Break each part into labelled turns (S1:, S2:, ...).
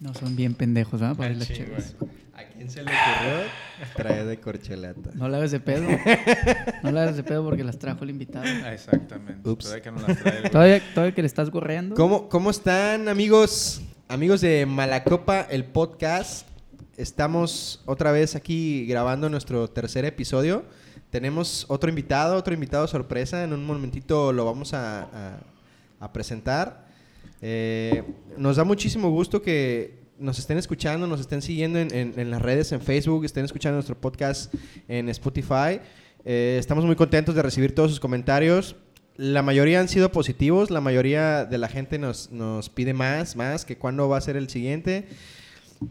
S1: No son bien pendejos, ¿verdad? Para
S2: Ah,
S1: abrir las
S2: sí,
S1: chelas.
S2: güey. ¿A quién se le ocurrió traer de corcholata?
S1: No la hagas de pedo. No la hagas de pedo porque las trajo el invitado.
S3: Ah, exactamente.
S2: Ups.
S3: Todavía que no las trae el güey.
S1: Todavía, todavía que le estás gorreando.
S2: ¿Cómo, ¿Cómo están, amigos? Amigos de Malacopa, el podcast. Estamos otra vez aquí grabando nuestro tercer episodio. Tenemos otro invitado, otro invitado sorpresa. En un momentito lo vamos a, a- a presentar. Eh, nos da muchísimo gusto que nos estén escuchando, nos estén siguiendo en, en- en las redes, en Facebook, estén escuchando nuestro podcast en Spotify. Eh, estamos muy contentos de recibir todos sus comentarios. La mayoría han sido positivos, la mayoría de la gente nos, nos pide más, más, que cuándo va a ser el siguiente.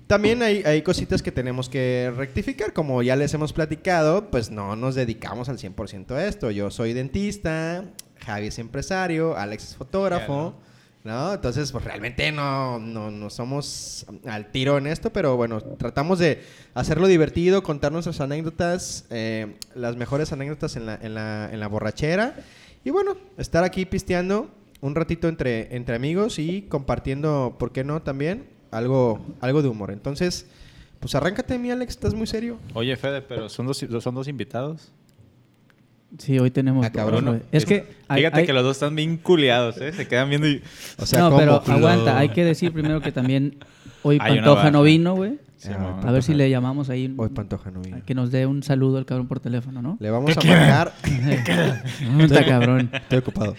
S2: También hay, hay cositas que tenemos que rectificar, como ya les hemos platicado, pues no nos dedicamos al 100% a esto. Yo soy dentista, Javi es empresario, Alex es fotógrafo, ¿no? Entonces, pues realmente no, no, no somos al tiro en esto, pero bueno, tratamos de hacerlo divertido, contar nuestras anécdotas, eh, las mejores anécdotas en la, en la- en la borrachera. Y bueno, estar aquí pisteando un ratito entre, entre amigos y compartiendo, ¿por qué no? También algo, algo de humor. Entonces, pues arráncate, mi Alex, estás muy serio.
S3: Oye, Fede, pero son dos, son dos invitados.
S1: Sí, hoy tenemos.
S2: Ah, cabrón,
S1: dos, güey. es que. hay-
S3: Fíjate
S1: hay-
S3: que los dos están bien culeados, ¿eh? Se quedan viendo y.
S2: O sea,
S1: no,
S2: ¿cómo,
S1: pero
S2: culo?
S1: aguanta. Hay que decir primero que también hoy
S3: Hay una
S1: Pantoja no
S3: baja.
S1: vino, güey.
S3: Sí,
S2: Ah,
S3: mamá.
S1: A ver si le llamamos ahí. un-
S2: Hoy Pantoja no vino.
S1: a que nos dé un saludo al cabrón por teléfono, ¿no?
S2: Le vamos a marcar.
S1: Está cabrón.
S2: Estoy ocupado.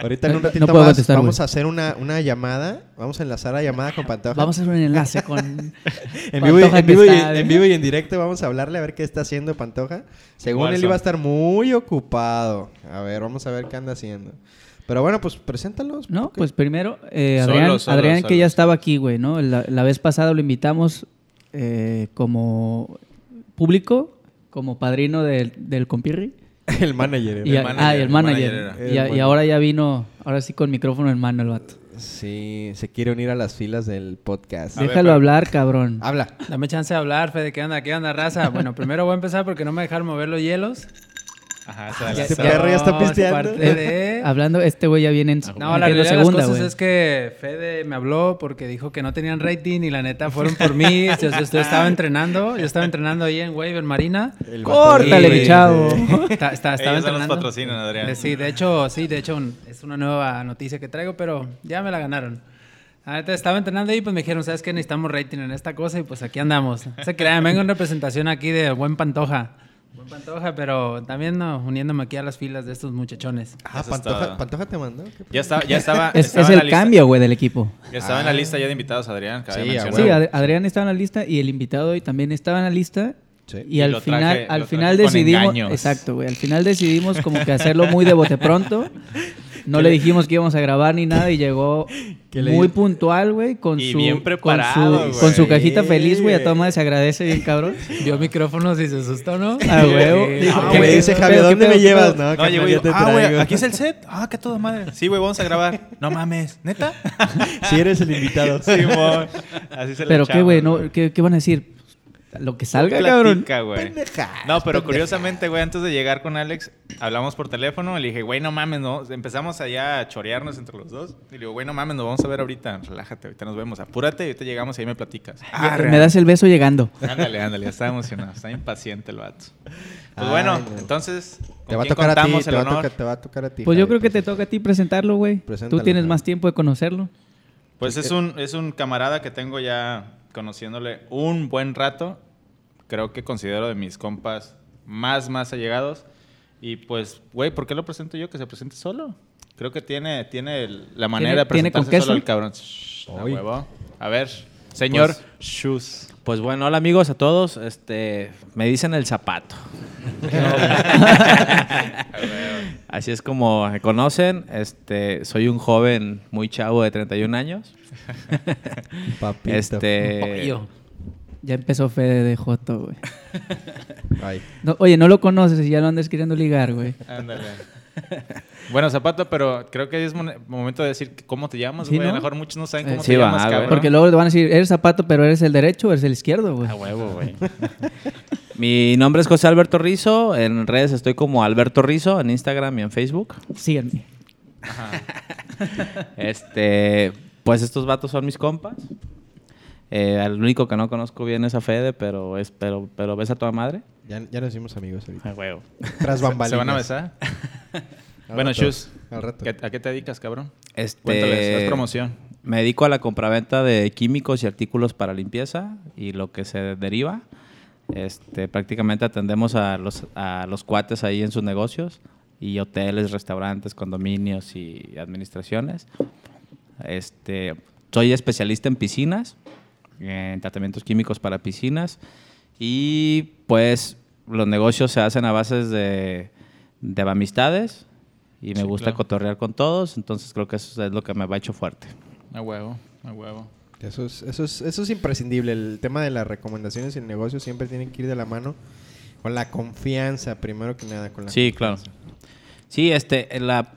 S2: Ahorita en un
S1: No
S2: ratito
S1: puedo
S2: más
S1: contestar,
S2: vamos
S1: güey.
S2: a hacer una, una llamada. Vamos a enlazar la llamada con Pantoja.
S1: Vamos a hacer un enlace con.
S2: en, vivo y,
S1: Pantoja
S2: en,
S1: que
S2: vivo y,
S1: está- ¿eh?
S2: en vivo y en directo vamos a hablarle a ver qué está haciendo Pantoja. Según él
S3: Warzone.
S2: iba a estar muy ocupado. A ver, vamos a ver qué anda haciendo. Pero bueno, pues preséntalos.
S1: No,
S2: porque-
S1: pues primero, eh,
S3: Solo,
S1: Adrián,
S3: solo,
S1: Adrián que
S3: solo.
S1: ya estaba aquí, güey, ¿no? La, la vez pasada lo invitamos eh, como público, como padrino del, del compirri.
S2: el manager.
S1: pues,
S2: eh.
S1: Y
S3: El
S1: a- ah, y el
S3: el
S1: manager.
S3: manager
S2: era.
S1: y, a-
S2: El
S1: y
S2: man-
S1: ahora ya vino, ahora sí con micrófono en mano el vato.
S2: Sí, se quiere unir a las filas del podcast.
S3: A ver,
S1: Déjalo
S3: pero-
S1: hablar, cabrón.
S4: Ah,
S2: Habla.
S4: Dame chance de hablar, Fede. ¿Qué onda? ¿Qué onda, raza? Bueno, primero voy a empezar porque no me dejaron mover los hielos.
S1: Ah,
S3: Ajá, se la
S2: Este
S3: sabe.
S2: perro ya está
S4: No, es
S2: pisteando.
S4: parte de-
S1: Hablando, este güey ya viene en su
S4: eh. No, la
S1: en
S4: realidad de las
S1: segunda,
S4: cosas
S1: güey.
S4: es que Fede me habló porque dijo que no tenían rating y la neta fueron por mí. Yo, yo- yo estaba entrenando, yo estaba entrenando ahí en Wave, en Marina.
S2: El
S1: Córtale,
S4: vato de-
S1: mi chavo.
S4: Está- está- estaba
S3: Ellos son los
S4: entrenando.
S3: patrocinan, Adrián.
S4: Eh, Sí, de hecho, sí, de hecho un- es una nueva noticia que traigo, pero ya me la ganaron. La neta, estaba entrenando y pues me dijeron, ¿sabes qué? Necesitamos rating en esta cosa y pues aquí andamos. No Se crean, vengo en representación aquí de Buen Pantoja. Buen Pantoja, pero también no, uniéndome aquí a las filas de estos muchachones.
S2: Ah,
S3: Eso es
S2: Pantoja,
S3: todo.
S2: Pantoja te mandó. ¿Qué
S3: Ya estaba, ya estaba.
S1: Es,
S3: estaba
S1: es
S3: en la
S1: el
S3: lista-
S1: cambio, güey, del equipo.
S3: Ya estaba en la lista ya de invitados, Adrián. cabe
S2: Sí, a
S3: mencionar.
S1: Sí,
S2: huevo.
S1: Ad- Adrián estaba en la lista y el invitado hoy también estaba en la lista.
S2: Sí.
S1: Y,
S3: Y
S1: al
S3: lo
S1: final,
S3: traje-
S1: al
S3: lo
S1: final
S3: traje con
S1: decidimos,
S3: engaños.
S1: exacto, güey, al final decidimos como que hacerlo muy de bote pronto. No le dijimos que íbamos a grabar ni nada y llegó
S2: Que le-
S1: muy puntual, güey, con
S3: Y
S1: su
S3: bien preparado,
S1: con su,
S3: güey.
S1: con su cajita feliz, güey, a
S2: Sí.
S1: toda madre se agradece bien cabrón.
S4: Vio micrófonos y se asustó, ¿no?
S1: A huevo.
S4: Sí.
S1: Dijo,
S2: Ah,
S1: ¿qué
S2: güey,
S1: pedo,
S2: dice
S1: qué
S2: Javi,
S1: pedo,
S2: ¿dónde
S1: qué
S2: me
S1: pedo?
S2: llevas? No,
S3: No, llegó
S2: carnal,
S3: y
S2: yo
S3: dijo,
S2: te
S3: ah, güey,
S2: traigo".
S3: aquí es el set. Ah, que toda madre. Sí, güey, vamos a grabar. No mames, ¿neta?
S2: Sí, eres el invitado.
S3: Simón. Así se la
S1: Pero qué,
S3: echaban,
S1: güey, no, ¿qué, qué van a decir? Lo que salga,
S3: Platica,
S1: cabrón.
S3: güey.
S2: Pendejadas,
S3: No, pero curiosamente, güey, antes de llegar con Alex, hablamos por teléfono. Le dije, güey, no mames, no. Empezamos allá a chorearnos entre los dos. Y le digo, güey, no mames, nos vamos a ver ahorita. Relájate, ahorita nos vemos. Apúrate, ahorita llegamos y ahí me platicas.
S2: Ah,
S3: Arre.
S1: Me das el beso llegando.
S3: Ándale, ándale, ya está emocionado, está impaciente el vato. Pues
S2: Ay,
S3: bueno,
S2: no.
S3: entonces, ¿con
S2: Te va a
S3: quién
S2: tocar a ti,
S3: contamos
S2: te
S3: el
S2: va a
S3: honor?
S2: tocar- te va a tocar a ti.
S1: Pues yo
S2: Javi,
S1: creo que te toca a ti presentarlo, güey. Tú
S2: Preséntalo,
S1: tienes
S2: Javi.
S1: más tiempo de conocerlo.
S3: Pues
S1: eh.
S3: es un, es un camarada que tengo ya conociéndole un buen rato. Creo que considero de mis compas más, más allegados. Y pues, güey, ¿por qué lo presento yo? Que se presente solo. Creo que tiene, tiene el- la manera
S1: tiene
S3: de
S1: con
S3: presentarse
S1: queso?
S3: solo el cabrón. Shh, a
S2: Uy.
S3: huevo. A ver, señor Shoes.
S5: Pues bueno, hola amigos a todos. Este, me dicen el zapato. Así es como me conocen. Este, soy un joven muy chavo de 31 años.
S2: Papito.
S5: Este,
S4: Pollo.
S1: Ya empezó Fede de Joto, güey.
S2: Ay.
S1: No, oye, no lo conoces y ya lo andas queriendo ligar, güey.
S3: Ándale. bueno, Zapato, pero creo que es mon- momento de decir cómo te llamas,
S1: Sí,
S3: güey. A
S1: ¿no?
S3: lo mejor muchos no saben
S1: Eh,
S3: cómo
S5: sí,
S3: te
S5: va,
S3: llamas,
S5: güey.
S3: cabrón.
S1: Porque luego te van a decir, eres zapato, pero eres el derecho o eres el izquierdo, güey.
S5: a huevo, güey. Mi nombre es José Alberto Rizo. En redes estoy como Alberto Rizo en Instagram y en Facebook.
S1: Síganme.
S5: Este, pues estos vatos son mis compas. Eh, al único que no conozco bien es a Fede, pero, es, pero, pero ves a toda madre.
S2: Ya, ya nos hicimos amigos ahorita.
S5: A huevo.
S2: Tras bambalinas.
S3: Ah, ¿Se van a besar?
S2: Al
S3: bueno,
S2: rato,
S3: Shus,
S2: Al rato.
S3: ¿qué- ¿a qué te dedicas, cabrón?
S5: Este,
S3: Cuéntales, haz promoción.
S5: Me dedico a la compraventa de químicos y artículos para limpieza y lo que se deriva. Este, prácticamente atendemos a los, a los cuates ahí en sus negocios y hoteles, restaurantes, condominios y administraciones. Este, soy especialista en piscinas, en tratamientos químicos para piscinas y pues los negocios se hacen a bases de, de amistades y me
S3: Sí,
S5: gusta
S3: claro.
S5: cotorrear con todos, entonces creo que eso es lo que me va hecho fuerte.
S3: A huevo, a huevo.
S2: Eso es, eso, es, eso es imprescindible. El tema de las recomendaciones y el negocio siempre tienen que ir de la mano con la confianza, primero que nada. Con la
S5: Sí, claro. Sí, este, la,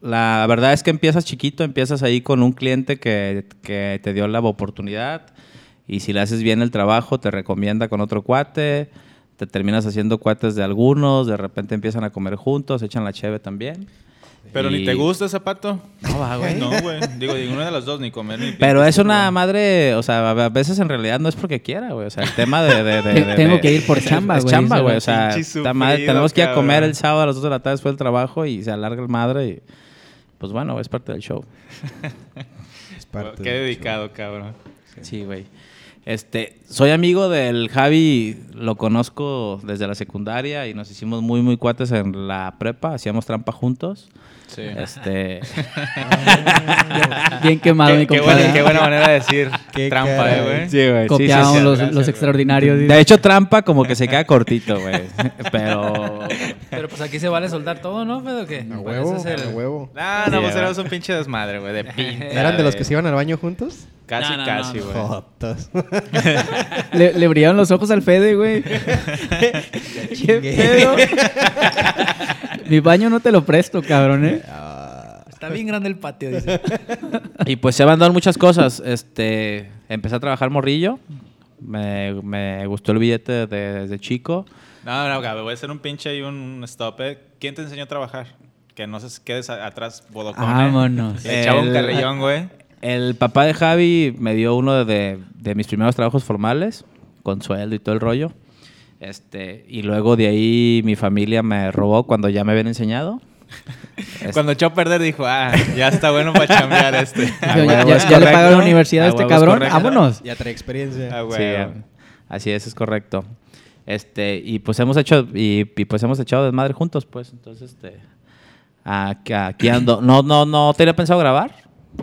S5: la verdad es que empiezas chiquito, empiezas ahí con un cliente que, que te dio la oportunidad y si le haces bien el trabajo te recomienda con otro cuate, te terminas haciendo cuates de algunos, de repente empiezan a comer juntos, echan la cheve también.
S3: Pero ni
S5: Y-
S3: te gusta zapato.
S5: No va, güey.
S3: No, güey. Digo, ninguna de las dos, ni comer ni
S5: Pero es una madre, o sea, a a veces en realidad no es porque quiera, güey. O sea, el tema de... de- de- de-
S1: Tengo
S5: de-
S1: que ir por
S5: es-
S1: chamba,
S5: es
S1: güey,
S5: chamba,
S1: se
S5: güey.
S1: va.
S5: O sea,
S3: Pinche
S5: está mal,
S3: sufrido,
S5: tenemos que ir a comer
S3: cabrón.
S5: el sábado a las 2 de la tarde después del trabajo y se alarga el madre y... Pues bueno, es parte del show.
S2: Es parte
S3: Qué
S2: del show.
S3: dedicado, cabrón.
S5: Sí, güey. Este, soy amigo del Javi, lo conozco desde la secundaria y nos hicimos muy, muy cuates en la prepa, hacíamos trampa juntos.
S3: Sí.
S5: Este,
S1: Bien quemado, mi
S3: Ah, qué,
S1: compadre.
S3: buena, qué buena manera de decir
S2: Qué
S3: trampa,
S2: caray.
S3: eh, güey.
S5: sí, güey. sí, sí, sí.
S1: Copiamos
S3: sí,
S1: los,
S3: gracias,
S1: los
S3: güey.
S1: extraordinarios.
S5: De hecho, trampa como que se queda cortito, güey. Pero
S4: Pero pues aquí se vale soltar todo, ¿no, Fede? o qué?
S3: Pues
S2: A
S4: Pues, Parece
S2: huevo,
S4: ser-
S2: a huevo.
S3: No,
S5: Sí,
S3: no, vos
S5: ¿verdad?
S3: eras un pinche desmadre, güey, de pinta.
S2: ¿Eran de los
S3: Eh.
S2: que se iban al baño juntos?
S3: Casi,
S4: No, no,
S3: casi,
S4: no,
S3: güey.
S2: Oh. Jotos.
S1: le, le brillaron los ojos al Fede, güey. ¿Qué
S2: chingué.
S1: pedo? mi baño no te lo presto, cabrón, ¿eh?
S4: Está bien grande el patio, dice.
S5: Y pues se me han dado muchas cosas. Este, empecé a trabajar morrillo. Me, me gustó el billete de- desde chico.
S3: No, no, Gabe, voy a hacer un pinche y un stop, eh. ¿Quién te enseñó a trabajar? Que no se quedes a- atrás bodocón. eh.
S1: Vámonos.
S3: Le echaba un
S5: El-
S3: carrillón, güey.
S5: El papá de Javi me dio uno de, de mis primeros trabajos formales, con sueldo y todo el rollo. Este, y luego de ahí mi familia me robó cuando ya me habían enseñado. Este,
S3: Cuando echó a perder dijo, ah, ya está bueno para chambear este.
S5: Ah,
S1: Yo-
S5: huevo,
S1: ya
S5: es
S1: ya le pagaron
S5: correcto.
S1: la universidad a
S5: Ah,
S1: este
S5: huevo, es
S1: cabrón.
S5: correcto.
S1: Vámonos.
S2: Ya trae
S3: Ah,
S2: experiencia.
S3: güey.
S5: Sí, eh, así es, es correcto. Este, y pues hemos hecho, y, y, pues hemos echado desmadre juntos, pues. Entonces, este, aquí, aquí ando. No, no, no tenía pensado grabar.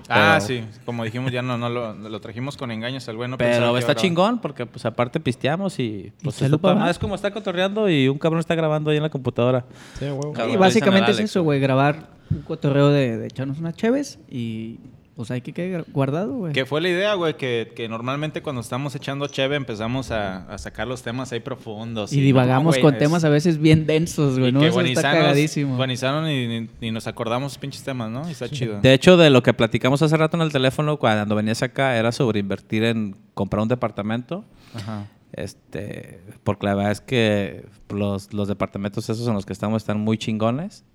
S3: Ah,
S5: pero-
S3: sí. Como dijimos, ya no, no lo, lo trajimos con engaños al bueno.
S5: Pero está chingón porque pues aparte pisteamos y pues
S1: se
S5: está
S1: lupa,
S5: toda
S1: ¿verdad?
S5: madre. es como está cotorreando y un cabrón está grabando ahí en la computadora.
S2: Sí, a huevo.
S5: Cabrón.
S1: Y básicamente
S5: Avísame al
S1: es
S5: Alex,
S1: eso, güey, grabar un cotorreo de, de echarnos unas cheves y pues hay que quedar guardado, güey.
S3: Que fue la idea, güey, que, que normalmente cuando estamos echando cheve empezamos a, a sacar los temas ahí profundos.
S1: Y divagamos con temas a veces bien densos, güey,
S3: que
S1: ¿no? Eso está
S3: buenizanos-
S1: cagadísimo.
S3: buenizaron y, y- y nos acordamos pinches temas, ¿no? Y está chido.
S5: De hecho, de lo que platicamos hace rato en el teléfono cuando venías acá era sobre invertir en comprar un departamento.
S3: Ajá.
S5: Este, porque la verdad es que los, los departamentos esos en los que estamos están muy chingones.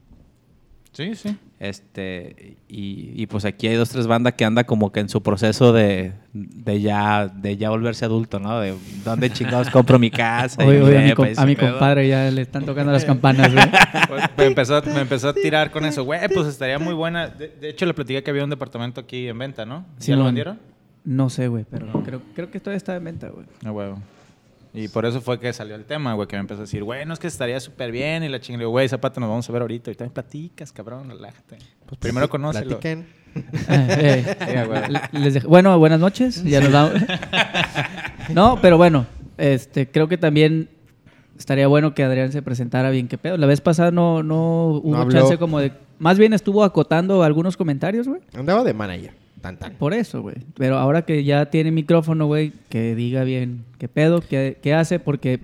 S3: Sí, sí.
S5: Este, y, y, pues aquí hay dos, tres bandas que anda como que en su proceso de, de ya, de ya volverse adulto, ¿no? De dónde chingados compro mi casa. y
S1: Oye,
S5: mi
S1: oye, a mi,
S5: depa
S1: com-
S5: y ese
S1: a mi
S5: pedo.
S1: compadre ya le están tocando las campanas, güey.
S3: me, empezó, me empezó a tirar con eso. Güey, pues estaría muy buena. De, de hecho, le platicé que había un departamento aquí en venta, ¿no? ¿Ya
S1: Simón.
S3: lo vendieron?
S1: No sé, güey, pero creo, creo que todavía está en venta, güey.
S3: A huevo. Y por eso fue que salió el tema, güey, que me empezó a decir, güey, no es que estaría súper bien. Y la chingada, güey, Zapata, nos vamos a ver ahorita. Y también platicas, cabrón, relájate. Pues primero conócelo.
S2: Platiquen.
S1: Eh, eh,
S3: Sí, a huevo.
S1: le- les dejo- Bueno, buenas noches. Ya nos vamos. no, pero bueno, este, creo que también estaría bueno que Adrián se presentara bien. ¿Qué pedo? La vez pasada no, no hubo
S2: habló.
S1: chance como de. Más bien estuvo acotando algunos comentarios, güey.
S2: Andaba de manager. Tan, tan.
S1: Por eso, güey. Pero ahora que ya tiene micrófono, güey, que diga bien qué pedo, qué, qué hace, porque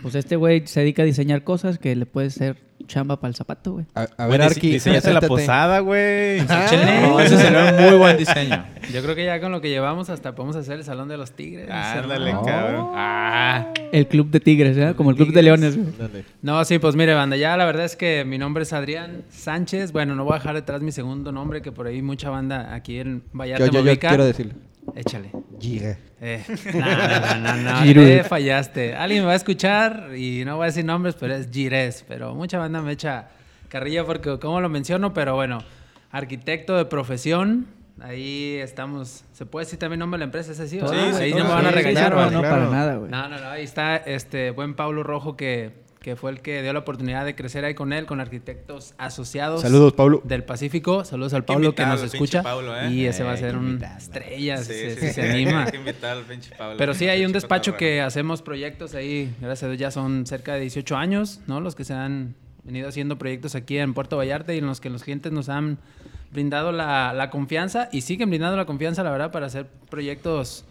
S1: pues este güey se dedica a diseñar cosas que le puede ser chamba para el zapato, güey.
S2: A, a
S3: A
S2: ver,
S3: ver,
S2: Arqui. Ah.
S3: Diseñaste la
S2: preséntate.
S3: posada, güey.
S5: No, ese sería un muy buen diseño.
S4: Yo creo que ya con lo que llevamos hasta podemos hacer el Salón de los Tigres.
S3: Ándale,
S4: hermano.
S3: cabrón. Ah.
S1: El club de tigres, ¿verdad? Como el club de
S4: Tigres.
S1: leones. güey.
S2: Ándale.
S4: No, sí, pues mire, banda, ya la verdad es que mi nombre es Adrián Sánchez. Bueno, no voy a dejar detrás mi segundo nombre, que por ahí mucha banda aquí en Vallarta
S2: Yo, yo,
S4: me
S2: yo
S4: ubica.
S2: quiero decirlo.
S4: Échale.
S2: Giga.
S4: Eh, no, no, no, no,
S1: Giroud.
S4: te fallaste. Alguien me va a escuchar y no voy a decir nombres, pero es Gires. Pero mucha banda me echa carrilla porque, como lo menciono, pero bueno, arquitecto de profesión. Ahí estamos. ¿Se puede decir también nombre de la empresa? ¿Ese sí?
S1: Todo,
S4: ¿verdad?
S3: sí,
S4: ahí
S3: sí,
S4: no me
S3: sí,
S4: van a
S3: sí,
S2: claro,
S4: regañar,
S1: No,
S4: ¿vale?
S1: no,
S2: claro.
S1: para nada, güey.
S4: No, no, no, ahí está este buen Pablo Rojo que, que fue el que dio la oportunidad de crecer ahí con él, con arquitectos asociados.
S2: Saludos, Pablo.
S4: Del Pacífico. Saludos
S3: Hay
S4: al
S3: que
S4: Pablo que
S3: invitarlo,
S4: nos
S3: pinche
S4: escucha.
S3: Pablo, ¿eh?
S4: Y ese va a
S3: Hay
S4: ser
S3: que
S4: una
S3: invitarlo.
S4: estrella, si
S3: Sí,
S4: se-
S3: sí,
S4: si
S3: sí.
S4: se anima.
S3: Hay que invitar al pinche Pablo.
S4: Pero sí hay un
S3: Pinche
S4: despacho
S3: cotorreo.
S4: que hacemos proyectos ahí, gracias a Dios ya son cerca de 18 años, ¿no? Los que se han venido haciendo proyectos aquí en Puerto Vallarta y en los que los clientes nos han brindado la, la confianza y siguen brindando la confianza, la verdad, para hacer proyectos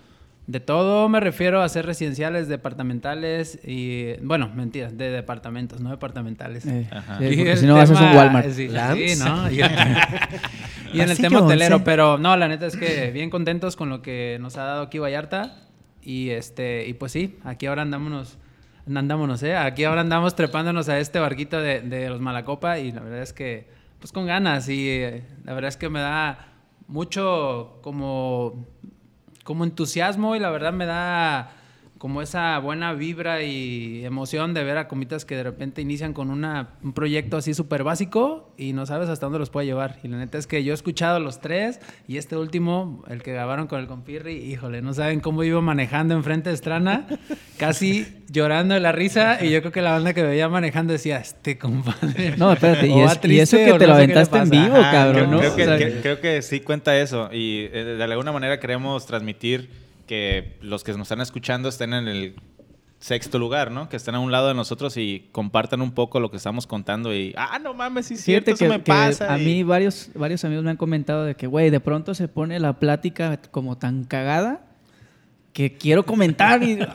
S4: de todo. Me refiero a hacer residenciales, departamentales y, bueno, mentiras, de departamentos, no departamentales.
S1: Eh,
S3: Ajá.
S1: sí,
S4: Y
S1: porque
S4: el
S1: si no, haces un
S4: tema-
S1: Walmart.
S4: Sí,
S2: Lams.
S4: sí, ¿no? Y, y en el
S1: Pasillo
S4: tema hotelero,
S1: once.
S4: pero no, la neta es que bien contentos con lo que nos ha dado aquí Vallarta. Y este, y pues sí, aquí ahora andámonos, andámonos, eh. Aquí ahora andamos trepándonos a este barquito de, de los Malacopa. Y la verdad es que, pues con ganas. Y eh, la verdad es que me da mucho como como entusiasmo y la verdad me da como esa buena vibra y emoción de ver a comitas que de repente inician con una, un proyecto así súper básico y no sabes hasta dónde los puede llevar. Y la neta es que yo he escuchado los tres y este último, el que grabaron con el compirri, híjole, no saben cómo iba manejando enfrente de Estrana, casi llorando de la risa y yo creo que la banda que me veía manejando decía, este compadre.
S1: No, espérate, y,
S4: o va
S1: es- y eso
S4: triste
S1: que
S4: o
S1: te lo
S4: no sé qué le
S1: aventaste en
S4: pasa.
S1: vivo,
S3: Ajá,
S1: Oh, cabrón,
S3: Ah, creo,
S1: ¿no?
S3: Creo que,
S1: O sea,
S3: que- creo que sí cuenta eso. Y eh, de alguna manera queremos transmitir que los que nos están escuchando estén en el sexto lugar, ¿no? Que estén a un lado de nosotros y compartan un poco lo que estamos contando y ah, no mames, sí es cierto,
S1: Fíjate
S3: eso
S1: que,
S3: me
S1: que
S3: pasa.
S1: a
S3: y-
S1: mí varios, varios amigos me han comentado de que, güey, de pronto se pone la plática como tan cagada que quiero comentar y, güey,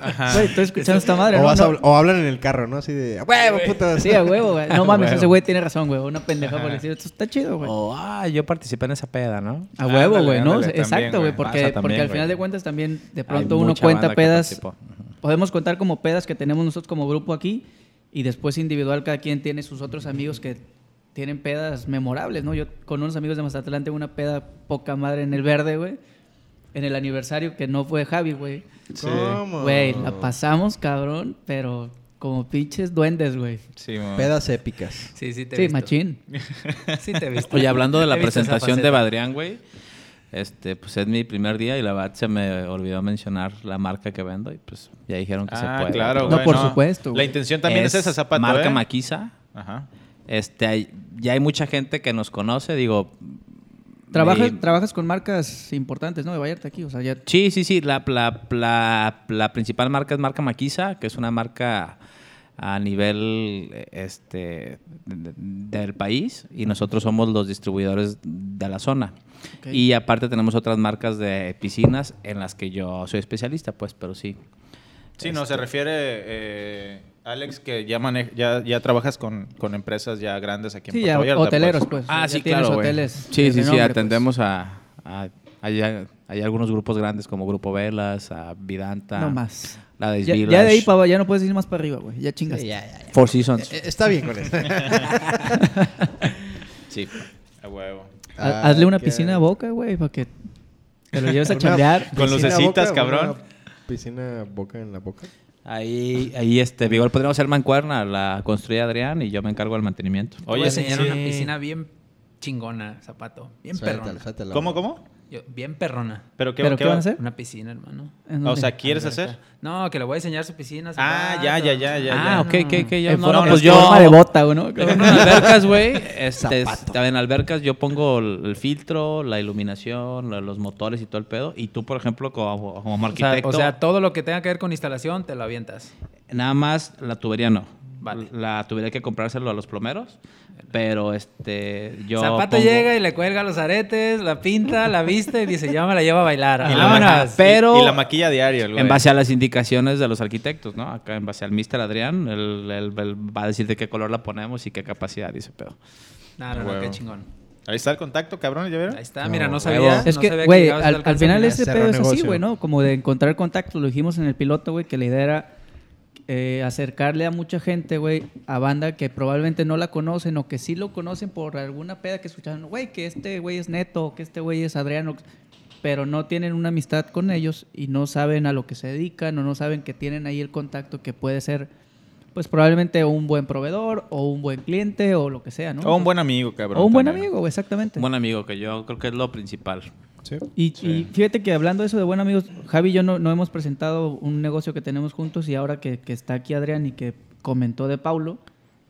S1: estoy escuchando esta madre.
S2: O,
S1: ¿no?
S2: vas a
S1: No-
S2: habl- o hablan en el carro, ¿no? Así de, "A huevo, puto.
S1: Sí, a huevo, güey. No mames,
S5: Huevo.
S1: ese güey tiene razón, güey. Una pendeja por decir, esto está chido, güey.
S5: O, ah, yo participé en esa peda, ¿no?
S1: A huevo,
S3: Ándale,
S1: güey, ¿no?
S3: ándale,
S1: Exacto,
S3: también,
S1: güey,
S3: güey.
S1: porque,
S5: Pasa también,
S1: porque al
S5: güey.
S1: final de cuentas también de pronto
S5: Hay
S1: uno
S5: mucha
S1: cuenta
S5: banda que
S1: pedas.
S5: participó.
S1: Podemos contar como pedas que tenemos nosotros como grupo aquí y después individual cada quien tiene sus otros amigos que tienen pedas memorables, ¿no? Yo con unos amigos de Mazatlán tengo una peda poca madre en el verde, güey. En el aniversario que no fue Javi, güey.
S2: ¿Cómo?
S1: Güey, la pasamos, cabrón, pero como pinches duendes, güey.
S3: Sí, mo.
S2: Pedas épicas.
S4: Sí, sí, te he
S1: Sí,
S4: visto.
S1: machín.
S4: Sí, te he visto.
S5: Oye, hablando de la
S4: He visto esa
S5: presentación de
S4: faceta.
S5: Badrián, güey. Este, pues es mi primer día y la verdad se me olvidó mencionar la marca que vendo y pues ya dijeron que se
S3: Ah,
S5: puede.
S3: claro,
S1: No,
S3: güey,
S1: por supuesto,
S3: La
S1: güey.
S3: intención también es, esa zapata,
S5: Marca
S3: ¿eh?
S5: Maquisa.
S3: Ajá.
S5: Este, hay- ya hay mucha gente que nos conoce, digo.
S1: Trabajas,
S5: me-
S1: trabajas con marcas importantes, ¿no? De Vallarta aquí, o sea, ya...
S5: Sí, sí, sí. La, la, la- la principal marca es marca Maquisa, que es una marca a nivel eh, este de- del país y nosotros somos los distribuidores de la zona.
S1: Ok.
S5: Y aparte tenemos otras marcas de piscinas en las que yo soy especialista, pues, pero sí.
S3: Sí, no,
S1: Este.
S3: se refiere, eh, Alex, que ya, mane- ya, ya trabajas con, con empresas ya grandes aquí en
S1: Sí,
S3: Puerto
S1: ya
S3: Vallarta,
S1: hoteleros, pues.
S3: pues.
S5: ah,
S1: Ya
S5: sí,
S1: tienes
S5: claro, güey.
S1: hoteles.
S5: Sí,
S1: de
S5: sí, sí,
S1: renombre, pues.
S5: atendemos a, a- hay, hay algunos grupos grandes como Grupo Velas, a Vidanta,
S1: pues. No más.
S5: la de
S1: Ya,
S5: Village,
S1: ya de ahí para ya no puedes ir más para arriba, güey. Ya chingas.
S5: Four Seasons.
S2: Eh, Está bien con eso.
S1: eh,
S5: Sí.
S3: A huevo.
S2: Ah,
S1: Hazle una
S2: qué-
S1: piscina a boca, güey, para que te lo lleves a
S2: Una
S1: chambear. Pues,
S2: piscina
S3: Con lucecitas,
S2: boca,
S3: cabrón.
S2: una Piscina boca en la boca.
S5: Ahí, ahí este, igual podríamos hacer mancuerna, la construye Adrián y yo me encargo del mantenimiento.
S4: Oye,
S3: Oye,
S4: enseñar
S3: sí.
S4: una piscina bien chingona, zapato. Bien
S2: Suéltala,
S4: perrona.
S2: suéltala.
S3: ¿Cómo, cómo?
S4: Yo- bien perrona.
S3: ¿Pero qué,
S1: ¿Pero qué
S3: va-
S1: van a hacer?
S4: Una piscina, hermano.
S1: ¿En
S3: O
S1: dónde?
S3: sea, ¿quieres hacer?
S4: No, que le voy a enseñar su piscina.
S3: Ah,
S4: zapato.
S3: ya, ya, ya, ya.
S5: ah,
S3: ya.
S5: ok, ok, ok. Yo,
S1: En
S5: no,
S1: forma-
S5: no, pues
S1: en
S5: yo.
S1: forma de bota, güey, ¿no?
S5: En albercas, güey. Este, en albercas yo pongo el, el filtro, la iluminación, lo- los motores y todo el pedo. Y tú, por ejemplo, como, como
S4: O sea,
S5: arquitecto,
S4: o sea, todo lo que tenga que ver con instalación te lo avientas.
S5: nada más la tubería no.
S4: Vale.
S5: La tubería hay que comprárselo a los plomeros. Pero este, yo.
S4: Zapato
S5: pongo-
S4: llega y le cuelga los aretes, la pinta, la viste y dice, ya me la llevo a bailar.
S3: Y la
S4: Vámonos.
S3: maquilla-
S5: pero-
S3: Y, la maquilla diaria, el güey.
S5: En base a las indicaciones de los arquitectos, ¿no? Acá en base al Mr. Adrián, él, él- él va a decir de qué color la ponemos y qué capacidad, dice pedo.
S4: No, no, no,
S3: Huevo.
S4: qué chingón.
S3: Ahí está el contacto, cabrón, ¿ya vieron?
S4: Ahí está, mira,
S2: No,
S4: no sabía.
S1: Es
S4: no
S1: que,
S4: sabía
S1: güey,
S4: llegabas a
S1: al,
S4: ese
S1: al
S4: alcance.
S1: final
S2: mira,
S1: ese
S2: cerró
S1: pedo es así,
S2: negocio.
S1: güey, ¿no? Como de encontrar contactos. Lo dijimos en el piloto, güey, que la idea era eh, acercarle a mucha gente, güey, a banda que probablemente no la conocen o que sí lo conocen por alguna peda que escucharon, güey, que este güey es Neto, que este güey es Adriano, pero no tienen una amistad con ellos y no saben a lo que se dedican o no saben que tienen ahí el contacto que puede ser, pues probablemente un buen proveedor o un buen cliente o lo que sea, ¿no?
S3: O un buen amigo, cabrón.
S1: O un buen
S3: también.
S1: amigo, güey, exactamente.
S5: Un buen amigo, que yo creo que es lo principal.
S2: Sí.
S1: Y, y fíjate que hablando de eso de buen amigos, Javi y yo no, no hemos presentado un negocio que tenemos juntos y ahora que, que está aquí Adrián y que comentó de Paulo,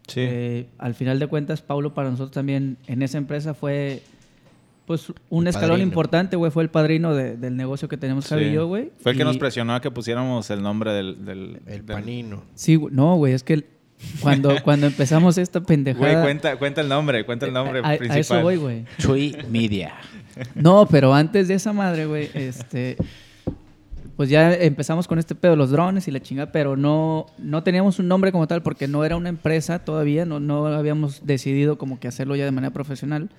S3: Sí.
S1: eh, al final de cuentas Paulo para nosotros también en esa empresa fue pues un
S2: El
S1: escalón
S2: padrino.
S1: importante, güey, fue el padrino de- del negocio que tenemos Javi
S3: Sí.
S1: y yo, güey.
S3: Fue el que
S1: Y-
S3: nos presionó a que pusiéramos el nombre del. del
S2: El
S3: del-
S2: panino.
S1: Sí, güey, no, güey, es que el- cuando, cuando empezamos esta pendejada...
S3: Güey, cuenta, cuenta el nombre, cuenta el nombre
S1: Eh, a- a-
S3: principal.
S1: a eso voy, güey.
S5: Chuy Media.
S1: No, pero antes de esa madre, güey, este. Pues ya empezamos con este pedo, los drones y la chingada, pero no, no teníamos un nombre como tal porque no era una empresa todavía, no, no habíamos decidido como que hacerlo ya de manera profesional.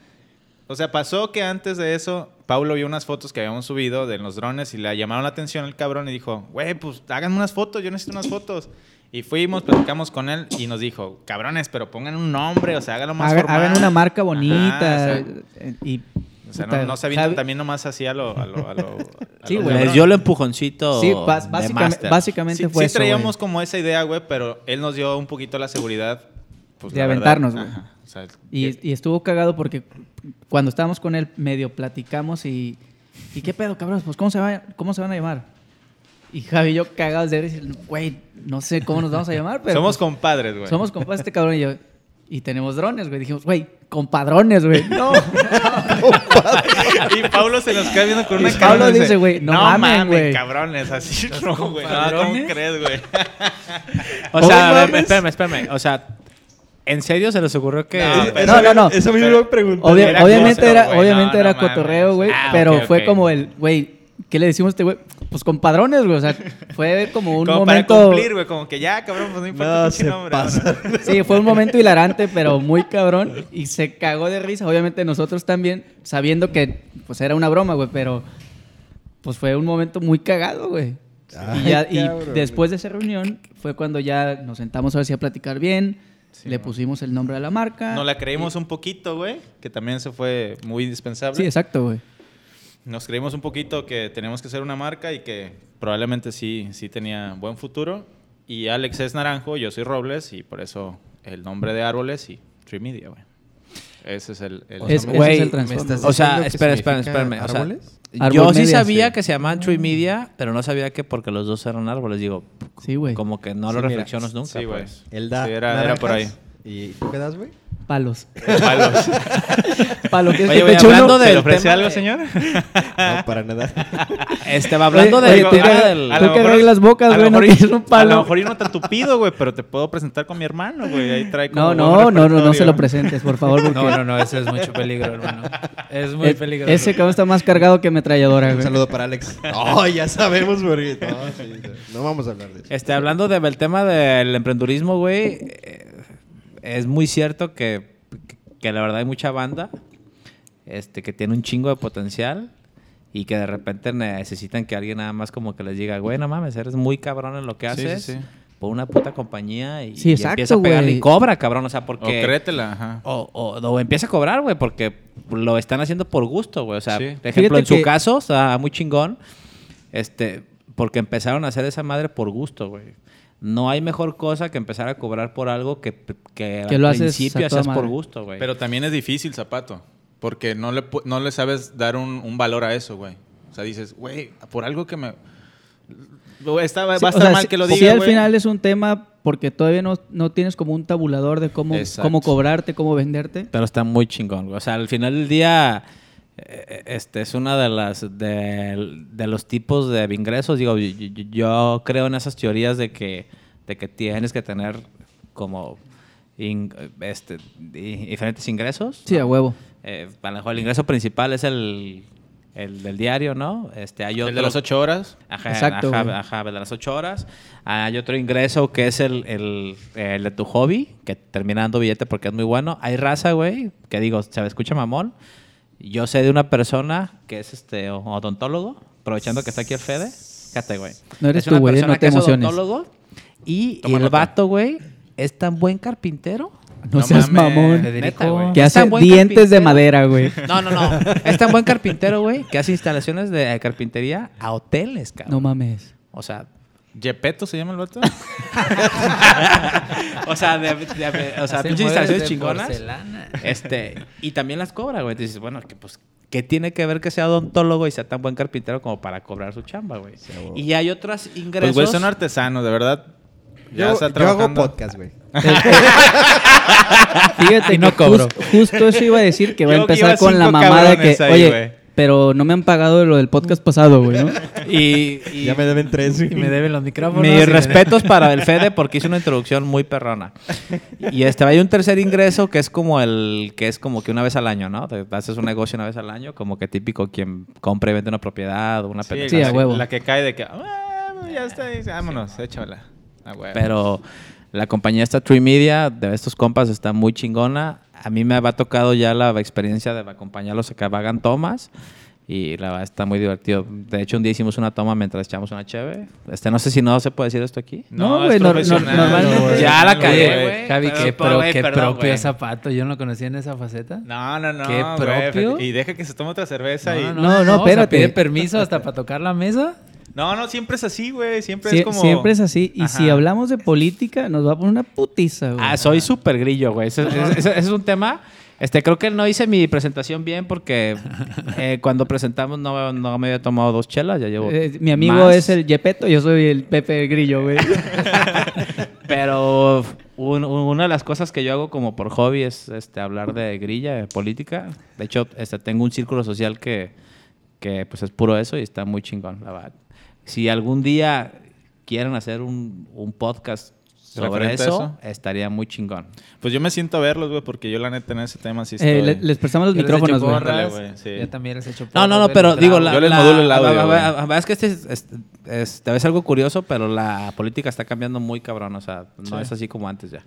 S3: O sea, pasó que antes de eso, Paulo vio unas fotos que habíamos subido de los drones y le llamaron la atención al cabrón y dijo, güey, pues háganme unas fotos, yo necesito unas fotos. Y fuimos, platicamos con él y nos dijo, cabrones, pero pongan un nombre, o sea, háganlo más
S1: Haga-
S3: formal".
S1: hagan una marca
S3: Ajá,
S1: bonita
S3: o sea,
S1: eh, y...
S3: o sea,
S1: puta,
S3: no, no se avientan
S1: Javi-
S3: también nomás así a lo... A lo, a lo- a
S1: Sí,
S3: lo
S1: güey.
S5: Les
S3: cabrón.
S5: dio el empujoncito.
S1: Sí, bas-
S5: de
S1: básicamente-
S5: máster.
S1: básicamente
S3: Sí,
S1: fue
S3: sí
S1: eso, güey.
S3: traíamos como esa idea, güey, pero él nos dio un poquito la seguridad. pues,
S1: De
S3: la verdad.
S1: aventarnos, güey.
S3: Ajá, o sea,
S1: Y, y estuvo cagado porque cuando estábamos con él, medio platicamos y. ¿Y qué pedo, cabros? Pues, ¿cómo se, va, ¿cómo se van a llamar? Y Javi y yo cagados de decir, güey, no sé cómo nos vamos a llamar, pero.
S3: somos
S1: pues,
S3: compadres, güey.
S1: somos compadres este cabrón y yo. Y tenemos drones, güey. Dijimos, güey, compadrones, güey. No.
S3: Y Pablo se nos queda viendo con
S1: Y
S3: una
S1: Pablo
S3: cara y
S1: dice, güey, no mamen, güey".
S3: cabrones, así no, güey. No, ¿cómo
S4: compadrones?
S3: crees, güey?
S5: O
S1: Oh,
S5: sea, a ver, espérame, espérame. O sea, ¿en serio se les ocurrió que.?
S3: No, pero-
S1: no, no, no.
S2: Eso mismo
S3: Pero-
S2: lo pregunté.
S1: Obvia-
S3: Era
S1: obviamente
S3: cotorreo,
S1: era,
S3: güey,
S1: obviamente
S3: no,
S1: era
S3: no mames.
S1: cotorreo, güey.
S5: Ah,
S1: pero
S5: ok,
S1: fue
S5: ok.
S1: como el, güey, ¿qué le decimos a este güey? Pues compadrones, güey. O sea, fue como un
S3: como
S1: momento.
S3: para cumplir, güey. Como que ya, cabrón, pues no importa
S2: No,
S3: pinche
S2: se
S3: nombre.
S2: pasa.
S3: ¿no?
S1: Sí, fue un momento hilarante, pero muy cabrón. Y se cagó de risa. Obviamente nosotros también, sabiendo que pues era una broma, güey, pero pues fue un momento muy cagado, güey.
S2: Ay,
S1: y, ya- y
S2: cabrón.
S1: después de esa reunión fue cuando ya nos sentamos a ver si a platicar bien. le pusimos el nombre a la marca.
S3: Nos la creímos un poquito, güey. Que también se fue muy indispensable.
S1: Sí, exacto, güey.
S3: Nos creímos un poquito que teníamos que ser una marca y que probablemente sí, sí tenía buen futuro. Y Alex es Naranjo, yo soy Robles y por eso el nombre de árboles y Tree Media, güey. Ese es el... el
S1: Es- ese
S3: nombre.
S1: es
S5: Güey,
S1: el trasfondo.
S2: me estás-
S5: O sea,
S2: diciendo que
S5: espera, espera,
S2: significa
S5: espérame. o sea,
S2: árboles?
S5: yo
S1: Árbol
S5: sí
S1: media,
S5: sabía
S1: sí.
S5: que se llamaban
S1: Mm.
S5: Tree Media, pero no sabía que porque los dos eran árboles. Digo,
S1: Sí, güey.
S5: como que no
S2: Sí,
S5: lo
S2: mira.
S5: reflexionas nunca.
S3: Sí, güey.
S5: pues.
S2: Él da
S3: Sí, era, era por ahí.
S2: naranjas. ¿Y tú qué das, güey?
S1: Palos.
S3: Palos.
S1: Palos. ¿quieres
S5: Oye,
S1: que te
S5: güey,
S1: eche uno?
S5: hablando
S3: ¿Se
S5: del
S3: le ofrece
S5: tema
S3: algo,
S5: de-
S3: señor?
S2: No, para nada.
S5: Este, hablando
S1: Oye,
S5: del
S1: oye,
S5: tema
S1: tú que-
S5: del.
S1: tú que arreglas bocas,
S3: a
S1: güey,
S3: lo
S1: no
S3: mejor-
S1: tienes un palo.
S3: A lo mejor yo no tan tupido, güey, pero te puedo presentar con mi hermano, güey. Ahí trae como
S1: No,
S3: buen
S1: no, no, no, no se lo
S3: repertorio.
S1: presentes, por favor. Porque
S4: No, no, no, eso es mucho peligro, hermano. Es muy
S1: e-
S4: peligroso.
S1: Ese cabrón está más cargado que ametralladora,
S2: Un
S1: güey.
S2: saludo para Alex. No, ya sabemos, porque no, sí, no vamos a hablar de eso.
S5: Este, hablando de- del tema del emprendurismo, güey, eh, es muy cierto que, que la verdad hay mucha banda este, que tiene un chingo de potencial y que de repente necesitan que alguien nada más como que les diga, güey, no mames, eres muy cabrón en lo que
S3: Sí, sí,
S5: haces
S3: sí.
S5: por una puta compañía y,
S1: Sí,
S5: y
S1: exacto,
S5: empieza a pegarle
S1: güey.
S5: y cobra, cabrón, o sea, porque...
S3: O créetela, ajá.
S5: O, o- o empieza a cobrar, güey, porque lo están haciendo por gusto, güey. O sea,
S3: Sí.
S5: por ejemplo,
S1: Fíjate
S5: en su
S1: que-
S5: caso, está muy chingón, este, porque empezaron a hacer esa madre por gusto, güey. No hay mejor cosa que empezar a cobrar por algo que, que,
S1: Que
S5: al
S1: lo haces
S5: principio
S1: a toda
S5: haces por
S1: madre.
S5: gusto, güey.
S3: Pero también es difícil, Zapato. Porque no le, pu- no le sabes dar un, un valor a eso, güey. O sea, dices, güey, por algo que me... Güey, Está, va a
S1: Sí,
S3: estar
S1: o sea,
S3: mal
S1: sí-
S3: que lo
S1: sí,
S3: diga,
S1: al
S3: güey.
S1: final es un tema porque todavía no, no tienes como un tabulador de cómo,
S3: Exacto.
S1: cómo cobrarte, cómo venderte.
S5: Pero está muy chingón, güey. O sea, al final del día, eh, este es una de las de, de los tipos de ingresos. Digo, yo, yo- yo creo en esas teorías de que, de que tienes que tener como in- este, di- diferentes ingresos.
S1: Sí, a huevo.
S5: Eh, a lo mejor el ingreso principal es el, el del diario, ¿no? Este, hay
S3: El
S5: otro-
S3: de las ocho horas.
S5: Ajá,
S1: Exacto, güey.
S5: Ajá, ajá, de las ocho horas. Hay otro ingreso que es el, el- el de tu hobby, que termina dando billete porque es muy bueno. Hay raza, güey, que digo, se me escucha mamón. Yo sé de una persona que es este o- odontólogo, aprovechando que está aquí el Fede. Fíjate, güey.
S1: No eres
S5: Es una
S1: tú, güey, no
S5: persona
S1: te
S5: que es
S1: emociones.
S5: odontólogo y, y
S3: Toma
S5: el
S3: nota.
S5: vato, güey, es tan buen carpintero.
S1: No,
S3: No
S1: seas
S3: mames,
S1: mamón.
S4: Federico.
S5: Neta, güey.
S1: Que
S5: Es tan
S1: hace
S5: buen
S1: dientes de
S5: carpintero.
S1: madera, güey.
S5: No, no, no. Es tan buen carpintero, güey, que hace instalaciones de carpintería a hoteles, cabrón.
S1: No mames.
S5: O sea,
S3: ¿Yepeto se llama el vato? Pues,
S5: O sea, de, de- o sea
S4: Hacer
S5: pinches
S4: muebles
S5: instalaciones
S4: de
S5: chingonas.
S4: porcelana.
S5: Este, y también las cobra, güey. Dices, bueno, que pues, ¿qué tiene que ver que sea odontólogo y sea tan buen carpintero como para cobrar su chamba, güey? y hay otros ingresos.
S3: Pues, güey, son artesanos, de verdad. Ya
S2: Yo,
S3: está
S2: yo hago
S3: trabajando.
S2: podcast, güey.
S1: Fíjate
S4: Y no
S1: que
S4: cobro.
S1: jus- justo eso iba a decir que va a
S3: Yo que iba
S1: empezar con la
S3: cinco
S1: mamada de
S3: cabrones
S1: que,
S3: ahí,
S1: oye,
S3: güey.
S1: pero no me han pagado lo del podcast pasado, güey, ¿no?
S5: y, y-
S2: Ya me deben tres, güey.
S4: Y me deben los micrófonos. y me-
S5: mis respetos para el Fede porque hizo una introducción muy perrona. Y este, hay un tercer ingreso que es como el que es como que una vez al año, ¿no? Te haces un negocio una vez al año, como que típico quien compra y vende una propiedad o una
S3: Sí,
S5: pendeja
S1: Sí, a
S3: la-
S1: huevo.
S3: La que cae de que. "Ah, ya está, dice, vámonos, Ah, échala. A huevo.
S5: Pero la compañía esta Tree Media, de estos compas, está muy chingona. A mí me va tocado ya la experiencia de acompañarlos a que hagan tomas. Y la verdad está muy divertido. De hecho, un día hicimos una toma mientras echamos una cheve. Este, no sé si no se puede decir esto aquí.
S1: No,
S3: No,
S1: güey,
S3: es
S1: no- no-
S3: profesional,
S1: normalmente-
S3: güey.
S5: Ya la
S3: Güey,
S5: cagué,
S4: Oye,
S5: güey.
S4: Javi,
S5: Pero,
S4: qué, pro-
S5: güey,
S4: qué
S5: perdón,
S4: propio
S5: güey.
S4: zapato. Yo no lo conocía en esa faceta.
S3: No, no, no.
S4: ¿Qué
S3: güey,
S4: propio?
S3: Y deja que se tome otra cerveza. y...
S4: No,
S3: no.
S1: no, no,
S4: o sea,
S1: espérate.
S4: pide permiso hasta para tocar la mesa.
S3: no, siempre es así, güey. Siempre
S1: Sie-
S3: es como.
S1: Siempre es así. Y si
S3: Ajá.
S1: hablamos de política, nos va a poner una putiza, güey.
S5: Ah, soy súper grillo, güey. Ese, ese- ese- ese es un tema. Este, creo que no hice mi presentación bien porque eh, cuando presentamos no, no me había tomado dos chelas, ya llevo.
S1: Eh, mi amigo
S5: más.
S1: es el Yepeto, yo soy el Pepe Grillo, güey.
S5: Pero un- un- una de las cosas que yo hago como por hobby es este, hablar de grilla, de política. De hecho, este, tengo un círculo social que, que pues es puro eso y está muy chingón, la verdad. Si algún día quieren hacer un, un podcast sobre
S3: ¿Referente a
S5: eso, estaría muy chingón.
S3: Pues yo me siento a verlos, güey, porque yo la neta en ese tema sí estoy.
S1: Eh, le- les prestamos los
S4: Yo les he hecho
S1: micrófonos, güey.
S3: porra.
S4: porras,
S3: Ándale, güey, sí.
S4: Yo también les he hecho
S5: No,
S4: porras,
S5: no, no,
S4: güey,
S5: pero
S4: los
S5: digo,
S4: tragos.
S5: la,
S3: Yo les
S5: la-
S3: modulo el audio,
S5: la- la-
S3: güey.
S5: la verdad es que este es, es- es- tal vez algo curioso, pero la política está cambiando muy cabrón, o sea, no es así como antes ya.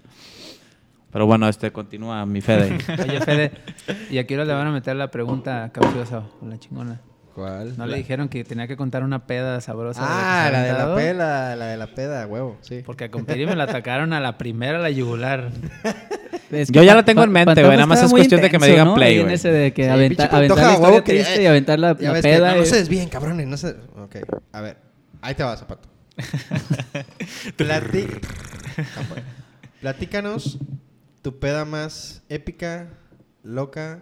S5: Pero bueno, este continúa mi Fede.
S4: Oye, Fede, ¿y a qué hora le van a meter la pregunta capciosa o la chingona?
S2: ¿Cuál?
S4: ¿No le dijeron que tenía que contar una peda sabrosa?
S2: Ah,
S4: lo que se
S2: la de
S4: habían
S2: la
S4: dado?
S2: peda, la de la peda, huevo, sí.
S4: Porque a Compiri me la atacaron a la primera, la yugular.
S1: Es
S5: Yo ya la tengo
S1: Pa-
S5: en mente,
S1: Pantoja
S5: güey, nada más
S1: estaba
S5: es
S1: muy
S5: cuestión de que me
S1: intenso,
S5: digan
S1: ¿no?
S5: play,
S1: Ahí en
S5: güey.
S1: ese de que
S2: Sí,
S1: aventar,
S2: pinche
S1: aventar la
S2: Pantoja,
S1: historia
S2: huevo, que- eh,
S1: triste y aventar la,
S2: Ya
S1: la
S2: ves que
S1: peda.
S2: no, no
S1: eh.
S2: se desvíen, cabrones, no se... Ok, a ver, ahí te va, Zapato. Platí- Ah, bueno. Platícanos tu peda más épica, loca...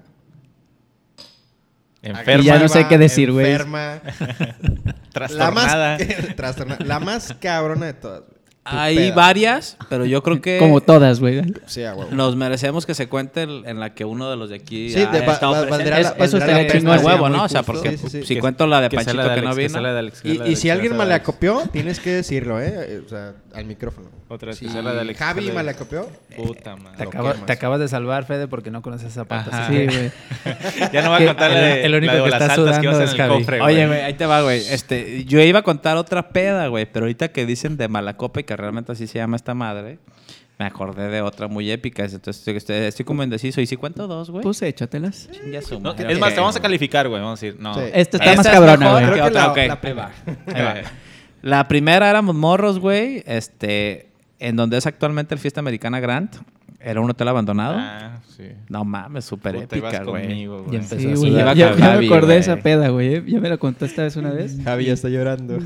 S3: Enferma.
S1: Y ya no sé
S2: agresiva,
S1: qué decir, güey.
S2: Enferma... La
S3: trastornada.
S2: más, trastornada, la más cabrona de todas, güey. Tu
S5: Hay
S2: peda.
S5: varias, pero yo creo que
S1: Como todas, güey.
S2: Sí, a huevo.
S5: nos merecemos que se cuente el- en la que uno de los de aquí
S2: Sí, de- va- va- valdrá la-
S5: Es- eso
S1: valdrá
S5: estaría
S1: la
S5: chingón,
S1: pena,
S5: huevo,
S2: sí,
S5: Este ¿no?
S2: muy
S5: O sea,
S2: justo. Sí,
S5: porque
S2: sí, sí.
S5: si
S3: Que-
S5: cuento la de
S3: que sea la
S5: Panchito
S3: de
S5: que no
S3: Alex, que
S5: vino.
S3: sea la de Alex, que
S2: Y,
S3: sea la
S2: y
S3: de Alex,
S2: si
S3: que
S2: alguien
S3: sea la de Alex.
S2: malacopió, tienes que decirlo, ¿eh? Eh, O sea, al micrófono.
S3: Otra vez,
S2: Si
S3: que sea la de Alex, que
S2: Javi
S3: sea la de-
S2: malacopió,
S3: Puta
S4: Te,
S3: madre.
S2: Lo
S4: acaba-
S2: quemas.
S4: te acabas de salvar, Fede, porque no conoces zapatos.
S3: Ajá.
S4: así
S1: Sí,
S4: que-
S1: güey.
S3: Ya no voy a contar la de,
S4: el único
S3: la de
S4: que está
S3: bolasaltas que ibas
S4: sudando
S3: en
S4: es
S3: el
S4: Javi.
S3: cofre,
S5: Oye, güey, ahí te va, güey. Este, yo iba a contar otra peda, güey, pero ahorita que dicen de Malacopa y que realmente así se llama esta madre, me acordé de otra muy épica. Entonces estoy, estoy- estoy como indeciso. ¿Y si cuento dos, güey?
S1: Pues échatelas.
S5: Chinga su
S3: No,
S5: madre.
S3: es más,
S5: Ok.
S3: te vamos a calificar, güey. Vamos a decir, no.
S2: Sí.
S1: Esta está
S5: Esta
S1: más
S5: es
S1: cabrona,
S5: mejor
S1: güey.
S2: Creo
S5: que
S2: que
S5: otra,
S2: la-
S5: ok.
S2: la
S5: Ahí va. Ahí va.
S3: Ok.
S5: La primera éramos morros, güey, este, en donde es actualmente el Fiesta Americana Grant. Era un hotel abandonado.
S3: Ah, sí.
S5: No mames, súper
S3: Puta, ibas
S5: épica, güey.
S3: conmigo,
S4: Y
S3: güey.
S4: empezó
S1: Sí,
S4: a
S1: güey.
S5: sudar
S1: Ya,
S5: con
S1: ya- ya me
S5: Javi,
S1: acordé de
S5: güey.
S1: esa peda, güey. ¿eh? Ya me la contó esta vez una vez.
S2: Javi ya está llorando.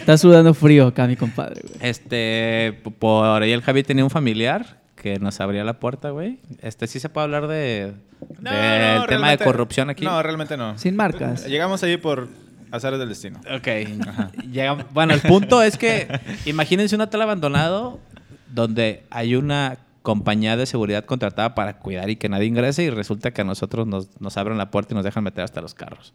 S1: Está sudando frío acá, mi compadre, güey.
S5: Este, p- por ahí el Javi tenía un familiar que nos abría la puerta, güey. Este, sí se puede hablar de
S3: No, no,
S5: del tema de
S3: realmente-
S5: corrupción aquí.
S3: No, realmente no.
S1: Sin marcas.
S3: Llegamos ahí por azares del destino.
S5: Ok. Llega- bueno, el punto es que imagínense un hotel abandonado donde hay una compañía de seguridad contratada para cuidar y que nadie ingrese y resulta que a nosotros nos, nos abren la puerta y nos dejan meter hasta los carros.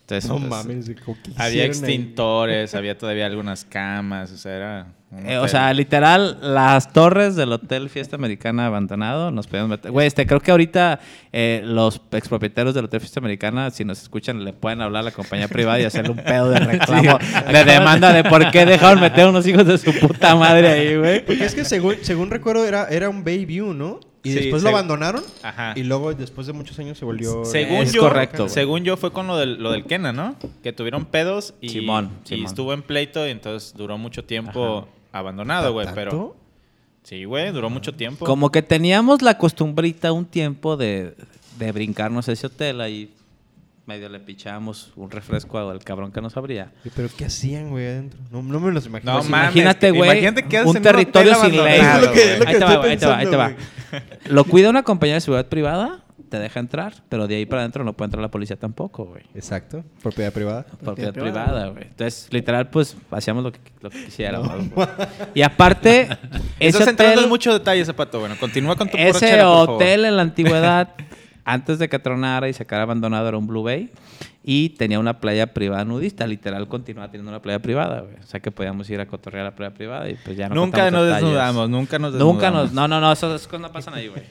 S5: Entonces,
S2: No
S5: pues,
S2: mames, güey, ¿cómo que
S3: Había
S2: hicieron ahí?
S3: extintores, había todavía algunas camas, o sea, era...
S5: Eh, o sea, literal, las torres del Hotel Fiesta Americana abandonado nos podíamos meter. Güey, este, creo que ahorita eh, los expropietarios del Hotel Fiesta Americana, si nos escuchan, le pueden hablar a la compañía privada y hacerle un pedo de reclamo, de demanda de por qué dejaron meter unos hijos de su puta madre ahí, güey.
S2: Porque es que según, según recuerdo era, era un Bayview, ¿no? Y
S3: Sí,
S2: después lo
S3: seg-
S2: abandonaron.
S3: Ajá.
S2: Y luego después de muchos años se volvió... eh,
S3: Según
S5: Es
S3: yo,
S5: correcto, güey.
S3: Según yo fue con lo del, lo del Kena, ¿no? Que tuvieron pedos y,
S5: Simón,
S3: y
S5: Simón.
S3: estuvo en pleito y entonces duró mucho tiempo abandonado, güey. Pero
S2: ¿Tanto?
S3: sí, güey, duró mucho tiempo.
S5: Ah. Como que teníamos la costumbrita un tiempo de, de brincarnos ese hotel ahí. Medio le pichábamos un refresco al cabrón que nos abría.
S2: Sí, Pero ¿qué hacían, güey, adentro? No, no me los imagino.
S3: No
S2: así.
S3: mames,
S5: imagínate,
S3: que-
S5: güey,
S3: imagínate que haces
S5: un
S3: en
S5: territorio
S3: hotel
S5: sin ley.
S3: abandonado,
S2: Es lo que- es lo
S5: Ahí te va,
S2: estoy
S5: ahí te va, ahí te va.
S2: pensando,
S5: Lo cuida una compañía de seguridad privada, te deja entrar, pero de ahí para adentro no puede entrar la policía tampoco, güey.
S2: Exacto. Propiedad privada.
S1: Propiedad
S5: Propiedad privada, güey. Entonces, literal, pues, hacíamos lo que, lo que quisiéramos. güey. Y aparte, ese
S3: Estás entrando
S5: hotel,
S3: en mucho detalle, Zapato. Bueno, continúa con tu
S5: ese
S3: borrachera, por favor.
S5: hotel en la antigüedad, antes de que tronara y se quedara abandonado, era un Blue Bay. Y tenía una playa privada nudista. Literal, continuaba teniendo una playa privada, güey. O sea, que podíamos ir a cotorrear a la playa privada y pues ya no
S3: Nunca
S5: contamos
S3: nos
S5: detalles.
S3: desnudamos, nunca nos desnudamos.
S5: Nunca nos... No, no, no. Esas esas cosas no pasan ahí, güey.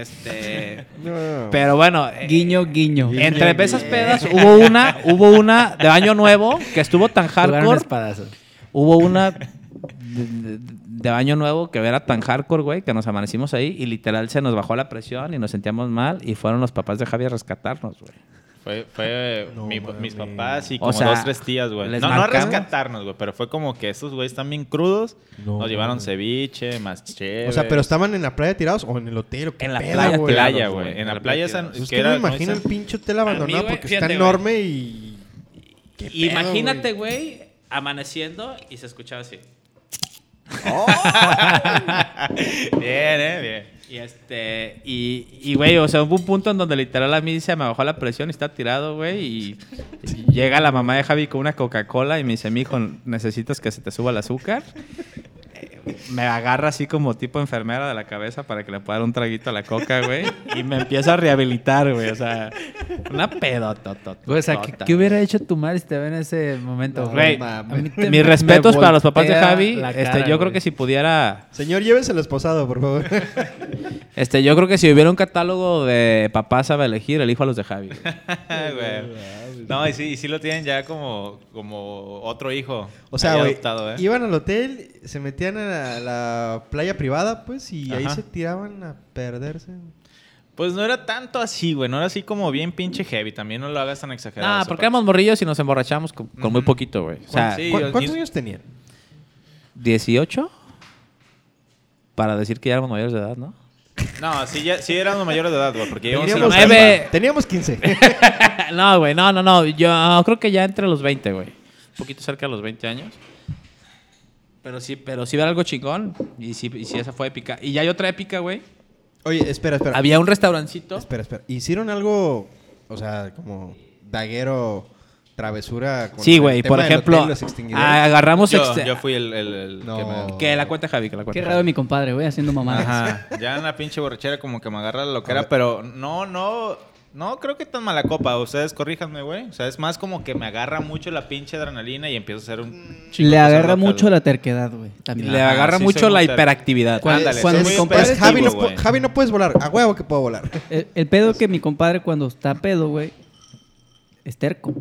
S5: Este...
S2: No.
S5: Pero bueno... eh,
S1: Guiño, guiño.
S5: entre esas pedas hubo una, hubo una de año nuevo que estuvo tan
S4: Jugaron
S5: hardcore.
S4: espadazos.
S5: Hubo una de, de- de año nuevo que era tan hardcore, güey, que nos amanecimos ahí y literal se nos bajó la presión y nos sentíamos mal y fueron los papás de Javi a rescatarnos, güey.
S3: Fue, fue
S2: No
S3: mi-
S2: mames.
S3: mis papás y
S5: O
S3: como
S5: sea,
S3: dos, tres tías, güey.
S5: ¿les
S3: No, no a
S5: marcamos?
S3: rescatarnos, güey, pero fue como que estos güeyes están bien crudos.
S2: No
S3: nos llevaron
S2: mames.
S3: ceviche, más chévere.
S2: O sea, pero estaban en la playa tirados o en el hotel.
S5: En la
S3: En la
S5: playa,
S3: playa,
S5: güey.
S3: güey. En
S5: En
S3: la
S5: la
S3: playa
S5: playa.
S3: esa-
S2: Es
S3: que
S2: que no me
S3: como
S2: imagino el
S3: esa-
S2: pinche hotel
S5: A
S2: abandonado
S5: mí, güey,
S2: porque está
S5: fíjate,
S2: enorme y... qué pedo,
S5: Imagínate, güey, amaneciendo y se escuchaba así.
S3: Bien, eh, bien.
S5: Y este, y, y, güey, o sea, hubo un punto en donde literal a mí se me bajó la presión y está tirado, güey. Y y llega la mamá de Javi con una Coca-Cola y me dice, mijo, necesitas que se te suba el azúcar. Eh, Me agarra así como tipo enfermera de la cabeza para que le pueda dar un traguito a la coca, güey. Y me empieza a rehabilitar, güey. O sea, una pedota.
S4: Güey, o sea, Pues, ¿qué, qué hubiera hecho tu madre si te ve en ese momento?
S2: No,
S4: güey?
S2: mames.
S4: A mí te-
S5: Mis
S4: me
S5: respetos para los papás de
S4: voltea
S5: Javi.
S4: la
S5: Este,
S4: cara,
S5: yo creo
S4: güey.
S5: que si pudiera
S2: Señor, lléveselo esposado, por favor.
S5: Este, yo creo que si hubiera un catálogo de papás sabe elegir, elijo a los de Javi. güey.
S3: Ah, güey. No, y sí, y sí lo tienen ya como, como otro hijo.
S2: O sea,
S3: ahí
S2: güey,
S3: adoptado, eh.
S2: iban al hotel, se metían a la, a la playa privada, pues, y ahí
S3: Ajá.
S2: se tiraban a perderse.
S3: Pues no era tanto así, güey. No era así como bien pinche heavy. También no lo hagas tan exagerado.
S5: No, Ah, porque éramos morrillos y nos emborrachamos con, con muy poquito, güey. O sea,
S3: Sí,
S2: ¿Cu-
S3: yo-
S2: ¿Cuántos
S3: yo-
S2: años tenían?
S5: 18 para decir que ya éramos mayores de edad, ¿no?
S3: No, sí, ya, sí éramos mayores de edad, güey. Porque íbamos a la
S2: Teníamos,
S5: nueve.
S3: prepa.
S2: teníamos 15.
S5: no, güey, no, no, no. Yo creo que ya entre los 20, güey. Un poquito cerca de los 20 años. Pero sí, pero sí era algo chingón. Y sí, y sí, esa fue épica. Y ya hay otra épica, güey.
S2: Oye, espera, espera.
S5: Había un restaurancito.
S2: Espera, espera. ¿Hicieron algo, o sea, como daguero, travesura? con
S5: Sí,
S2: el
S5: güey,
S2: tema
S5: por
S2: del
S5: ejemplo,
S2: hotel, los extinguidores?
S5: agarramos...
S3: Yo,
S5: exte-
S3: yo fui el, el- el
S2: No.
S3: que me...
S5: Que la cuenta Javi, que la cuenta
S1: Qué raro mi compadre, güey, haciendo mamadas.
S3: Ajá. Ya en la pinche borrachera como que me agarra la loquera, pero no, no, no creo que tan mala copa. Ustedes corríjanme, güey. O sea, es más como que me agarra mucho la pinche adrenalina y empiezo a ser un chico.
S1: Le
S3: que se
S1: agarra
S3: loca,
S1: mucho
S3: güey.
S1: la terquedad, güey. También.
S5: Le
S3: Ajá,
S5: agarra
S3: sí,
S5: mucho
S3: soy
S5: la
S3: muy ter-
S5: hiperactividad.
S2: Pues,
S1: Cuando-
S3: Ándale,
S1: cuando
S3: soy
S1: mi
S3: muy
S1: compadre-
S2: Es Javi, no,
S3: hiperactivo,
S2: pu-
S3: güey.
S2: Javi, no puedes volar. A huevo que puedo volar.
S1: El, el pedo es que mi compadre cuando está pedo, güey, es terco.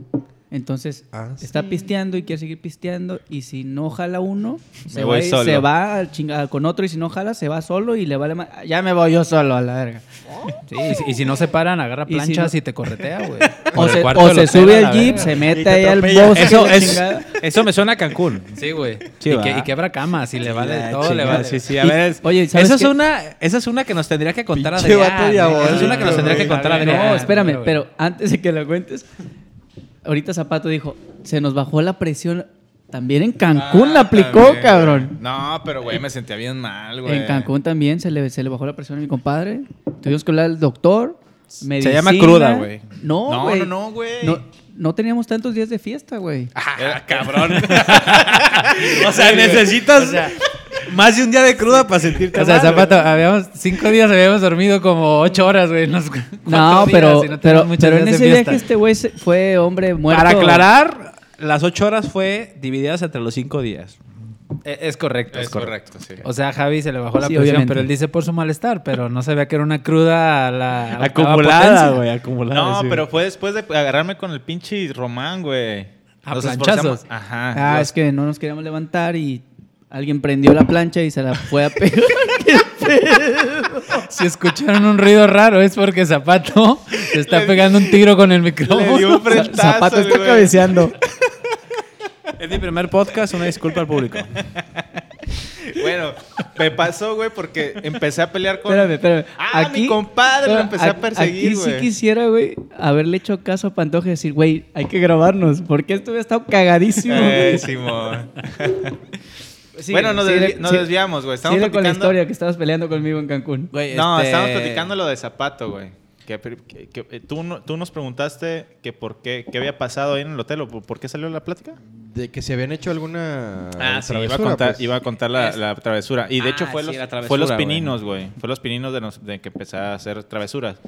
S1: Entonces,
S2: Ah,
S1: está pisteando y quiere seguir pisteando. Y si no jala uno, se,
S3: voy
S1: va, y-
S3: solo.
S1: se va al chinga- con otro. Y si no jala, se va solo y le vale más. Ya me voy yo solo a la verga.
S4: Sí, y si- y, si no se paran, agarra
S1: Y si
S4: planchas y,
S1: no-
S4: te corretea, güey.
S1: O
S4: Por el
S1: se,
S4: cuarto
S1: o
S4: del
S1: se
S4: hotel,
S1: sube
S4: a la
S1: al jeep,
S4: verga.
S1: se
S2: Y
S1: mete
S2: te
S1: ahí al
S2: atropella.
S1: bosque.
S5: Eso,
S1: la
S5: es,
S1: chingada.
S5: eso me suena a Cancún.
S4: Sí, güey.
S5: Sí,
S4: y,
S5: va.
S4: que- y quebra camas y le vale todo, le
S5: Chingada,
S4: vale.
S5: Sí, sí, a
S1: Y-
S5: ver. es-
S1: oye, ¿sabes
S5: esa, es
S1: qué?
S5: una, esa es una que nos tendría que contar
S2: Pinche vato
S5: Adrián. Esa es
S2: diabólico,
S5: una que nos tendría que
S2: güey.
S5: contar
S4: Está bien.
S5: Adrián.
S1: No, espérame,
S4: pero, güey.
S1: pero antes de que lo cuentes, ahorita Zapato dijo, se nos bajó la presión. También en Cancún
S4: Ah,
S1: la aplicó,
S3: También,
S1: cabrón.
S3: Ah, No, pero güey, me sentía bien mal, güey.
S1: En Cancún también se le, se le bajó la presión a mi compadre. Tuvimos que hablar al doctor. medicina.
S5: llama cruda, güey.
S1: No,
S3: No,
S1: güey.
S3: no, no, güey.
S1: No, no teníamos tantos días de fiesta, güey.
S4: Ah,
S3: Era cabrón.
S5: O sea, necesitas más de un día de cruda para sentirte
S4: O sea, Zapato, habíamos, cinco días habíamos dormido como ocho horas, güey. en los cu-
S1: No,
S4: cuatro
S1: pero,
S4: días y
S1: pero,
S4: no tenemos muchos
S1: pero en
S4: días
S1: ese
S4: de
S1: viaje
S4: fiesta.
S1: este güey se- fue hombre muerto.
S5: Para aclarar, las ocho horas fue divididas entre los cinco días.
S4: E- Es correcto.
S3: Es correcto, sí.
S4: O sea, a Javi se le bajó la
S1: Sí,
S4: presión,
S1: obviamente.
S4: pero él dice por su malestar, pero no sabía que era una cruda a la octava
S5: Acumulada,
S4: potencia.
S5: güey, acumulada.
S3: No,
S5: sí.
S3: pero fue después de agarrarme con el pinche Román, güey.
S4: A
S3: Nos
S4: planchazos.
S3: esforzamos- Ajá.
S1: Ah, es que no nos queríamos levantar y alguien prendió la plancha y se la fue a pegar.
S4: Si escucharon un ruido raro es porque Zapato se está pegando un tiro con el micrófono.
S3: Le dio un
S4: Es
S3: frentazo,
S6: Zapato está
S3: güey.
S6: cabeceando.
S5: mi primer podcast, una disculpa al público.
S3: Bueno, me pasó, güey, porque empecé a pelear con...
S1: Espérame, espérame.
S3: Ah, mi compadre lo empecé a
S1: aquí-
S3: perseguir,
S1: Aquí sí
S3: güey.
S1: quisiera, güey, haberle hecho caso a Pantoja y decir, güey, hay que grabarnos, porque esto hubiera estado cagadísimo.
S3: Eh, Simón.
S1: Sigue,
S3: bueno, nos,
S1: sigue,
S3: desvi- nos
S1: sigue.
S3: desviamos, güey. Estamos
S1: Sigue con la
S3: platicando...
S1: historia que estabas peleando conmigo en Cancún.
S5: Güey,
S3: No,
S5: este,
S3: estábamos platicando lo de Zapato, güey. Que, que- que- eh, tú, no- tú nos preguntaste que por qué, qué había pasado ahí en el hotel o por por qué salió la plática.
S2: De que se habían hecho alguna.
S3: Ah, sí, iba a
S2: travesura,
S3: contar,
S2: pues.
S3: iba a contar la, la travesura. Y de
S5: Ah,
S3: hecho fue,
S5: sí, la
S3: los,
S5: travesura,
S3: fue los
S5: güey.
S3: pininos, güey. Fue los pininos de, nos- de que empecé a hacer travesuras.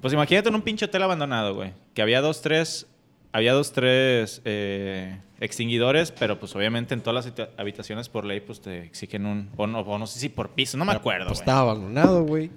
S3: Pues imagínate en un pinche hotel abandonado, güey. Que había dos, tres, había dos, tres eh, extinguidores, pero pues obviamente en todas las habita- habitaciones por ley pues te exigen un, o no, o no sé si por
S1: Ah,
S3: piso, no me acuerdo,
S2: Pues
S3: güey.
S2: estaba abandonado, güey.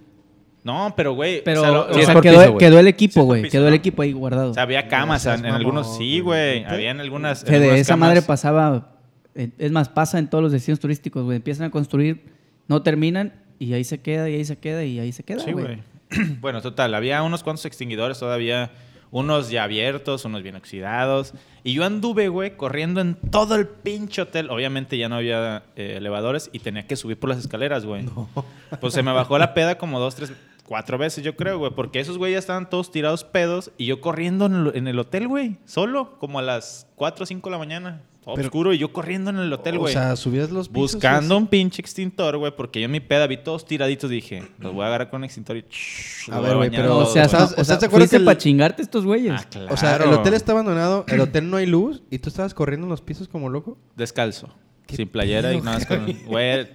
S3: No, pero güey,
S1: Pero,
S3: o sea, lo-
S1: o
S3: lo-
S5: es
S1: sea,
S5: por
S1: quedó,
S5: piso, güey.
S1: quedó el
S3: Sí,
S1: equipo,
S3: es por
S1: güey.
S3: piso,
S1: quedó el
S3: ¿no?
S1: equipo ahí guardado.
S3: o sea, había camas,
S2: seas
S3: en, en
S2: mamón,
S3: algunos sí,
S2: güey.
S3: güey. Había en algunas... en
S1: Fede,
S3: algunas
S1: esa
S3: camas.
S1: madre pasaba, eh, es más, pasa en todos los destinos turísticos, güey. Empiezan a construir, no terminan y ahí se queda, y ahí se queda, y ahí se queda,
S3: Sí,
S1: güey.
S3: güey. bueno, total, había unos cuantos extinguidores todavía, unos ya abiertos, unos bien oxidados. Y yo anduve, güey, corriendo en todo el pinche hotel. Obviamente ya no había eh, elevadores y tenía que subir por las escaleras, güey. Pues se me bajó la peda como dos, tres, cuatro veces, yo creo, güey. Porque esos güey ya estaban todos tirados pedos y yo corriendo en el, en el hotel, güey. Solo, como a las 4 o 5 de la mañana. Oscuro y yo corriendo en el hotel,
S2: o
S3: güey.
S2: sea, subías los pisos,
S3: Buscando un pinche extintor, güey, porque yo en mi peda vi todos tiraditos dije, los voy a agarrar con un extintor y... shh,
S2: A ver,
S3: los voy
S2: güey,
S3: bañar
S2: pero,
S1: O
S3: todos,
S1: sea,
S2: ¿estás-
S1: ¿estás,
S2: estás de acuerdo que el-
S1: para chingarte estos güeyes.
S3: güey". Ah, claro.
S2: O sea, el hotel está abandonado, el hotel no hay luz y tú estabas corriendo en los pisos como loco.
S3: Descalzo, sin playera y nada más con... Güey,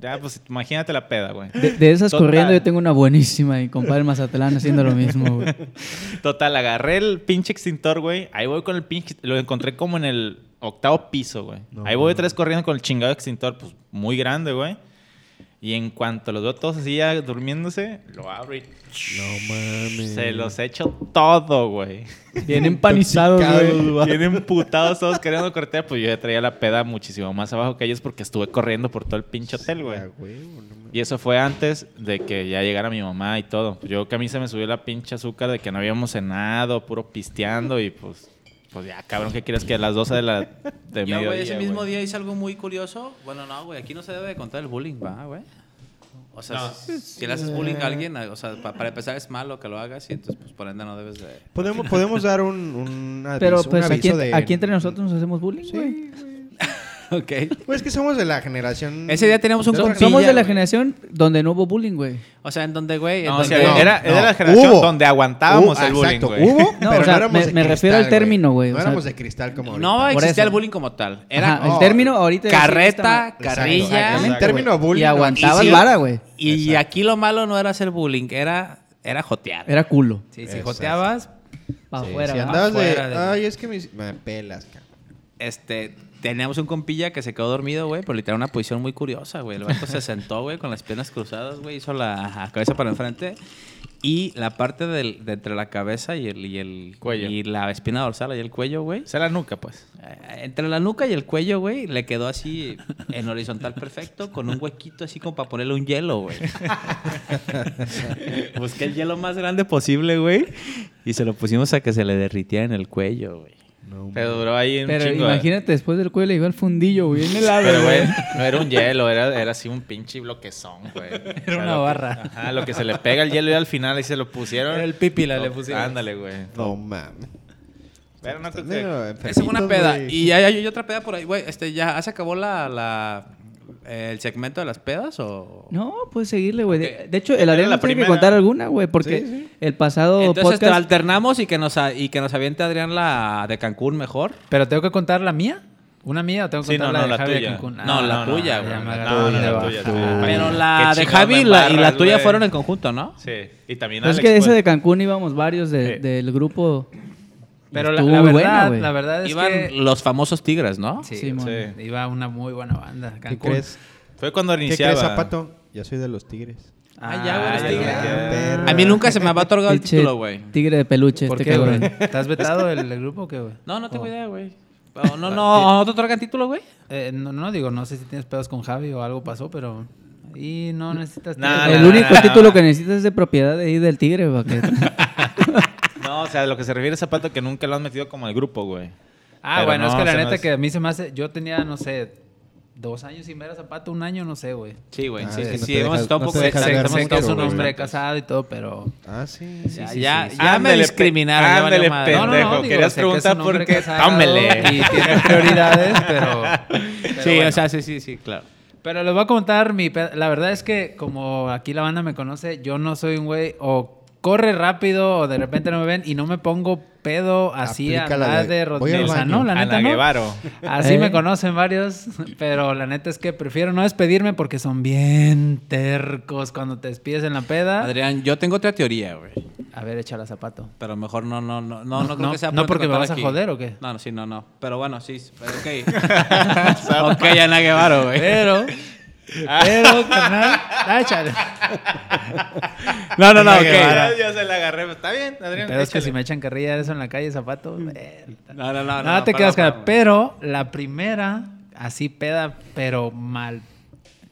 S3: ya, pues imagínate la peda, güey.
S1: De, de esas
S3: Total.
S1: corriendo yo tengo una buenísima y compadre Mazatlán haciendo lo mismo, güey.
S3: Total, agarré el pinche extintor, güey. Ahí voy con el pinche... Lo encontré como en el octavo piso, güey. Ahí voy otra vez corriendo con el chingado extintor, pues muy grande, güey. Y en cuanto los veo todos así ya durmiéndose, lo abro y
S2: No mames.
S3: se los echo todo, güey.
S1: Bien empanizados, güey.
S3: Vienen putados todos queriendo cortar, pues yo ya traía la peda muchísimo más abajo que ellos porque estuve corriendo por todo el pinche hotel, güey. Y eso fue antes de que ya llegara mi mamá y todo. Yo creo que a mí se me subió la pinche azúcar de que no habíamos cenado, puro pisteando y pues, pues ya, cabrón, ¿qué quieres que a las 12 de la de
S5: Yo, güey, ese
S3: mediodía,
S5: mismo
S3: güey?
S5: día hice algo muy curioso. Bueno, no, güey, aquí no se debe de contar el bullying, va, güey. O sea, si, si le haces bullying a alguien, o sea, pa- para empezar es malo que lo hagas y entonces, pues, por ende no debes de...
S2: Podemos, podemos dar un, un aviso,
S1: Pero
S2: un
S1: pues
S2: aviso
S1: aquí,
S2: de...
S1: aquí entre nosotros nos hacemos bullying, güey.
S5: Ok.
S2: Pues que somos de la generación...
S5: Ese día teníamos un
S2: de otra
S5: compilla,
S1: Somos de la
S5: güey.
S1: generación donde no hubo bullying, güey.
S5: O sea, en donde, güey... en
S3: No, o
S5: donde-
S3: sea,
S2: No,
S3: era, era
S2: no.
S3: la generación
S2: Hubo.
S3: donde aguantábamos
S2: Hubo-
S3: el bullying,
S2: ah, exacto,
S3: güey.
S2: hubo,
S1: No,
S2: pero
S1: o sea,
S2: no éramos
S1: me-
S2: de
S1: me refiero al
S2: cristal,
S1: término, güey,
S2: No
S1: o sea-
S2: éramos de cristal como ahorita.
S5: no
S1: Por
S5: existía
S1: eso.
S5: el bullying como tal. Era
S1: Ajá, el
S2: oh,
S1: término ahorita... ya sí
S5: carreta,
S1: está
S2: Exacto,
S5: carrilla...
S2: exacto. El
S3: Exacto,
S2: término
S1: mal.
S2: bullying.
S1: Y aguantabas
S5: Y sí-
S1: vara, güey.
S5: Y aquí lo malo no era hacer bullying, era, era jotear.
S1: Era culo.
S5: Sí, si
S2: Exacto.
S5: joteabas,
S1: Para
S2: Si
S1: afuera, ¿verdad?
S2: andabas de...
S5: Fuera de-
S2: Ay, es que me, me pelas, cabrón.
S5: este, teníamos un compilla que se quedó dormido, güey, pero literal una posición muy curiosa, güey. El vato se sentó, güey, con las piernas cruzadas, güey, hizo la ajá, cabeza para enfrente y la parte del, de entre la cabeza y el, y el
S3: Cuello.
S5: y la espina dorsal y el cuello, güey.
S3: O sea, la nuca, pues.
S5: eh, Entre la nuca y el cuello, güey, le quedó así en horizontal perfecto, con un huequito así como para ponerle un hielo, güey. Busqué el hielo más grande posible, güey, y se lo pusimos a que se le derritiera en el cuello, güey.
S3: Pero duró ahí un
S1: Pero
S3: chingo.
S1: imagínate, después del cuello le llegó al fundillo, güey, bien helado,
S3: Pero,
S1: güey.
S3: güey, no era un hielo, era, era así un pinche bloquezón, güey. Era
S4: una barra.
S3: ajá, lo que se le pega el hielo y al final y se lo pusieron.
S4: Era el pipila, le
S3: No,
S4: pusieron.
S3: Ándale, güey.
S2: No mames.
S3: Pero no creo que...
S2: Esa
S5: Esa fue una peda. Y ya, ya hay otra peda por ahí, güey. Este, ¿Ya se acabó la, la- el segmento de las pedas o...?
S1: No, puedes seguirle, güey. De,
S5: Ok.
S1: de hecho, el
S3: Era
S1: Adrián
S3: la
S1: nos tiene que
S3: primera.
S1: contar alguna, güey, porque
S2: Sí, sí.
S1: el pasado
S5: Entonces
S1: podcast... pues
S5: este, alternamos y que, nos, a- y que nos aviente Adrián la de Cancún mejor.
S4: Pero tengo que contar la mía. ¿Una mía o tengo que
S3: Sí, no,
S4: contar la
S3: no,
S4: de
S3: la
S4: Javi de
S3: tuya.
S4: Cancún?
S5: No,
S4: Ah,
S5: la
S4: ya
S5: tuya,
S4: me
S5: güey.
S4: agarró
S3: No, no,
S4: de
S3: la
S4: baja.
S3: tuya.
S5: Pero
S3: Qué
S5: la
S3: chingado
S5: de
S3: me
S5: Javi la- y la
S3: embarras,
S5: tuya
S3: güey.
S5: fueron en conjunto, ¿no?
S3: Sí. Y también
S1: Pues es
S3: Alex,
S1: que ese
S3: pues.
S1: de Cancún íbamos varios de-
S3: Eh.
S1: del grupo
S4: Pero la,
S1: Estuvo
S4: la
S1: muy buena,
S4: verdad,
S1: güey.
S4: la verdad es
S5: Iban
S4: que...
S5: los famosos Tigres, ¿no?
S4: Sí,
S1: Sí,
S4: o sea,
S3: mon.
S4: iba una muy buena banda.
S2: ¿Qué
S4: Cancún.
S2: crees?
S3: Fue cuando
S2: ¿Qué
S3: iniciaba.
S2: crees, Zapato? Ya soy de los Tigres.
S4: Ah, ya, güey, los
S3: este
S5: ya,
S4: Tigres.
S5: ya. A mí nunca se me había otorgado el
S1: Pinche
S5: título, güey.
S1: Tigre de peluche,
S4: ¿Por
S1: este
S4: qué, güey?
S1: cabrón.
S4: ¿Estás vetado del grupo o qué, güey?
S5: No, no tengo
S4: Oh.
S5: idea, güey. No, no, no, ¿no te otorgan título, güey?
S4: Eh, no, no, digo, no sé si tienes pedos con Javi o algo pasó, pero... Y no necesitas...
S3: Nah,
S4: título.
S1: el
S3: nah,
S1: único
S3: nah, nah,
S1: título
S3: nah.
S1: que necesitas es de propiedad de ahí del tigre, güey, que-
S3: No, o sea, lo que se refiere a Zapato que nunca lo han metido como al grupo, güey.
S4: Ah,
S3: Pero
S4: bueno,
S3: no,
S4: es que la
S3: o sea, no
S4: neta
S3: es-
S4: que a mí se me hace... Yo tenía, no sé, dos años sin ver a Zapato, un año, no sé, güey.
S5: Sí, güey.
S2: Ah,
S5: sí,
S2: es que
S5: sí,
S2: no
S5: sí,
S2: te
S5: hemos
S2: dejas-
S5: estado un
S2: no te
S5: poco
S4: Sé,
S2: dejas
S4: sé-
S2: ver
S4: sé que es un
S2: Pues, güey. pues.
S4: hombre casado y todo, pero...
S2: Ah, sí.
S5: Ya,
S4: sí,
S5: ya,
S4: sí, sí.
S5: ya me
S3: Ándele,
S5: discriminaron. ya
S3: ándele,
S5: valió madre.
S3: pendejo.
S5: No, no, no.
S4: digo,
S3: querías
S4: sé que es un
S3: preguntar por
S4: hombre
S3: qué.
S4: casado
S3: Tómele.
S4: Y tiene prioridades, pero... pero
S5: Sí,
S4: bueno.
S5: o sea, sí, sí, sí, claro.
S4: Pero les voy a contar mi... pe- La verdad es que como aquí la banda me conoce, yo no soy un güey o corre rápido o de repente no me ven y no me pongo pedo así a
S2: Aplícala
S4: andar
S2: de,
S4: de
S2: "Voy al
S4: rodillas. O sea,
S2: baño".
S4: no, la
S3: Ana
S4: neta no.
S3: Guevaro.
S4: Así
S1: Eh.
S4: me conocen varios, pero la neta es que prefiero no despedirme porque son bien tercos cuando te despides en la peda.
S5: Adrián, yo tengo otra teoría, güey.
S4: A ver, échala zapato.
S5: Pero mejor no, no, no, no, no, creo
S4: no,
S5: que sea
S4: no
S5: por
S4: porque me
S5: contar
S4: vas a joder, ¿o qué?
S5: No, no, sí, no, no. Pero bueno, sí, sí, pero ok. ok, Ana Guevara, güey.
S4: Pero, pero, carnal, ah, échale.
S5: No, no, no,
S4: Ana
S5: ok.
S4: Guevara.
S3: Ya, ya se la agarré. Está bien, Adrián.
S4: Pero es que
S3: échale.
S4: si me echan carrilla de eso en la calle, zapato. verga.
S5: No, no, no.
S4: No,
S5: no, no,
S4: te
S5: perdón,
S4: quedas cara.
S5: perdón.
S4: Pero la primera, así peda, pero mal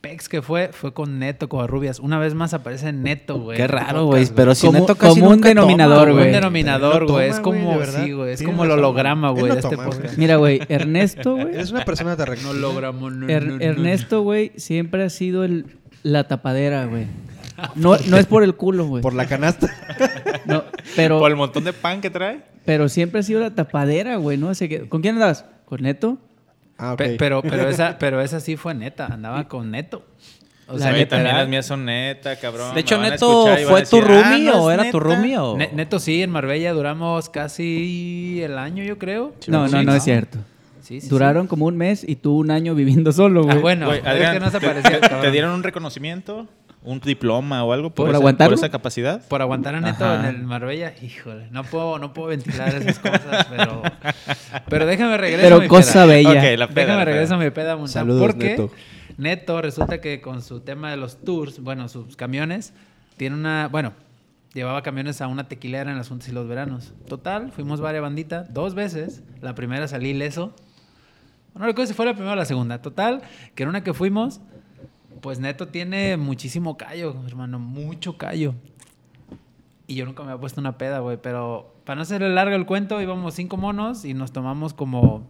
S4: pex que fue, fue con Neto Covarrubias. Una vez más aparece Neto, güey.
S5: Qué
S4: en el
S5: raro,
S4: podcast,
S5: güey. Pero si
S1: Como-
S5: Neto casi
S1: como un
S5: nunca toma,
S1: denominador,
S5: güey.
S1: güey.
S4: Un denominador,
S2: Pero
S4: güey.
S2: no
S4: Es
S2: toma,
S4: como,
S2: güey, de verdad.
S4: sí, güey. Es
S2: Tienes
S4: como el
S2: razón, güey.
S4: holograma,
S2: Él
S4: güey,
S2: no
S4: de este
S2: toma, güey.
S4: podcast.
S1: Mira, güey, Ernesto, güey.
S2: Eres una persona de recto.
S4: No logramos. no,
S1: Er-
S4: no, no.
S1: Ernesto, güey, siempre ha sido el, la tapadera, güey. No, no es por el culo, güey.
S2: Por la canasta.
S1: No, pero,
S3: Por el montón de pan que trae.
S1: pero siempre ha sido la tapadera, güey. ¿no? Así que, ¿Con quién andabas? ¿Con Neto?
S2: Ah, ok.
S4: Pe- Pero, pero, esa, pero esa sí fue neta. Andaba con Neto. O
S1: La
S3: Sí,
S1: neta,
S3: también
S1: ¿verdad?
S3: las mías son neta, cabrón.
S5: De hecho,
S3: Me van a
S5: Neto,
S3: escuchar y van a
S5: ¿fue tu
S3: decir, "Ah,
S5: roomie
S3: ¿no
S5: o
S3: es
S5: era
S3: neta?"
S5: tu roomie o...?
S4: Ne- Neto sí, en Marbella duramos casi el año, yo creo.
S1: no, no,
S4: Sí,
S1: no es cierto.
S4: Sí, sí, sí.
S1: Duraron como un mes y tú un año viviendo solo, güey.
S4: Ah, bueno,
S3: Güey,
S4: pero es
S3: Adrián,
S4: que no se
S3: te-
S4: parecía.
S3: te,
S4: cabrón.
S3: dieron un reconocimiento? ¿Un diploma o algo por,
S1: ¿Por
S3: esa,
S1: aguantarlo?
S3: por esa capacidad?
S4: Por aguantar a Neto
S1: Ajá.
S4: en el Marbella, híjole, no puedo, no puedo ventilar esas cosas, pero, pero déjame regreso. a
S1: pero
S4: mi
S1: cosa
S4: peda.
S1: bella.
S3: Ok, la peda,
S4: Déjame
S3: la
S4: regreso a
S3: peda.
S4: mi peda mundial.
S2: Saludos,
S4: porque
S2: Neto.
S4: Neto. resulta que con su tema de los tours, bueno, sus camiones, tiene una. Bueno, llevaba camiones a una tequilera en las juntas y los veranos. Total, fuimos varias banditas, dos veces. La primera salí ileso. No recuerdo si fue la primera o la segunda. Total, que en una que fuimos, pues Neto tiene muchísimo callo, hermano, mucho callo. Y yo nunca me había puesto una peda, güey, pero para no hacerle largo el cuento, íbamos cinco monos y nos tomamos como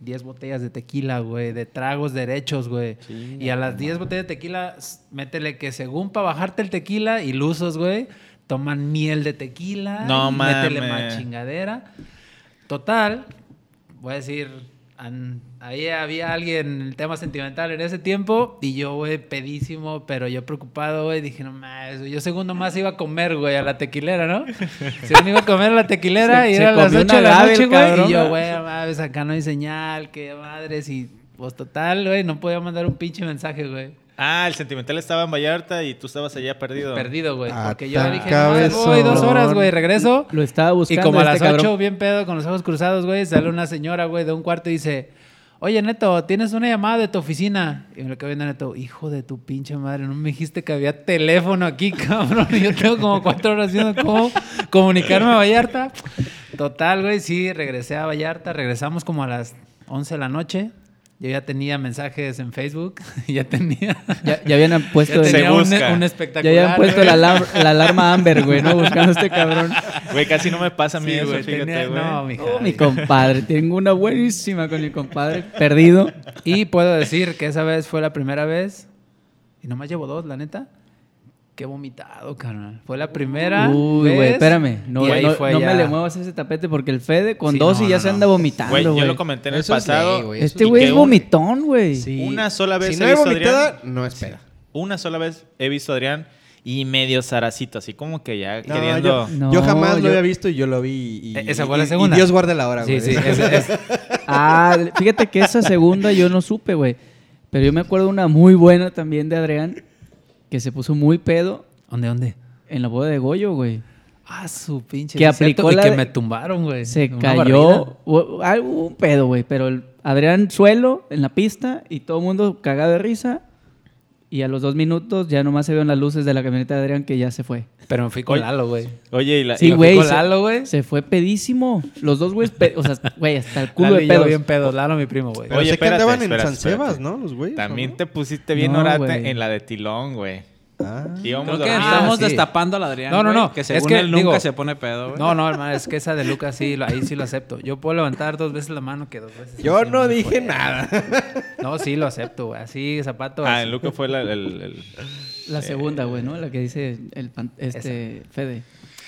S4: 10 botellas de tequila, güey, de tragos derechos, güey. Y a las 10 botellas de tequila, s- métele que según para bajarte el tequila, ilusos, güey, toman miel de tequila,
S3: No
S4: y métele
S3: mames.
S4: más chingadera. Total, voy a decir, an- ahí había alguien en el tema sentimental en ese tiempo y yo, güey, pedísimo, pero yo preocupado, güey, dije, no mames, güey, yo segundo más iba a comer, güey, a la tequilera, ¿no? Según iba a comer a la tequilera
S1: Se-
S4: y
S1: se
S4: era a las
S1: comió
S4: 8
S1: una
S4: de la
S1: agave el
S4: noche, güey,
S1: cabrón,
S4: y
S1: ¿verdad?
S4: yo, güey, no mames, acá no hay señal, qué madres, y pues total, güey, no podía mandar un pinche mensaje, güey.
S3: Ah, el sentimental estaba en Vallarta y tú estabas allá perdido.
S4: Perdido, güey.
S2: Ah,
S4: porque yo
S2: tan
S4: dije, no, mames, voy dos
S2: cabezón.
S4: horas, güey, regreso.
S1: Lo estaba
S4: Y
S1: buscando.
S4: como a las
S1: este
S4: 8,
S1: cabrón.
S4: bien pedo, con los ojos cruzados, güey, sale una señora, güey, de un cuarto y dice, oye, Neto, tienes una llamada de tu oficina. Y me lo quedo viendo, Neto, hijo de tu pinche madre, no me dijiste que había teléfono aquí, cabrón. Y yo tengo como cuatro horas viendo cómo comunicarme a Vallarta. Total, güey, sí, regresé a Vallarta. Regresamos como a las 11 de la noche. Yo ya tenía mensajes en Facebook, ya tenía...
S1: Ya, ya habían
S4: Ya
S1: puesto, el-
S4: tenía
S1: ya
S3: Se
S4: un,
S3: busca.
S4: un espectacular.
S1: habían puesto
S4: güey.
S1: la, alar- la alarma Amber, güey, ¿no? Buscando a este cabrón.
S3: Güey, casi no me pasa a mí
S4: Sí,
S3: eso,
S4: güey,
S3: fíjate,
S4: tenía-
S3: güey.
S4: No, mi
S1: Oh, mi compadre. Tengo una buenísima con mi compadre. Perdido.
S4: Y puedo decir que esa vez fue la primera vez, y nomás llevo dos, la neta, que he vomitado, carnal. Fue la primera.
S1: Uy,
S4: vez,
S1: güey, espérame. No,
S4: y ahí
S1: no-
S4: fue
S1: no
S4: ya.
S1: me le muevas ese tapete porque el Fede con
S4: Sí,
S1: dos
S4: no,
S1: y ya
S4: no,
S1: se
S4: no.
S1: anda vomitando,
S3: Güey,
S1: güey.
S3: yo lo comenté en el
S2: Eso es
S3: pasado.
S2: ley, güey.
S1: Este
S3: y
S1: güey
S3: que
S1: es
S3: un-
S1: vomitón, güey.
S2: Sí.
S3: Una sola vez
S2: Si
S3: he
S2: no hay
S3: visto a
S2: vomitada,
S3: Adrián.
S2: no es peda.
S3: Una sola vez he visto a Adrián y medio zaracito, así como que ya
S2: No,
S3: queriendo...
S2: yo,
S1: No,
S2: yo jamás lo
S1: yo-
S2: había visto y yo lo vi. Y,
S4: E- esa
S2: y-
S4: fue la
S2: y- y
S4: segunda.
S2: Dios guarde la hora,
S4: Sí,
S2: güey.
S4: sí, ese- ese-
S1: Ah, fíjate que esa segunda yo no supe, güey. Pero yo me acuerdo una muy buena también de Adrián que se puso muy pedo
S4: ¿Dónde, dónde?
S1: en la boda de Goyo, güey.
S4: Ah, su pinche.
S1: Que
S4: sí es cierto,
S1: aplicó
S4: y
S1: la
S4: que
S1: de-
S4: me tumbaron, güey.
S1: Se
S4: Una barrida.
S1: cayó. Hubo ah, hubo un pedo, güey. Pero el Adrián suelo en la pista y todo el mundo cagado de risa. Y a los dos minutos ya nomás se vieron las luces de la camioneta de Adrián que ya se fue.
S4: Pero me fui con
S3: Oye,
S4: Lalo, güey.
S3: Oye, y la,
S1: Sí,
S3: y-
S4: me fui
S1: güey.
S4: con
S1: se-
S4: Lalo, güey.
S1: Se fue pedísimo. Los dos güeyes, pe- o sea, güey, hasta el culo
S4: Lalo
S1: de
S4: y yo
S1: pedos.
S4: bien pedo. Lalo, mi primo, güey.
S2: Pero
S3: Oye,
S2: sé que
S3: espérate,
S2: andaban en
S3: espérate,
S2: San
S3: espérate.
S2: Sebas, ¿no? Los güeyes. ¿o
S3: también
S2: no?
S3: te pusiste bien
S1: No,
S3: orate
S1: güey.
S3: en la de Tilón, güey.
S2: Ah.
S3: Íbamos
S5: Creo que
S3: dormidos.
S5: estamos
S2: sí.
S5: destapando al Adrián.
S4: No, no,
S5: güey,
S4: no.
S5: Que
S4: Es
S5: según
S4: que,
S5: él nunca
S4: digo-
S5: se pone pedo, güey.
S4: No, no, hermano, es que esa de Lucas sí, lo- ahí sí lo acepto. Yo puedo levantar dos veces la mano que dos veces.
S2: Yo
S4: así,
S2: no
S4: me
S2: dije
S4: puede.
S2: nada.
S4: No, sí lo acepto, güey. Así, zapato.
S3: Ah,
S4: así.
S3: en Luca fue la- el- el-
S1: La segunda, güey, ¿no? La que dice el pan- este Fede.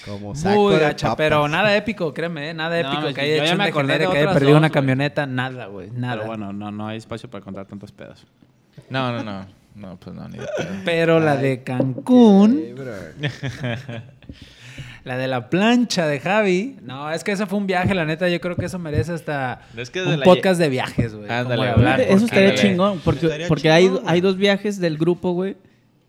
S2: Como
S4: Muy gacha, pero nada épico, créeme, ¿eh? nada
S5: No,
S4: épico.
S5: yo-
S4: que haya
S5: yo ya
S4: hecho un
S5: me acordé
S4: degenere,
S5: de
S4: que haya
S5: otras
S4: perdido
S5: dos,
S4: una
S5: güey.
S4: camioneta, nada, güey, nada.
S5: Pero bueno, no, no hay espacio para contar tantos pedos.
S3: No, no, no. No, pues no, ni de pedo.
S4: Pero la de Cancún, la de la plancha de Javi. No, es que eso fue un viaje, la neta. Yo creo que eso merece hasta
S3: Es que desde
S4: un
S3: la-
S4: podcast de viajes, güey.
S3: Ándale,
S4: como de
S3: güey.
S4: hablar,
S3: Ándale.
S1: Eso
S4: porque-
S1: estaría
S3: Ándale.
S1: chingón, porque,
S2: Estaría
S1: porque hay,
S2: chingón, güey.
S1: hay dos viajes del grupo, güey,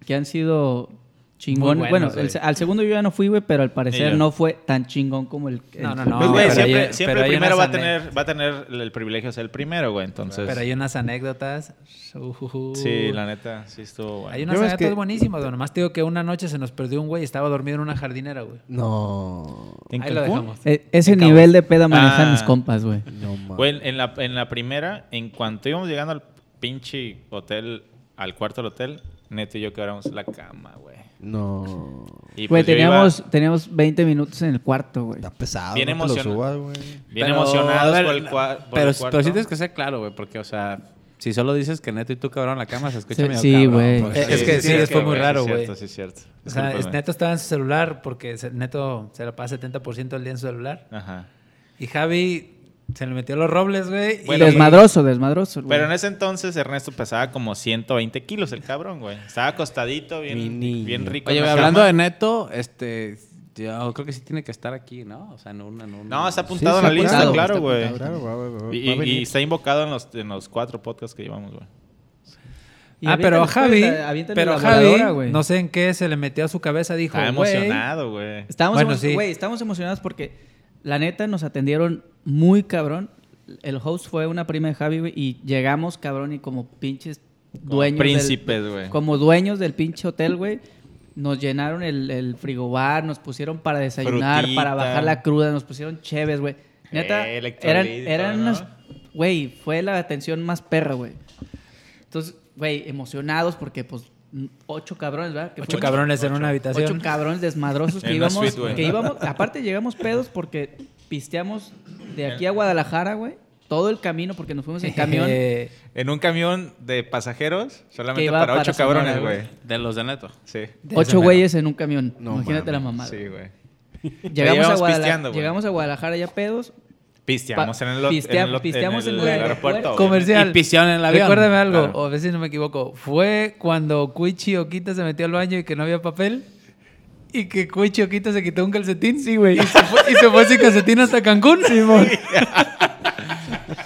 S1: que han sido chingón.
S4: Muy
S1: bueno,
S4: buenos, güey.
S1: el se- al segundo yo ya no fui, güey, pero al
S3: Ni
S1: parecer
S3: yo.
S1: no fue tan chingón como el... el-
S4: No, no, no.
S3: Pues, güey,
S4: Ah, pero
S3: siempre,
S4: hay-
S3: siempre
S4: pero
S3: el
S4: hay
S3: primero
S4: unas
S3: va a,
S4: ane-
S3: tener, va a tener el privilegio de ser el primero, güey. Entonces,
S4: Pero hay unas anécdotas. ujujuy.
S3: sí, la neta, sí estuvo bueno.
S4: Hay unas
S2: Yo ves
S4: anécdotas
S2: que-
S4: buenísimas, güey. Nomás te digo que una noche se nos perdió un güey y estaba dormido en una jardinera, güey.
S2: No.
S3: ¿En
S4: Ahí lo
S3: Cancún?
S4: dejamos.
S1: e- ese
S4: En Cabo.
S1: nivel de peda manejan
S3: Ah.
S1: mis compas, güey.
S2: No mames.
S3: Güey, en la, en la primera, en cuanto íbamos llegando al pinche hotel, al cuarto del hotel, Neto y yo quebramos la cama, güey.
S2: No.
S3: Y
S1: Güey,
S3: pues yo
S1: teníamos,
S3: iba
S1: teníamos 20 minutos en el cuarto, güey.
S2: Está pesado.
S3: Bien
S2: no te lo subas,
S3: emocionado.
S2: güey.
S3: bien
S5: Pero,
S3: emocionados
S5: a ver,
S3: por el, cua- por
S5: Pero,
S3: el
S5: pero
S3: cuarto.
S5: sí tienes que ser claro, güey, porque, o sea, si solo dices que Neto y tú quebraron la cama, se escucha
S1: Sí,
S5: medio
S1: sí,
S5: cabrón,
S1: güey.
S5: pues.
S4: Eh, es que sí,
S3: es
S4: fue
S3: que,
S4: muy raro,
S3: sí es
S4: güey.
S3: cierto, Sí, es cierto.
S4: O sea, es-
S3: Discúlpame.
S4: Neto estaba en su celular porque se- Neto se la pasa 70% del día en su celular.
S3: Ajá.
S4: Y Javi se le metió los robles, güey. y-
S3: Bueno,
S1: desmadroso, desmadroso. güey.
S3: Pero en ese entonces Ernesto pesaba como 120 kilos el cabrón, güey. Estaba acostadito,
S2: Mi
S3: bien,
S2: niño.
S3: bien rico.
S5: Oye,
S3: en la
S5: güey, hablando
S3: cama.
S5: de Neto, este, yo creo que sí tiene que estar aquí, ¿no? O sea, en una, en una-
S3: No, está
S2: Sí,
S3: apuntado
S2: está
S3: en la lista,
S1: apuntado,
S3: claro,
S1: está
S3: güey.
S2: Claro, va, va, va, va a
S3: Y, y- y
S2: venir. este
S3: está invocado en los, en los cuatro podcasts que llevamos, güey.
S1: Y
S4: ah, pero
S1: aviéntales,
S4: Javi,
S1: pues, la- aviéntales
S4: pero
S1: la voladora,
S4: Javi,
S1: güey.
S4: no sé en qué se le metió a su cabeza, dijo,
S3: Estaba
S4: güey,
S3: emocionado, güey.
S1: Estábamos,
S4: Bueno,
S1: emo-
S4: sí.
S1: güey, estábamos emocionados porque la neta nos atendieron muy cabrón. El host fue una prima de Javi, güey, y llegamos cabrón y como pinches
S3: Como
S1: dueños. del-
S3: príncipes, güey.
S1: como dueños del pinche hotel, güey. Nos llenaron el, el frigobar, nos pusieron para desayunar,
S3: Frutita.
S1: para bajar la cruda, nos pusieron cheves, güey. Neta,
S3: Eh, electrolit
S1: eran,
S3: y
S1: eran
S3: todo,
S1: unas.
S3: ¿no?
S1: Güey, fue la atención más perra, güey. Entonces, güey, emocionados porque, pues, n- ocho cabrones, ¿verdad? Que
S4: Ocho
S1: fuimos.
S4: cabrones en una habitación.
S1: Ocho cabrones desmadrosos que
S3: En una
S1: íbamos,
S3: suite, güey.
S1: que íbamos. Aparte llegamos pedos porque pisteamos de aquí a Guadalajara, güey. Todo el camino porque nos fuimos en camión.
S4: Eh,
S3: En un camión de pasajeros,
S1: Que
S3: solamente
S1: iba
S3: para
S1: para
S3: ocho
S1: Sonora,
S3: cabrones,
S1: güey.
S3: güey.
S5: De los de Neto.
S3: Sí.
S4: de ese
S1: ocho
S4: mero.
S1: güeyes en un camión. Imagínate la mamada.
S3: Sí, güey.
S1: Llegamos a,
S3: Llevamos
S1: Guadala-
S3: pisteando, güey.
S1: llegamos a Guadalajara ya pedos.
S3: Pisteamos
S1: Pa-
S3: en el, lo-
S1: pistea-
S3: en el, lo-
S1: pisteamos
S3: en
S1: en
S3: el,
S1: el
S3: aeropuerto.
S1: aeropuerto.
S3: güey.
S4: Comercial.
S5: Y pistearon en el avión.
S4: Recuérdame algo,
S3: Claro.
S4: o a ver si no me equivoco. Fue cuando Cuichi Oquita se metió al baño y que no había papel. Y que Cuichi Oquita se quitó un calcetín. Sí, güey. Y se fue, y se fue sin calcetín hasta Cancún.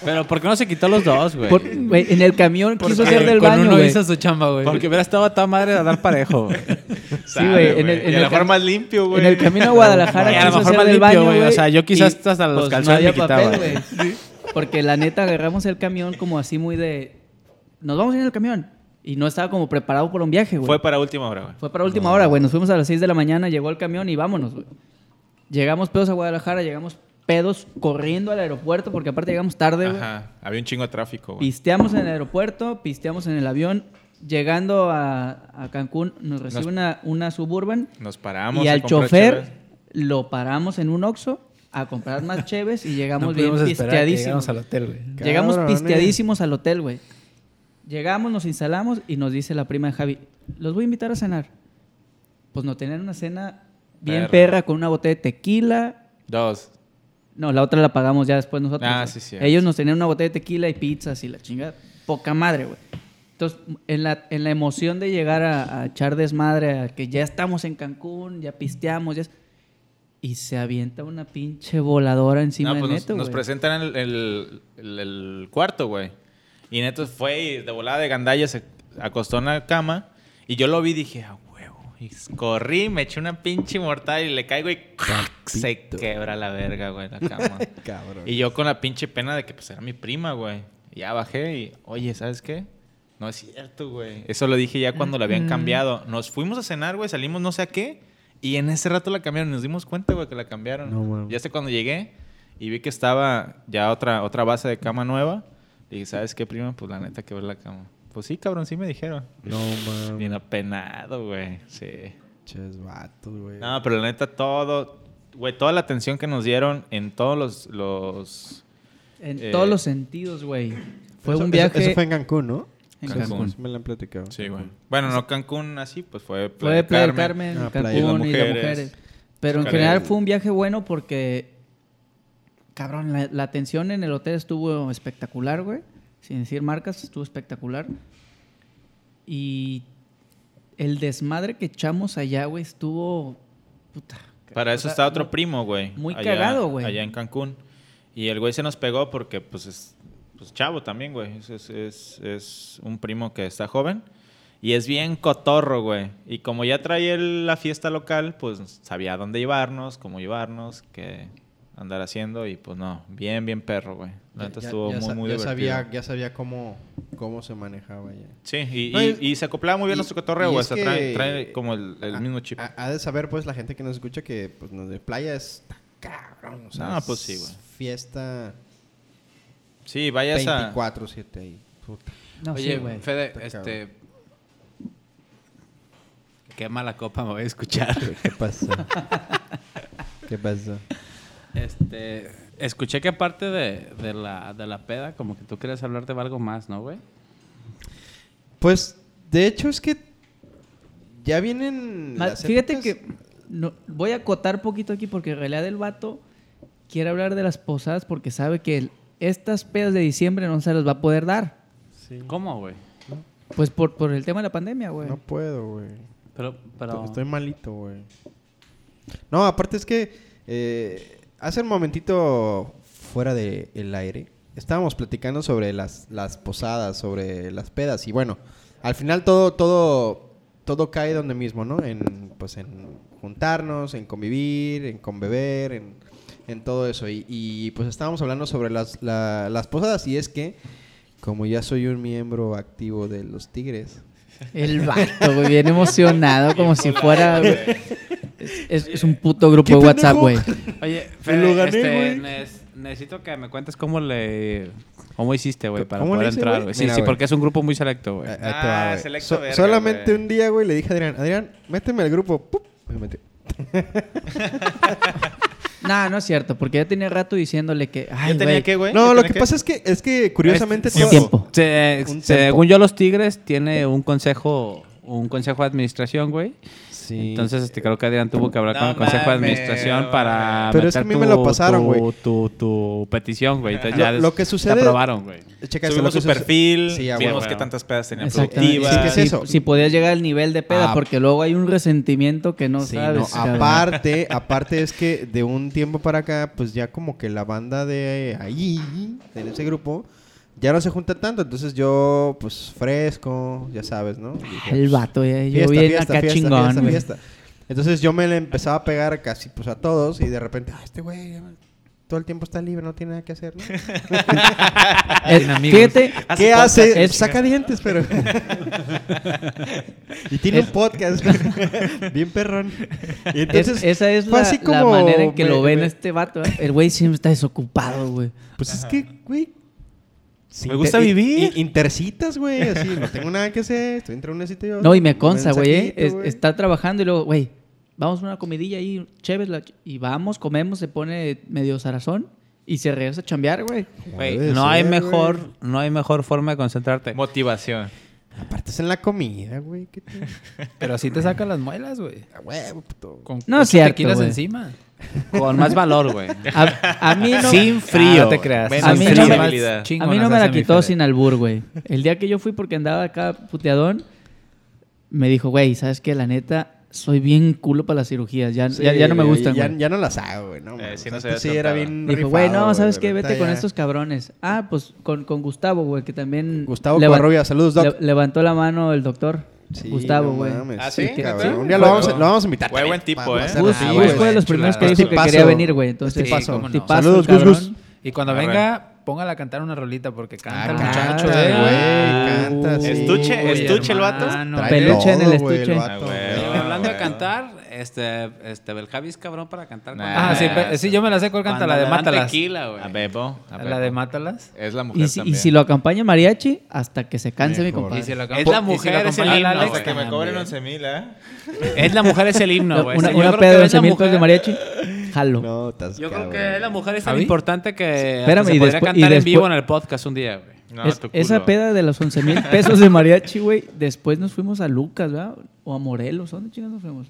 S5: Pero ¿por qué no se quitó los dos, güey?
S1: Por- güey, en el camión quiso ser del
S4: Eh, Con
S1: baño,
S4: uno
S1: güey.
S4: hizo su chamba, güey.
S5: Porque hubiera estado a toda madre a dar parejo, güey.
S1: Sí, güey, en el-
S3: Y
S1: en
S3: a
S1: el
S3: lo mejor
S1: cam-
S3: más limpio, güey.
S1: En el camino a Guadalajara
S5: Y a lo
S1: quiso
S5: mejor
S1: hacer
S5: más
S1: del baño,
S5: limpio, güey. O sea, yo quizás
S1: y,
S5: hasta los
S1: pues, no
S5: calzones me
S1: había
S5: quitaba.
S1: papel, güey. Porque la neta agarramos el camión como así muy de nos vamos a ir en el camión y no estaba como preparado por un viaje, güey.
S3: Fue para última hora, güey.
S1: Fue para última hora, güey. Nos fuimos a las 6 de la mañana, llegó el camión y vámonos, güey. Llegamos pedos a Guadalajara, llegamos pedos corriendo al aeropuerto porque aparte llegamos tarde, güey.
S3: Ajá. Había un chingo de tráfico, güey.
S1: Pisteamos en el aeropuerto, pisteamos en el avión. Llegando a, a Cancún nos recibe
S3: Nos-
S1: una, una Suburban
S3: Nos paramos.
S1: y
S3: a
S1: al
S3: comprar
S1: chofer
S3: chelas.
S1: lo paramos en un Oxxo a comprar más cheves y llegamos
S4: no
S1: bien
S4: pudimos esperar a que
S1: pisteadísimos.
S4: llegáramos al hotel, güey.
S1: Llegamos
S2: Cabrones.
S1: pisteadísimos al hotel, güey. Llegamos, nos instalamos y nos dice la prima de Javi, los voy a invitar a cenar. Pues nos tenían una cena bien
S3: Perra.
S1: perra, con una botella de tequila.
S3: Dos.
S1: No, la otra la pagamos ya después nosotros.
S3: Ah,
S1: güey.
S3: sí, cierto.
S1: Ellos nos tenían una botella de tequila y pizzas y la chingada. Poca madre, güey. Entonces, en la, en la emoción de llegar a, a echar desmadre, a que ya estamos en Cancún, ya pisteamos, ya... es- Y se avienta una pinche voladora encima
S3: No, pues
S1: de
S3: nos,
S1: Neto,
S3: nos
S1: güey.
S3: presentan el, el- el- el cuarto, güey. Y Neto fue y de volada de gandalla se acostó en la cama. Y yo lo vi y dije, a huevo. Y corrí, me eché una pinche mortal y le caigo y se quebra la verga, güey, la cama.
S2: Cabrón.
S3: Y yo con la pinche pena de que pues era mi prima, güey. Ya bajé y, oye, ¿sabes qué? No es cierto, güey. Eso lo dije ya cuando la habían cambiado. Nos fuimos a cenar, güey, salimos no sé a qué. Y en ese rato la cambiaron. Nos dimos cuenta, güey, que la cambiaron.
S2: No, mames.
S3: ya hasta cuando llegué y vi que estaba ya otra, otra base de cama nueva. Le dije, ¿sabes qué, prima? Pues la neta, quebró la cama. Pues sí, cabrón, sí me dijeron.
S2: No mames.
S3: Bien apenado, güey. Sí.
S2: Ches vatos, güey.
S3: No, pero la neta, todo, güey, toda la atención que nos dieron en todos los, los
S1: En
S3: Eh,
S1: todos los sentidos, güey. Fue
S2: Eso-
S1: un
S2: eso-
S1: viaje.
S2: Eso fue en Cancún, ¿no?
S1: en
S3: Cancún.
S1: Cancún.
S2: Me lo han platicado.
S3: Sí, güey. Bueno, no Cancún así, pues fue
S1: Fue de Playa del Carmen,
S2: Ah,
S1: Cancún
S2: Playa de las
S1: y las
S3: Mujeres.
S1: mujeres. Pero en
S3: Xcaret.
S1: general fue un viaje bueno porque, cabrón, la, la atención en el hotel estuvo espectacular, güey. Sin decir marcas, estuvo espectacular. Y el desmadre que echamos allá, güey, estuvo... Puta.
S3: Para
S1: O
S3: eso
S1: sea,
S3: está otro
S1: no-
S3: primo, güey.
S1: muy
S3: allá-
S1: cagado, güey.
S3: Allá en Cancún. Y el güey se nos pegó porque, pues, es pues, chavo también, güey. Es, es- es- es un primo que está joven. Y es bien cotorro, güey. Y como ya traía el- la fiesta local, pues sabía dónde llevarnos, cómo llevarnos, qué andar haciendo. Y pues no, bien, bien perro, güey. La neta estuvo muy,
S2: sa-
S3: muy
S2: ya
S3: divertido.
S2: Sabía, ya sabía cómo, cómo se manejaba ya.
S3: Sí, y,
S2: No,
S3: y-
S2: es-
S3: y se acoplaba muy bien
S2: y-
S3: nuestro cotorreo,
S2: y
S3: güey.
S2: es
S3: O sea, trae,
S2: que- ah,
S3: trae como el, el
S2: Ha-
S3: mismo chip.
S2: ha- Ha de saber, pues, la gente que nos escucha que pues, no, de playa es está cabrón. O sea,
S3: No,
S2: es
S3: pues sí, güey.
S2: Fiesta
S3: sí, vayas a...
S2: 24-7 ahí. Puta.
S1: No, sí,
S5: Oye,
S1: güey.
S5: Fede,
S2: Está
S5: este. Qué mala copa me voy a escuchar.
S2: ¿Qué pasa? ¿Qué pasa?
S5: Este. Escuché que aparte de, de la, de la peda, como que tú quieres hablar de algo más, ¿no, güey?
S2: Pues, de hecho, es que ya vienen.
S1: Ma-
S2: las
S1: Fíjate
S2: épocas-
S1: que no- voy a acotar poquito aquí porque en realidad el vato quiere hablar de las posadas porque sabe que el- estas pedas de diciembre no se las va a poder dar.
S5: ¿Cómo, güey?
S1: Pues por, por el tema de la pandemia, güey.
S2: No puedo, güey.
S5: Pero, pero.
S2: Estoy malito, güey. No, aparte es que eh, hace un momentito fuera del aire estábamos platicando sobre las, las posadas, sobre las pedas y bueno, al final todo todo todo cae donde mismo, ¿no? En pues en juntarnos, en convivir, en conbeber, en, en todo eso y, y, pues estábamos hablando sobre las, la- las posadas y es que como ya soy un miembro activo de los Tigres,
S1: El vato, güey, bien emocionado como si fuera... güey. Es, es un puto grupo
S2: ¿Qué
S1: de WhatsApp,
S2: pendejo?
S1: güey.
S5: Oye,
S2: lo
S5: Fede,
S2: gané,
S5: este,
S2: güey.
S5: nes- necesito que me cuentes cómo le. ¿Cómo hiciste, güey, para
S2: ¿Cómo le
S5: poder
S2: hice,
S5: entrar,
S2: güey?
S5: güey? Sí,
S2: Mira,
S5: sí,
S2: güey. Eh,
S5: porque es un grupo muy selecto, güey.
S2: Ahí- ahí te
S3: Ah,
S2: va, güey.
S3: selecto
S2: So-
S3: verga,
S2: solamente
S3: güey.
S2: un día, güey, le dije a Adrián, Adrián, méteme al grupo. ¡Pup! Me metió.
S1: No, no es cierto, porque ya tenía rato diciéndole que... Ay,
S3: Yo tenía
S1: güey,
S3: que, güey.
S2: No,
S3: yo
S2: lo
S3: tenía
S2: que pasa es que, es que curiosamente...
S1: Este,
S2: todo-
S1: tiempo.
S5: Se-
S2: Un
S5: según
S2: tiempo.
S5: yo, los Tigres tiene un consejo, un consejo de administración, güey.
S2: Sí.
S5: Entonces, este, creo que Adrián tuvo que hablar
S3: No
S5: con el consejo
S3: mames,
S5: de administración
S3: güey.
S5: para
S2: Pero es que
S5: meter
S2: a mí me lo
S5: tu-
S2: pasaron,
S5: tu-
S2: güey.
S5: Tu, tu petición, güey. Entonces
S2: Lo-
S5: ya des-
S2: lo que sucede-
S5: Te aprobaron, güey.
S2: Checa esto,
S3: Subimos
S2: lo
S3: su
S2: que sucede-
S3: perfil,
S2: Sí, ya,
S3: vimos
S2: güey.
S5: bueno.
S3: qué tantas pedas tenían
S1: Exactamente.
S3: productivas.
S2: Ah, Es que es
S1: Si-
S2: eso.
S1: Si, podías llegar al nivel de peda,
S2: Ah.
S1: porque luego hay un resentimiento que no
S2: Sí, no,
S1: sabes. cabrón.
S2: aparte, aparte es que de un tiempo para acá, pues ya como que la banda de ahí, en ese grupo, ya no se junta tanto. Entonces yo, pues fresco, ya sabes, ¿no? Dije,
S1: El
S2: pues,
S1: vato, ya, yo
S2: Fiesta,
S1: bien
S2: fiesta,
S1: acá
S2: fiesta,
S1: chingón,
S2: fiesta,
S1: güey.
S2: fiesta. Entonces yo me le empezaba a pegar casi pues a todos y de repente, ah, este güey ya, todo el tiempo está libre, no tiene nada que hacer. ¿no?"
S1: Es-
S4: Sin amigos.
S1: fíjate,
S2: ¿Qué hace? Pues,
S1: Es-
S2: Saca dientes, pero. y tiene un podcast. Bien perrón. Y entonces,
S1: es- esa es
S2: fue
S1: la,
S2: así
S1: la
S2: como
S1: manera en que
S2: me-
S1: lo ven
S2: me-
S1: a este vato. ¿eh? El güey siempre está desocupado, güey.
S2: pues es que, güey. sin
S3: Me gusta
S2: inter-
S3: vivir.
S2: in- intercitas, güey. Así, no tengo nada que hacer. Estoy entre una cita y otra.
S1: No, y me consta, güey. ¿eh?
S2: Mensajito,
S1: Es-
S2: güey.
S1: Está trabajando y luego, güey, vamos a una comidilla ahí, chévere. la ch- Y vamos, comemos, se pone medio zarazón y se regresa a chambear, güey.
S5: Güey,
S2: Debe
S5: no hay
S2: ser,
S5: mejor,
S2: güey.
S5: no hay mejor forma de concentrarte.
S3: Motivación.
S2: Aparte es en la comida, güey. ¿Qué te-
S4: Pero sí te saca las muelas, güey.
S2: Ah, huevo, puto.
S4: Con
S1: No
S4: ocho
S1: es cierto,
S4: tequilas
S1: güey.
S4: encima.
S5: Con más valor, güey.
S1: A, a mí no,
S5: Sin
S4: Ah,
S5: frío.
S4: no te creas.
S1: A mí no me-
S4: Más
S1: a
S4: chingón
S1: mí no
S4: las
S1: me la
S4: hace mi
S1: quitó
S4: Fede.
S1: sin albur, güey. El día que yo fui porque andaba acá puteadón, me dijo, güey, ¿sabes qué? La neta, soy bien culo para las cirugías. Ya,
S2: Sí,
S1: ya, ya no me
S2: güey,
S1: gustan,
S2: Ya,
S1: güey.
S2: ya no las hago, güey. No,
S3: Eh,
S2: mames.
S3: sí, no se
S2: Antes
S3: había
S2: era
S3: soltado.
S2: bien
S1: Dijo, güey,
S2: rifado,
S1: no, ¿sabes qué?
S2: Ahorita
S1: Vete con
S2: ya-
S1: estos cabrones. Ah, pues con, con Gustavo, güey, que también...
S2: Gustavo
S1: levan-
S2: Covarrubia, saludos, Doc.
S1: le- levantó la mano el doctor.
S2: Sí,
S1: Gustavo,
S2: no
S1: güey.
S2: mames.
S3: ¿Ah, sí?
S2: Sí,
S3: ¿Sí?
S2: cabrón. Un día lo vamos, a- lo vamos a invitar.
S3: Güey, buen
S2: también.
S3: tipo,
S2: Vamos a
S3: ¿eh?
S2: hacer
S1: Gus,
S2: así,
S1: Gus
S2: güey.
S1: fue de los primeros que dijo que
S2: Estipazo.
S1: quería venir, güey. Entonces,
S2: Estipazo.
S4: cómo no.
S1: tipazo,
S2: Saludos, Gus,
S1: cabrón.
S2: Gus.
S4: Y cuando
S3: Arre.
S4: venga, póngala a cantar una rolita porque
S2: Ah,
S4: canta el
S1: canta,
S4: muchacho,
S2: güey,
S4: eh.
S2: canta, sí,
S3: Estuche,
S2: güey.
S3: estuche el vato.
S4: hermano.
S2: Trae
S1: Peluche en el
S2: güey,
S1: estuche.
S2: vato,
S3: Ah,
S2: güey.
S3: güey.
S5: Y Eh, hablando de
S3: Ah,
S5: cantar, este, este, el Javi es cabrón para cantar. con-
S4: Ah, sí, pe- sí, yo me la sé cuál canta,
S5: Cuando
S4: la de
S5: le dan
S4: Mátalas.
S5: tequila, güey.
S3: A Bebo. a
S4: La de
S3: Bebo.
S4: Mátalas.
S3: Es la mujer
S1: Y si, y
S3: también.
S1: si lo acompaña mariachi, hasta que se canse mi compadre.
S4: Y si lo
S5: Es la
S4: acampa- y si lo
S5: mujer, es el
S4: acompaña la
S5: himno,
S4: Alex,
S5: güey.
S3: Hasta que me
S4: también.
S3: cobren 11 mil, ¿eh?
S5: Es la mujer, es el himno, güey.
S1: una
S5: Sí, yo
S1: una
S5: creo
S1: peda
S5: que
S1: de
S5: es la
S1: 11 mil pesos de
S5: mujer-
S1: mariachi, jalo.
S2: No, estás
S5: Yo creo
S2: cabrón.
S5: que es la mujer es tan
S4: ¿Javi?
S5: importante que hasta
S1: Espérame,
S5: se
S1: y
S5: podría
S1: despu- y
S5: cantar en
S1: despu-
S5: vivo en el podcast un día, güey.
S3: No,
S1: Es-
S3: tu culo.
S1: esa peda de los 11 mil pesos de mariachi, güey. Después nos fuimos a Lucas, ¿verdad? O a Morelos. ¿a ¿Dónde chingados nos fuimos?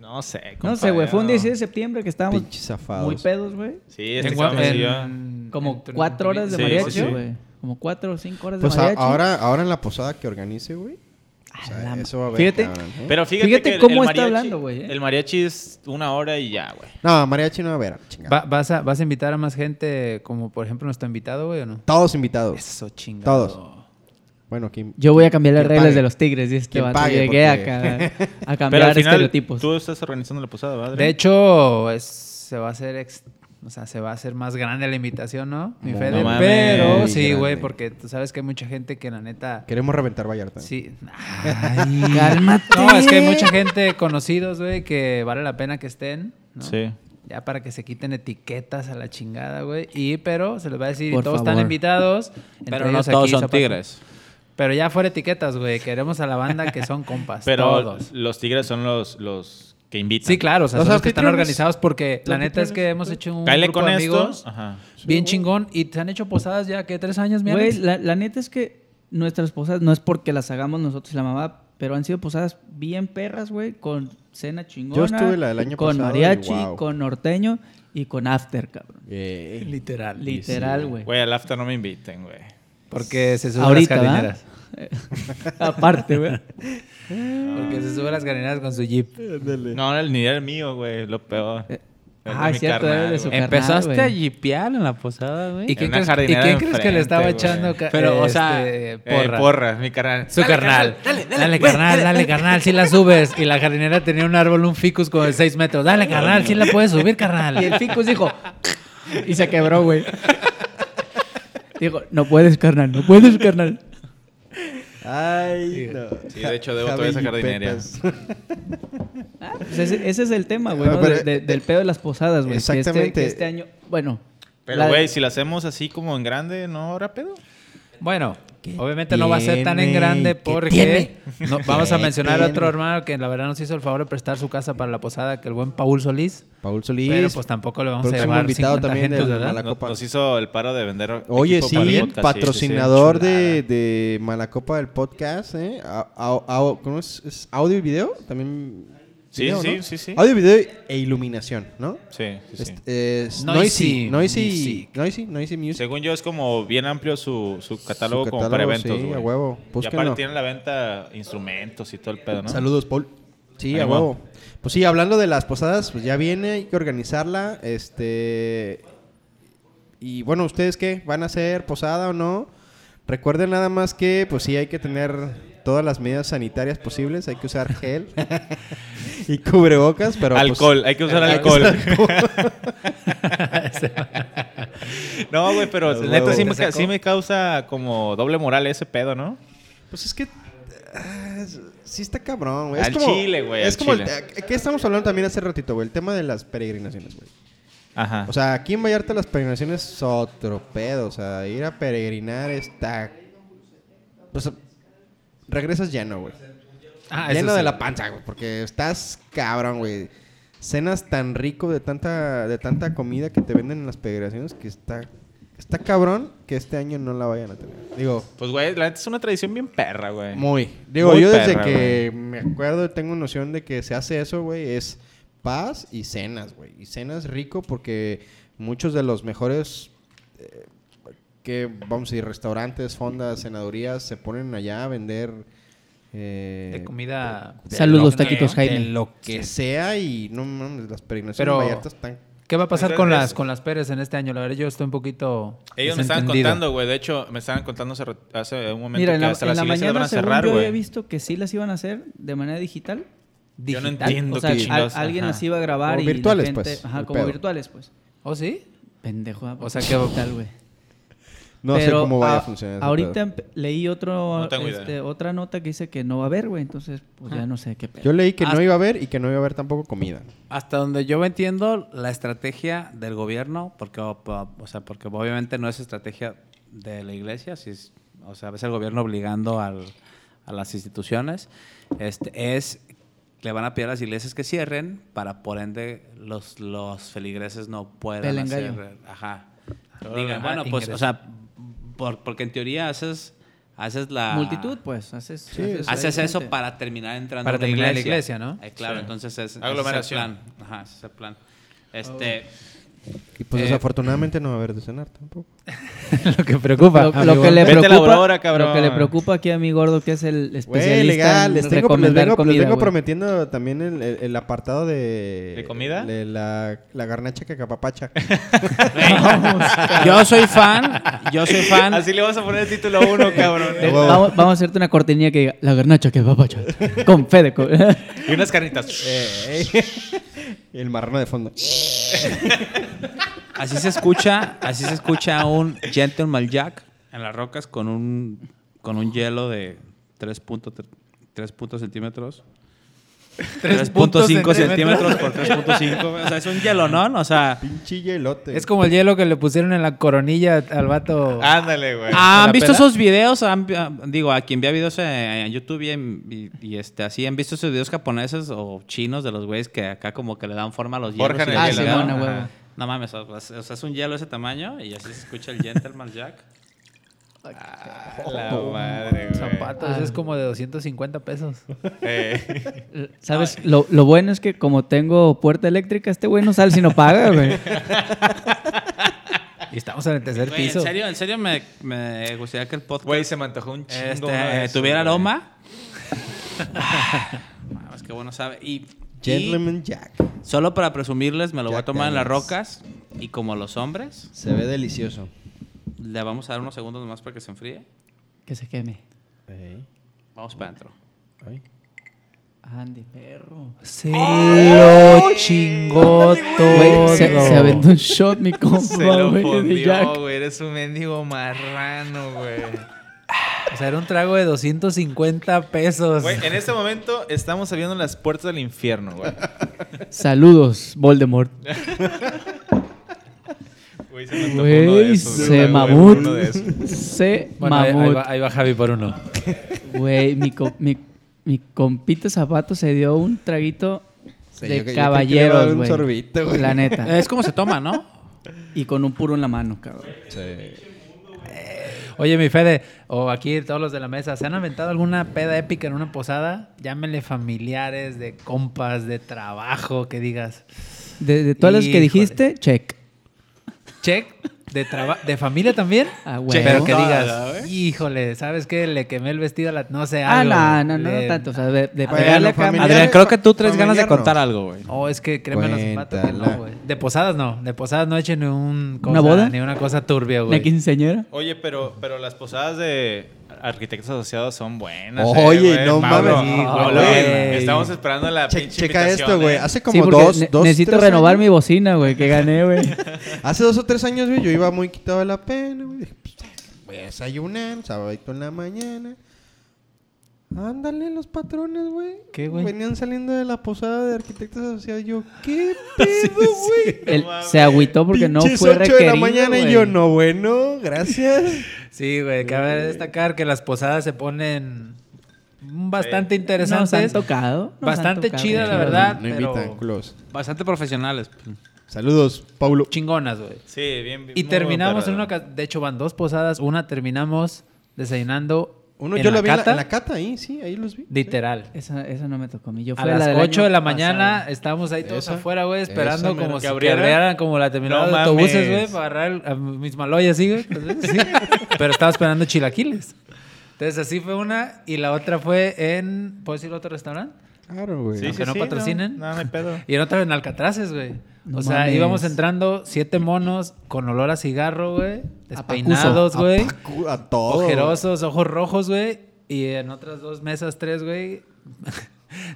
S3: No sé,
S1: No
S3: compadre,
S1: sé, güey. Fue un
S3: no.
S1: 16 de septiembre que estábamos
S2: Pinches zafados.
S1: muy pedos, güey.
S3: Sí, este
S4: En
S3: cabrón me
S4: Gua-
S3: siguió.
S4: en-
S1: Como
S4: en tu-
S1: cuatro horas de
S3: Sí, sí,
S1: mariachi,
S3: sí.
S1: güey. Como cuatro o cinco horas
S2: Pues
S1: de
S2: a-
S1: mariachi.
S2: ahora, ahora en la posada que organice, güey.
S1: A
S2: o sea,
S1: la ma-
S2: eso va a haber,
S1: Fíjate,
S2: cabrón, ¿eh?
S3: Pero fíjate,
S1: Fíjate
S3: que el-
S1: cómo
S3: el
S1: está
S3: mariachi-
S1: hablando, güey, ¿eh?
S3: El mariachi es una hora y ya, güey.
S2: No, mariachi no va a ver. chingada.
S4: Va- vas, a, ¿Vas a invitar a más gente, como por ejemplo nuestro invitado, güey, o no?
S2: Todos invitados.
S4: Eso chingado.
S2: Todos. Bueno, aquí.
S1: yo voy a cambiar las
S2: Quien
S1: reglas
S2: pague.
S1: de los tigres, dice este
S2: Quien
S1: vato.
S2: pague,
S1: Llegué
S2: porque-
S1: acá a
S3: Pero al
S1: cambiar
S3: final,
S1: estereotipos.
S3: tú estás organizando la posada, ¿verdad? Adri?
S4: De hecho, es- se va a hacer ex- o sea, se va a hacer más grande la invitación, ¿no? Mi
S2: No
S4: Fede,
S3: mames.
S4: pero
S2: Muy
S4: sí, güey,
S2: grande.
S4: porque tú sabes que hay mucha gente que la neta
S2: Queremos reventar Vallarta.
S4: sí. Ay, cálmate. No, es que hay mucha gente conocidos, güey, que vale la pena que estén, ¿no?
S3: Sí.
S4: Ya para que se quiten etiquetas a la chingada, güey. Y pero se les va a decir,
S1: Por
S4: todos
S1: favor.
S4: están invitados.
S5: Pero
S4: entre
S5: no
S4: ellos
S5: todos
S4: aquí,
S5: son
S4: Zapato.
S5: tigres.
S4: Pero ya fuera etiquetas, güey. Queremos a la banda que son compas.
S3: Pero
S4: todos.
S3: los tigres son los, los que invitan.
S4: Sí, claro, o sea,
S2: Los
S4: son los que están
S2: anfitriones.
S4: organizados porque la neta es que hemos hecho un
S3: Cáele
S4: grupo
S3: con
S4: de
S3: esto.
S4: amigos
S3: Ajá.
S4: bien chingón y se han hecho posadas ya que tres años, mi
S1: Güey,
S4: Alex?
S1: la, la neta es que nuestras posadas no es porque las hagamos nosotros y la mamá, pero han sido posadas bien perras, güey, con cena chingona.
S2: Yo estuve la del año
S1: Con
S2: pasado y
S1: mariachi,
S2: wow.
S1: con norteño y con after, cabrón.
S4: literal,
S1: Literal, güey.
S3: Güey, al after no me inviten, güey.
S4: porque se suben
S1: Ahorita,
S4: las
S1: ¿verdad?
S4: jardineras.
S1: Aparte, güey.
S4: Porque se suben las jardineras con su jeep.
S3: No, el- ni era el mío, güey. Lo peor.
S1: Eh,
S3: El
S1: ah,
S3: de
S1: es
S3: mi
S1: cierto,
S3: carnal,
S1: era de su
S3: güey.
S1: carnal,
S5: Empezaste
S1: güey.
S5: a jipear en la posada,
S4: ¿Y
S5: güey.
S4: quién
S3: una
S4: crees, ¿y
S3: jardinera
S4: quién crees que le
S3: enfrente,
S4: estaba
S3: güey.
S4: echando ca-
S5: Pero, o sea,
S4: este,
S3: Eh,
S4: porra?
S3: porra, mi carnal.
S4: Su carnal. Dale, carnal, dale, carnal, si la subes. Y la jardinera tenía un árbol, un ficus como de 6 metros. Dale, carnal, si la puedes subir,
S1: Y el
S4: carnal.
S1: ficus dijo, y se quebró, güey. Digo, no puedes, carnal, no puedes, carnal.
S2: Ay, no.
S3: Sí, de hecho, debo toda esa
S2: Javi
S3: jardinería.
S2: Petas.
S1: Ah, pues ese, ese es el tema, güey,
S2: Ah,
S1: ¿no?
S2: pero,
S1: De- de-
S2: eh,
S1: del pedo de las posadas, güey. que este-
S2: exactamente.
S1: que este año, bueno.
S3: Pero,
S1: la-
S3: güey, si la hacemos así como en grande, ¿no habrá pedo?
S4: Bueno, obviamente no va a ser tan en
S2: tiene?
S4: grande
S2: ¿Qué
S4: porque
S2: tiene?
S4: no- vamos a
S2: ¿Qué
S4: mencionar a otro
S2: tiene?
S4: hermano que la verdad nos hizo el favor de prestar su casa para la posada, que el buen Paul Solís.
S2: Paul Solís.
S4: Pero pues tampoco le vamos a
S2: próximo
S4: llevar
S2: invitado
S4: 50
S2: también
S4: gentes,
S2: del
S4: ¿verdad?
S2: La
S3: No-
S2: copa.
S3: Nos hizo el paro de vender.
S2: Oye,
S3: equipo
S2: sí,
S3: para el podcast, sí, sí, sí.
S2: patrocinador
S3: Chulada.
S2: De, de Malacopa del podcast, ¿eh? A- a- a- ¿Cómo es? ¿Es audio y video? También.
S3: Sí,
S2: video,
S3: sí,
S2: ¿no?
S3: sí, sí.
S2: Audio, video e iluminación, ¿no?
S3: Sí, sí, sí.
S2: Est- es noisy,
S4: Noisy
S2: noisy,
S4: Music.
S2: noisy, noisy music.
S3: Según yo, es como bien amplio su, su catálogo,
S2: Su
S3: como para
S2: catálogo,
S3: eventos.
S2: sí,
S3: güey.
S2: a huevo.
S3: Y
S2: Búsquenlo.
S3: aparte tienen la venta instrumentos y todo el pedo, ¿no?
S2: Saludos, Paul. Sí, a
S3: Ahí va.
S2: huevo. Pues sí, hablando de las posadas, pues ya viene, hay que organizarla. Este. Y bueno, ¿ustedes qué? ¿Van a hacer posada o no? Recuerden nada más que, pues sí, hay que tener todas las medidas sanitarias posibles. Hay que usar gel y cubrebocas, pero. pues,
S3: alcohol, hay que usar
S2: hay que
S3: alcohol.
S2: usar
S3: no, güey, pero
S2: Los
S3: neta sí me,
S2: huevos.
S3: ca- sí me causa como doble moral ese pedo, ¿no?
S2: Pues es que. ah, es- Sí está cabrón, güey. Es
S3: Al
S2: como-
S3: chile, güey,
S2: Es
S3: al
S2: como... el-
S3: chile.
S2: eh, ¿Qué estamos hablando también hace ratito, güey? El tema de las peregrinaciones, güey.
S3: Ajá.
S2: O sea, aquí en Vallarta las peregrinaciones es otro pedo. O sea, ir a peregrinar está... Pues regresas lleno, güey.
S4: Ah, eso
S2: lleno de
S4: sí.
S2: la panza, güey. Porque estás cabrón, güey. Cenas tan rico de tanta, de tanta comida que te venden en las peregrinaciones que está... Está cabrón que este año no la vayan a tener. Digo,
S3: pues, güey, la neta es una tradición bien perra, güey.
S2: muy. Digo,
S3: Muy
S2: yo desde
S3: perra,
S2: que me acuerdo, tengo noción de que se hace eso, güey, es paz y cenas, güey. Y cenas rico porque muchos de los mejores, eh, que vamos a decir, restaurantes, fondas, cenadurías, se ponen allá a vender... eh,
S4: De comida.
S1: Saludos,
S4: de lo
S1: taquitos,
S4: que-
S1: Jaime.
S4: de lo
S2: Que
S4: que
S2: sea y no mames, las peregrinaciones
S4: Pero-
S2: vallartas están
S4: ¿qué va a pasar
S3: Entonces,
S4: con,
S3: es-
S4: las, con las Pérez en este año? La verdad, yo estoy un poquito.
S3: Ellos me estaban
S4: desentendido.
S3: contando, güey. De hecho, me estaban contando hace, rat- hace un momento
S1: Mira,
S3: que
S1: en la,
S3: hasta
S1: en
S3: las
S1: la
S3: iglesias
S1: mañana
S3: van a
S1: según
S3: cerrar,
S1: yo había
S3: güey.
S1: visto que sí las iban a hacer de manera digital.
S3: Yo no
S1: Digital.
S3: entiendo
S1: O sea,
S3: qué
S1: al-
S3: chingados,
S1: alguien
S3: ajá.
S1: las iba a grabar
S2: Como
S1: y la
S2: virtuales,
S1: gente-
S2: pues,
S1: Ajá,
S2: el
S1: como
S2: pedo.
S1: virtuales, pues.
S4: ¿Oh, sí?
S1: Pendejo. ¿ah?
S4: O sea, que-
S1: digital, güey.
S2: No
S1: Pero
S2: sé cómo vaya a,
S1: a-
S2: funcionar. ese
S1: Ahorita
S2: pedo.
S1: empe- leí otro,
S3: No tengo idea.
S1: este, otra nota que dice que no va a haber, güey. Entonces, pues ya no sé qué pedo.
S2: Yo leí que no
S4: Hasta-
S2: iba a haber y que no iba a haber tampoco comida.
S5: Hasta donde yo entiendo la estrategia del gobierno, porque, o po- o sea, porque obviamente no es estrategia de la iglesia, si es- o sea, es el gobierno obligando al- a las instituciones, este, es le van a pedir a las iglesias que cierren para por ende los, los feligreses no puedan
S1: Peleen
S5: hacer...
S1: gallo.
S5: Ajá.
S4: Todo
S5: Digan,
S4: lo-
S5: bueno,
S4: ah,
S5: pues,
S4: ingreso.
S5: o sea, por- porque en teoría haces, haces la...
S1: Multitud, pues. Haces, haces,
S5: Haces
S1: ahí
S5: eso
S1: gente.
S5: para terminar entrando
S4: Para
S5: a la
S4: terminar en la
S5: iglesia.
S4: iglesia, ¿no?
S5: Eh, claro,
S3: Sí.
S5: entonces es, ese es
S3: Aglomeración.
S5: el plan. Ajá, ese es el plan. Este,
S2: Y pues
S5: Eh,
S2: desafortunadamente no va a haber de cenar tampoco.
S4: lo que preocupa.
S1: Lo, lo que le
S3: Vete a la
S1: preocupa,
S3: hora, cabrón.
S1: lo que le preocupa aquí a mi gordo, que es el especialista
S2: Güey, legal.
S1: en
S2: Les tengo, les
S1: recomendar
S2: vengo, les
S1: comida,
S2: vengo
S1: güey.
S2: prometiendo también el, el- el apartado de...
S3: ¿De comida?
S2: de la, la garnacha que capapacha.
S5: yo soy fan, yo soy fan.
S3: Así le vas a poner el título a uno, cabrón.
S1: Eh, Vamos, vamos a hacerte una cortinilla que diga la garnacha que va pacha. Con fe de co-
S3: y unas carnitas.
S2: Eh, y el marrano de fondo.
S5: Así se escucha, así se escucha un Gentleman Jack en las rocas con un con un hielo de 3.3 centímetros. 3.5 centímetros por 3.5. O sea, es un hielo, ¿no? O sea,
S2: Pinche hielote.
S4: Es como el hielo que le pusieron en la coronilla al vato.
S5: Ah.
S3: Ándale, güey.
S1: Ah,
S5: ¿Han
S4: ¿La
S5: visto
S4: peda?
S5: esos videos? ¿Han vi- ah, digo, a quien vea videos eh, en YouTube y, en- y- y, este, así, ¿han visto esos videos japoneses o chinos de los güeyes que acá como que le dan forma a los hielos?
S3: Forjan
S5: y
S3: el
S5: la
S1: Ah,
S3: hielo,
S5: chingada?
S1: Simón,
S3: ¿no?
S1: a huevo.
S3: Ajá.
S5: No mames, o o sea, es un hielo ese tamaño y así se escucha el Gentleman Jack.
S3: A La
S1: oh,
S3: madre, güey.
S4: Zapatos, ese es como de 250 pesos.
S3: Eh,
S1: ¿Sabes? Lo, lo bueno es que como tengo puerta eléctrica, este güey no sale si no paga, güey.
S4: Y estamos en el tercer
S5: Güey,
S4: piso.
S5: en serio, en serio me, me gustaría que el podcast
S3: Güey, se me antojó un chingo.
S5: este,
S3: uno de esos,
S5: tuviera
S3: güey.
S5: aroma. Ah, es que bueno sabe. Y, y
S2: Gentleman Jack.
S5: solo para presumirles, me lo voy a
S2: Jack
S5: tomar en las
S2: Daniels.
S5: rocas y como los hombres,
S2: Se ve delicioso.
S5: le vamos a dar unos segundos más para que se enfríe.
S1: Que se queme.
S2: Ey,
S5: Vamos para adentro.
S2: ay.
S1: Andy, perro.
S4: Se lo chingó todo.
S1: Este Güey, se, se aventó un shot, mi
S3: Se
S1: compa,
S3: lo
S1: güey, de
S3: fundió,
S1: Jack.
S3: güey. Eres un mendigo marrano, güey.
S4: O sea, era un trago de 250 pesos.
S5: eh,
S3: Güey, en este momento estamos abriendo las puertas del infierno, güey.
S1: Saludos, Voldemort.
S3: Güey, se me antojó uno de
S1: Güey,
S3: esos,
S1: se
S3: güey,
S1: mamut.
S3: uno de esos.
S1: Se
S4: Bueno, ahí, ahí
S1: mamut.
S4: va, ahí va Javi por uno.
S1: Güey, mi, co- mi, mi compita Zapato se dio un traguito
S2: Sí, yo
S1: de
S2: que- yo creo que le va a dar
S1: caballeros,
S2: un
S1: güey.
S2: sorbito, güey.
S1: La neta.
S5: Es como se toma, ¿no?
S1: Y con un puro en la mano, cabrón.
S4: Oye, mi Fede, o aquí todos los de la mesa, ¿se han aventado alguna peda épica en una posada? Llámenle familiares, de compas, de trabajo, que digas.
S1: De, de todas las que
S4: Híjole.
S1: dijiste, check.
S4: Check, de, traba- de familia también.
S1: Ah,
S4: Pero
S1: huevo.
S4: que
S5: Todas,
S4: digas,
S5: ¿sabes?
S4: híjole, ¿sabes qué? Le quemé el vestido a la... No sé,
S1: Ah,
S4: algo.
S1: no, no, no,
S4: Le-
S1: tanto. O sea, de, de
S2: Bueno,
S1: pegarle acá.
S2: familiar-
S5: Adrián, creo que tú traes
S2: Familiar
S5: ganas de
S2: no.
S5: contar algo, güey.
S4: Oh, es que créeme los zapatos que
S2: Cuéntala.
S4: no, güey. De posadas no, de posadas no echen ni un cosa,
S1: boda?
S4: ni una cosa turbia,
S1: ¿Una
S4: güey.
S1: quinceañera?
S3: Oye, pero, pero las posadas de arquitectos asociados son buenas. eh,
S2: Oye,
S3: güey.
S2: no
S3: Pablo,
S2: mames.
S4: Sí,
S3: Pablo,
S4: güey.
S3: güey, Estamos esperando la
S2: Che-
S3: pinche
S2: checa
S3: invitación,
S2: esto, güey.
S3: ¿eh?
S2: Hace
S1: Sí,
S2: como
S1: porque
S2: dos,
S1: ne-
S2: dos,
S1: necesito
S2: tres
S1: renovar
S2: años-
S1: mi bocina, güey, que gané, güey.
S2: Hace dos o tres años, güey, yo iba muy quitado de la pena, güey. Dije, pues, Voy a desayunar, sabadito en la mañana. Ándale, los patrones, güey.
S4: ¿Qué, güey?
S2: Venían saliendo de la posada de arquitectos asociados. Yo, ¿qué pedo, güey?
S1: Él
S3: mames.
S1: se agüitó porque no
S2: Pinches
S1: fue
S2: ocho
S1: requerido.
S2: de la mañana y yo,
S1: güey.
S2: no, bueno, gracias.
S4: Sí, güey, cabe destacar que las posadas se ponen bastante
S1: Nos han
S4: interesantes.
S1: tocado. nos han
S4: bastante
S1: tocado.
S4: chidas, la verdad.
S2: No
S4: pero
S2: invitan, culos.
S5: Bastante profesionales.
S2: Saludos, Paulo.
S4: Chingonas, güey.
S3: Sí, bien.
S4: Y terminamos en una... ca- De hecho, van dos posadas. Una terminamos desayunando
S2: Uno,
S4: en
S2: yo
S4: la
S2: lo vi en la-
S4: cata,
S2: en la cata ahí, sí, ahí los vi.
S4: Literal.
S1: Esa, esa no me tocó a mí. Yo
S4: A
S1: fui
S4: las
S1: del
S4: 8 de
S1: año
S4: la mañana
S1: pasado.
S4: estábamos ahí todos
S2: Esa,
S4: afuera, güey, esperando
S2: esa, mero.
S4: como
S3: ¿Que
S4: si
S3: abrieran?
S4: que abrieran como la terminal
S3: No
S4: de autobuses,
S3: mames.
S4: güey, para agarrar a mis maloyas, sí, güey. Entonces, sí. Pero estaba esperando chilaquiles. Entonces, así fue una. Y la otra fue en. ¿Puedo decir otro restaurante?
S2: Claro, güey.
S4: Aunque no patrocinen.
S3: No, no hay pedo.
S4: Y era otra vez en Alcatraces, güey.
S1: No
S4: o sea,
S1: mames.
S4: íbamos entrando siete monos con olor a cigarro, güey.
S1: Apacuso.
S4: Despeinados, güey.
S2: Apacu- A todo.
S4: Ojerosos, ojos rojos, güey. Y en otras dos mesas, tres, güey.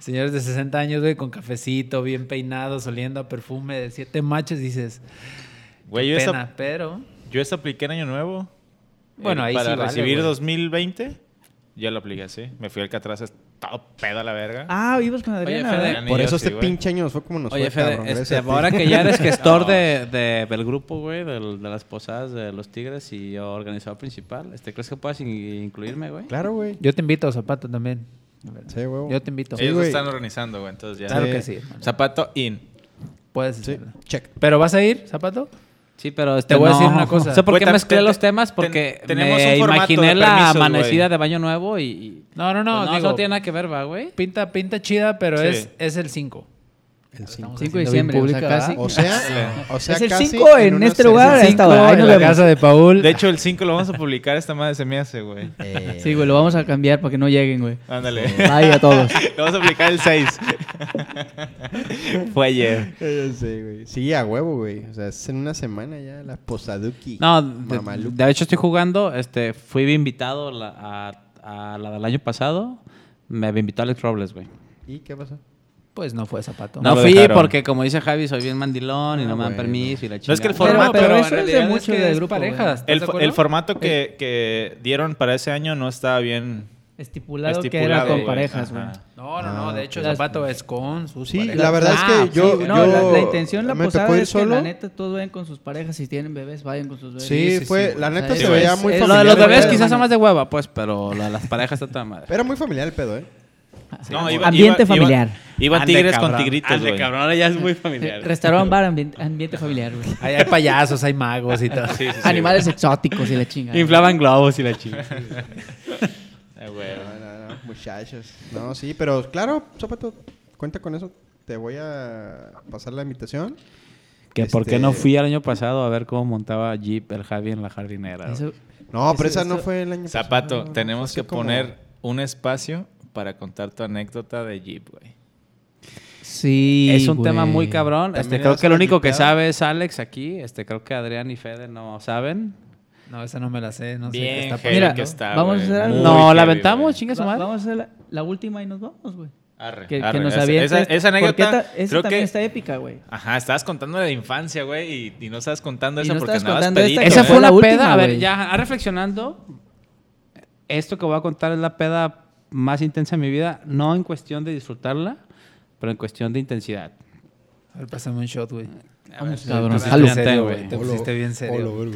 S4: Señores de 60 años, güey, con cafecito, bien peinados, oliendo a perfume de siete machos, dices,
S3: Güey, yo,
S4: pena,
S3: esa,
S4: pero...
S3: yo esa apliqué en Año Nuevo. eh,
S4: Bueno, ahí
S3: Para
S4: sí vale,
S3: recibir
S4: güey.
S3: 2020, yo lo apliqué así. Me fui al que atrás, todo pedo a la verga.
S1: Ah, vivos con Adriana.
S5: Fede,
S1: ¿verdad?
S3: Ni
S2: Por
S3: yo
S2: eso
S3: sí,
S2: este
S3: güey.
S2: pinche año nos fue como nos
S5: Oye,
S2: fue,
S5: Fede,
S2: cabrón, gracias
S5: este,
S2: a ti.
S5: ahora que ya eres gestor
S3: No.
S5: de, de- del grupo, güey, del- de las posadas de los Tigres y yo organizador principal, este, ¿crees que puedas in- incluirme, güey?
S2: Claro, güey.
S4: Yo te invito, Zapato, también.
S2: Sí, huevo.
S4: Yo te invito.
S2: Sí,
S3: Ellos lo
S2: güey.
S3: están organizando, güey. Entonces ya.
S4: Claro que sí. hermano.
S3: Zapato in.
S4: Puedes
S2: Sí,
S4: hacerlo.
S2: check.
S4: ¿Pero vas a ir, Zapato?
S5: Sí, pero este,
S4: Te voy a
S5: no.
S4: decir una cosa.
S5: No sé por
S3: Güey,
S5: qué
S3: tam-
S5: mezclé
S3: ten-
S5: los temas,
S3: ten-
S5: porque
S3: tenemos
S5: me
S3: un formato
S5: imaginé
S3: de
S5: la
S3: permisos,
S5: amanecida
S3: güey.
S5: de Baño Nuevo y... y-
S4: No, no, no.
S5: pues
S4: digo,
S5: eso tiene nada que ver, va, güey.
S4: pinta, pinta chida, pero
S3: Sí.
S4: es, es el 5.
S2: El cinco.
S1: 5 de diciembre, o sea, casi.
S2: O sea, o sea,
S1: Es el
S2: casi
S1: cinco en
S2: unos
S1: este
S2: seis-
S1: lugar. Ahora,
S4: El
S1: esta
S4: cinco
S1: hora, ahí
S4: en
S1: nos
S4: la
S1: vemos.
S4: casa de Paul.
S3: De hecho, el 5 lo vamos a publicar esta madre, se me hace, güey.
S2: Eh,
S1: Sí, güey, lo vamos a cambiar para que no lleguen, güey.
S3: Ándale.
S1: Vaya a todos.
S3: Lo vamos a aplicar el 6. Fue ayer.
S2: ya sé, güey. Sí, a huevo, güey. O sea, es en una semana ya la posaduki.
S5: No, de,
S2: Mamaluca.
S5: de hecho estoy jugando. Este, fui invitado la- a, a la del año pasado. Me invitó Alex Robles, güey.
S2: ¿Y qué pasó?
S4: Pues no fue Zapato.
S5: No,
S3: lo
S5: fui
S3: dejaron.
S5: porque, como dice Javi, soy bien mandilón y
S2: Ah,
S5: no me dan
S2: bueno.
S5: permiso y la chingada.
S3: No, es que el
S4: Pero-
S3: formato-
S4: pero,
S1: pero
S4: en
S1: eso es de
S4: realidad es
S1: mucho
S4: que
S1: de
S4: es
S1: grupo,
S4: parejas.
S1: güey.
S4: ¿estás de
S3: El, fo-
S4: acuerdo?
S3: el formato que, que dieron para ese año no estaba bien
S1: Estipulado,
S3: estipulado.
S1: que era con
S3: güey.
S1: parejas, güey.
S3: Ajá.
S4: No, no, no. De hecho,
S1: Las-
S4: Zapato es con sus
S2: Ah, Sí,
S4: parejas.
S2: la verdad
S1: Ah,
S2: es que yo.
S1: sí, no,
S2: yo-
S1: la, la intención, la
S2: me
S1: posada
S2: tocó ir
S1: es que la neta todos vayan con sus parejas. Si tienen bebés, vayan con sus bebés. Eh,
S2: Sí,
S4: sí,
S2: fue.
S4: sí,
S2: la
S1: güey.
S2: neta
S1: O
S2: se
S1: sea,
S2: veía
S1: es-
S2: muy
S1: es-
S5: Eh, Lo de
S2: familiar.
S5: los
S1: Familiar,
S5: bebés
S1: güey.
S5: quizás sea más de hueva, pues, pero la- las parejas está toda madre.
S2: Era muy familiar el pedo, ¿eh?
S3: No,
S1: Ambiente familiar.
S3: Iban
S5: Ande,
S3: tigres
S5: cabrón.
S3: con tigritos,
S5: Ande,
S3: güey.
S5: cabrón, ahora ya es muy
S1: Eh,
S5: familiar.
S1: Restaurant bar, ambiente, ambiente familiar, güey.
S4: Hay, hay payasos, hay magos y todo.
S3: Sí, sí, sí,
S1: Animales exóticos y la chinga.
S5: Inflaban globos y la chingada.
S3: güey. Eh, güey.
S2: No, no, no, muchachos. No, sí, pero claro, Zapato, cuenta con eso. Te voy a pasar la invitación.
S5: Que por qué
S2: Este-
S5: no fui al año pasado a ver cómo montaba Jeep el Javi en la jardinera.
S1: Eso-
S2: No, pero
S1: Eso-
S2: esa no
S1: eso-
S2: fue el año pasado,
S3: Zapato,
S2: no, no,
S3: tenemos
S2: fue
S3: que
S2: hace como-
S3: poner un espacio para contar tu anécdota de Jeep, güey.
S1: Sí.
S5: es un
S1: güey.
S5: tema muy cabrón.
S2: También
S5: Este, creo
S2: eras
S5: que el único que
S2: invitado.
S5: sabe es Alex aquí. Este, creo que Adrián y Fede no saben.
S4: No, esa no me la sé. No
S3: Bien,
S4: sé qué está
S3: heavy
S4: pasando.
S1: Mira,
S3: que está,
S1: vamos a
S3: güey.
S1: hacer algo.
S3: Muy
S5: no, la
S3: heavy,
S5: aventamos,
S3: güey.
S5: chinga su
S1: Va-
S5: madre.
S1: vamos a hacer la, la última y nos vamos, güey.
S3: Arre,
S1: Que, que
S3: arre,
S1: nos
S3: esa-
S1: aviente.
S3: Esa, esa
S1: porque
S3: anécdota,
S1: esta- esa
S3: creo
S1: también
S3: que...
S1: está épica, güey.
S3: Ajá, estabas contando de infancia, güey, y, y no estabas contando
S1: Y
S3: esa
S1: no
S3: porque
S1: estabas
S3: andabas
S1: contando esta
S3: pedito,
S1: que
S5: Esa
S3: güey.
S1: la
S5: fue una
S1: última,
S5: peda. A ver,
S1: güey.
S5: ya ah, reflexionando, esto que voy a contar es la peda más intensa de mi vida. No en cuestión de disfrutarla, pero en cuestión de intensidad.
S4: A ver, pásame un shot, güey.
S1: Vamos,
S5: sí,
S1: cabrón.
S5: te
S4: pusiste
S5: Salud.
S4: bien serio, Ah, güey.
S5: Olo,
S4: Te pusiste bien serio.